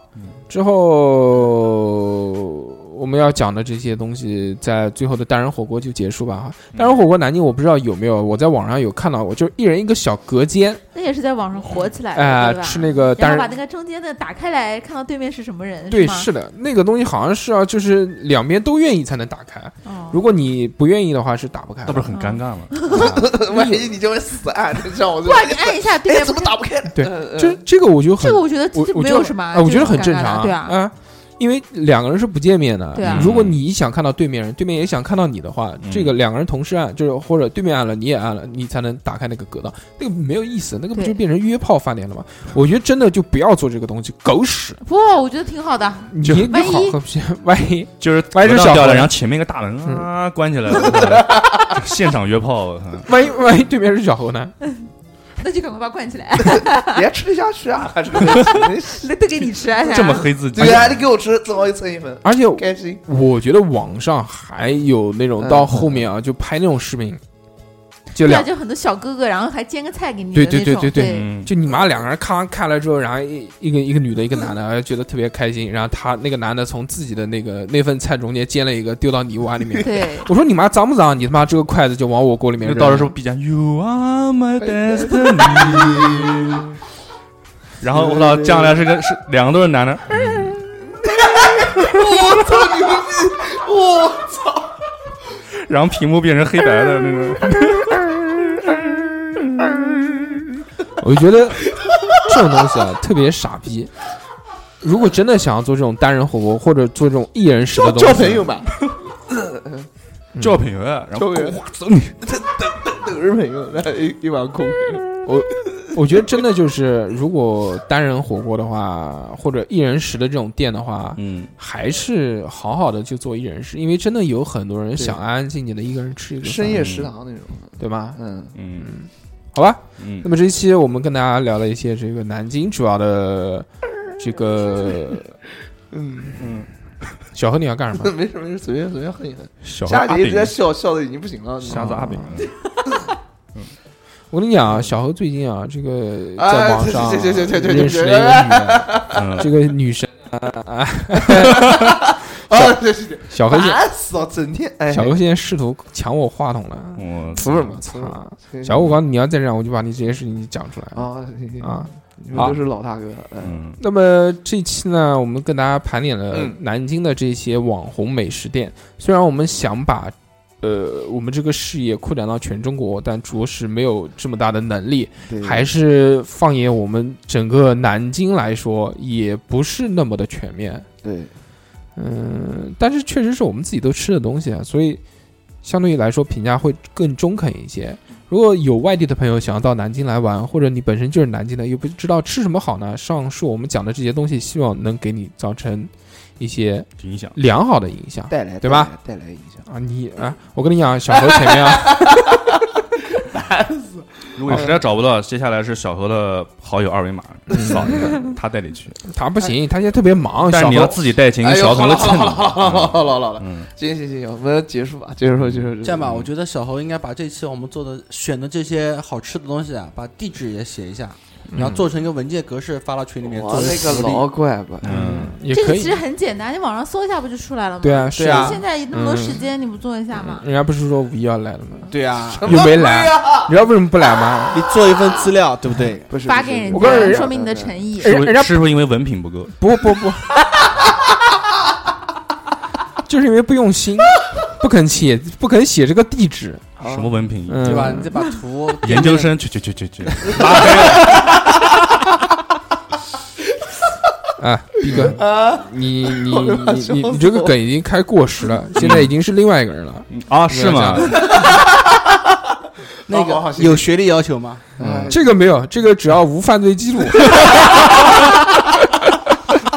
S1: 之后。我们要讲的这些东西，在最后的单人火锅就结束吧哈。单人火锅南京我不知道有没有，我在网上有看到过，就是一人一个小隔间，
S5: 那也是在网上火起来的，
S1: 哎、
S5: 呃，
S1: 吃那个单人，
S5: 把那个中间的打开来，看到对面是什么人。
S1: 对，
S5: 是,
S1: 是的，那个东西好像是啊，就是两边都愿意才能打开，哦、如果你不愿意的话是打不开，
S3: 那不是很尴尬 吗？
S2: 万一你就会死啊按，像我，
S5: 哇，你按一下，对面、哎、
S2: 怎么打不开？嗯
S1: 对，
S3: 呃
S1: 这这个我觉得
S5: 这个我觉得没有什么，啊
S1: 我觉得很正常，
S5: 对啊。
S1: 啊因为两个人是不见面的，
S5: 对啊、
S1: 如果你想看到对面人，对面也想看到你的话，
S3: 嗯、
S1: 这个两个人同时按，就是或者对面按了，你也按了，你才能打开那个格挡，那个没有意思，那个不就变成约炮饭店了吗？我觉得真的就不要做这个东西，狗屎！
S5: 不，我觉得挺好的。
S1: 你你好个屁！万一
S3: 就是
S1: 万一
S3: 掉
S1: 了，
S3: 然后前面一个大门啊、嗯、关起 来了，现场约炮。啊
S1: 万一万一对面是小 猴呢？
S5: 那就赶快把它关起来，
S2: 别吃得下去啊！
S5: 那都给你吃，啊
S3: 这么黑自己，哎
S2: 对啊，你给我吃，正好又蹭一份，
S1: 而且
S2: 开心。
S1: 我觉得网上还有那种到后面啊，就拍那种视频，就
S8: 对啊，
S1: 两
S8: 就很多小哥哥，然后还煎个菜给你的
S1: 对
S8: 那种，
S1: 对对对
S3: 嗯
S8: 对，
S1: 就你妈两个人看完看了之后，然后一一个一个女的，一个男的，然
S8: 嗯
S1: 后觉得特别开心。然后他那个男的从自己的那个那份菜中间煎了一个，丢到你碗里面。
S8: 对
S1: 我说你妈脏不脏？你他妈这个筷子就往我锅里面
S3: 那
S1: 扔。
S3: 到时候 B 站 You are my destiny，然后我操，将来是个是两个都是男的，
S2: 我操牛逼！我操！
S3: 然后屏幕变成黑白的那种。
S1: 我觉得这种东西啊，特别傻逼。如果真的想要做这种单人火锅，或者做这种一人食的东西，啊
S2: 交朋友嘛，
S3: 交朋友，然后
S2: 交朋友
S3: 哇走你，
S2: 等等等等是朋友，那一一碗空。
S1: 我我觉得真的就是，如果单人火锅的话，或者一人食的这种店的话，
S3: 嗯，
S1: 还是好好的就做一人食，因为真的有很多人想安安静静的一个人吃一个饭
S2: 深夜食堂那种，
S1: 对吧？
S2: 嗯
S3: 嗯，
S1: 好吧，
S3: 嗯
S1: 那么这一期我们跟大家聊了一些这个南京主要的这个，
S2: 嗯
S3: 嗯，
S1: 小何你要 干什么？
S2: 没事没事，随便随便哼一
S3: 小
S2: 哼。家里一直在笑，笑的已经不行了。嗯你知道
S3: 瞎
S2: 吗
S3: 子阿炳，
S1: 我跟你讲啊，小何最近啊，这个
S2: 哎
S1: 在网上啊
S2: 对对对对对对
S1: 认识了一个女的，
S3: 嗯
S1: 这个女神啊，
S2: 啊，对啊对对，
S1: 小何现
S2: 烦死了，整天哎，
S1: 小何现在试图抢我话筒了。
S3: 我
S2: 词什么词
S1: 操
S2: 什么？！词
S1: 啊小何，我告诉你，你要再这样，我就把你这些事情讲出来
S2: 啊，行行
S1: 啊！
S2: 你们都是老大哥，嗯，
S3: 嗯，
S1: 那么这期呢，我们跟大家盘点了
S2: 嗯
S1: 南京的这些网红美食店。虽然我们想把呃我们这个事业扩展到全中国，但着实没有这么大的能力。
S2: 对，
S1: 还是放眼我们整个南京来说，也不是那么的全面。
S2: 对，
S1: 嗯，但是确实是我们自己都吃的东西啊，所以相对于来说评价会更中肯一些。如果有外地的朋友想要到南京来玩，或者你本身就是南京的，又不知道吃什么好呢？上述我们讲的这些东西，希望能给你造成一些
S3: 影响
S1: 良好的影响
S2: 带来
S1: 对吧？
S2: 带来带来影响，
S1: 啊！你啊，我跟你讲，小何前面啊，
S3: 如果你实在找不到，接下来是小何的好友二维码，扫一下，他带你去。
S1: 他不行，他现在特别忙，
S3: 但是
S1: 小
S3: 你要
S1: 何
S3: 自己带琴，
S2: 哎呦，
S3: 小
S2: 好
S3: 何
S2: 了
S3: 的
S2: 好 了好了 好了好了
S3: 蹭。
S2: 好了好了，
S3: 嗯，
S2: 行行行行，我们结束吧，结束结
S8: 嗯
S2: 束。嗯
S4: 这样吧，我觉得小侯应该把这期我们做的选的这些好吃的东西啊，把地址也写一下，
S1: 嗯
S4: 然后做成一个文件格式发到群里面。
S2: 我
S4: 做
S2: 那个老怪怪，
S3: 嗯，
S1: 也
S8: 这
S1: 可
S8: 个其
S1: 以
S8: 实，很简单，你网上搜一下不就出来了吗？
S1: 对啊，是
S4: 对啊
S8: 现在那么多时间，你不做一下吗？
S1: 人家不是说五一要来了吗？
S4: 对啊，
S1: 又没来，
S2: 啊
S1: 你知道为什么不来 吗？
S4: 你做一份资料，对不对？
S2: 不是
S8: 发给人
S1: 嗯我告诉
S8: 家，
S1: 人
S8: 说明你的诚意。
S3: 是不
S1: 人
S3: 是
S1: 家
S3: 是不是因为文凭不够？
S1: 不不不，就是因为不用心，不肯写，不肯写这个地址，
S3: 什么文凭？
S1: 嗯
S4: 对吧？你再把图
S3: 研究生去去去去去，
S1: 啊，逼哥，
S2: 啊
S1: 你你你你你这个梗已经开过时了，现在已经是另外一个人了。
S2: 嗯
S3: 啊？是吗？
S4: 那
S2: 哦好好好
S4: 个
S2: 谢谢
S4: 有学历要求吗？
S2: 哎
S1: 这个没有，这个只要无犯罪记 录，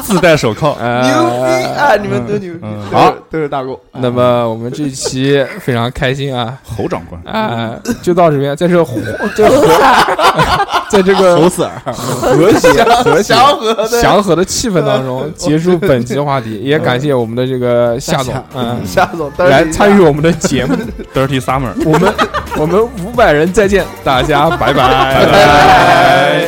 S3: 自带手铐。
S2: 牛逼
S1: 呃
S2: 啊！你们都牛逼，
S3: 嗯
S2: 都是
S1: 好，
S2: 都是大哥。
S1: 那么我们这一期非常开心啊
S3: 侯长官，
S1: 啊，就到这边，在这火这和， 在这个
S4: 猴死儿，
S1: 和 谐和谐
S2: 祥和的嗯
S1: 祥和的气氛当中结束本期话题，也感谢我们的这个夏总
S4: 夏，
S1: 嗯，
S2: 夏总但是
S1: 来
S2: 你
S1: 参与我们的节目，
S3: Dirty Summer。
S1: 我们我们五百人再见，大家拜拜。
S3: 拜拜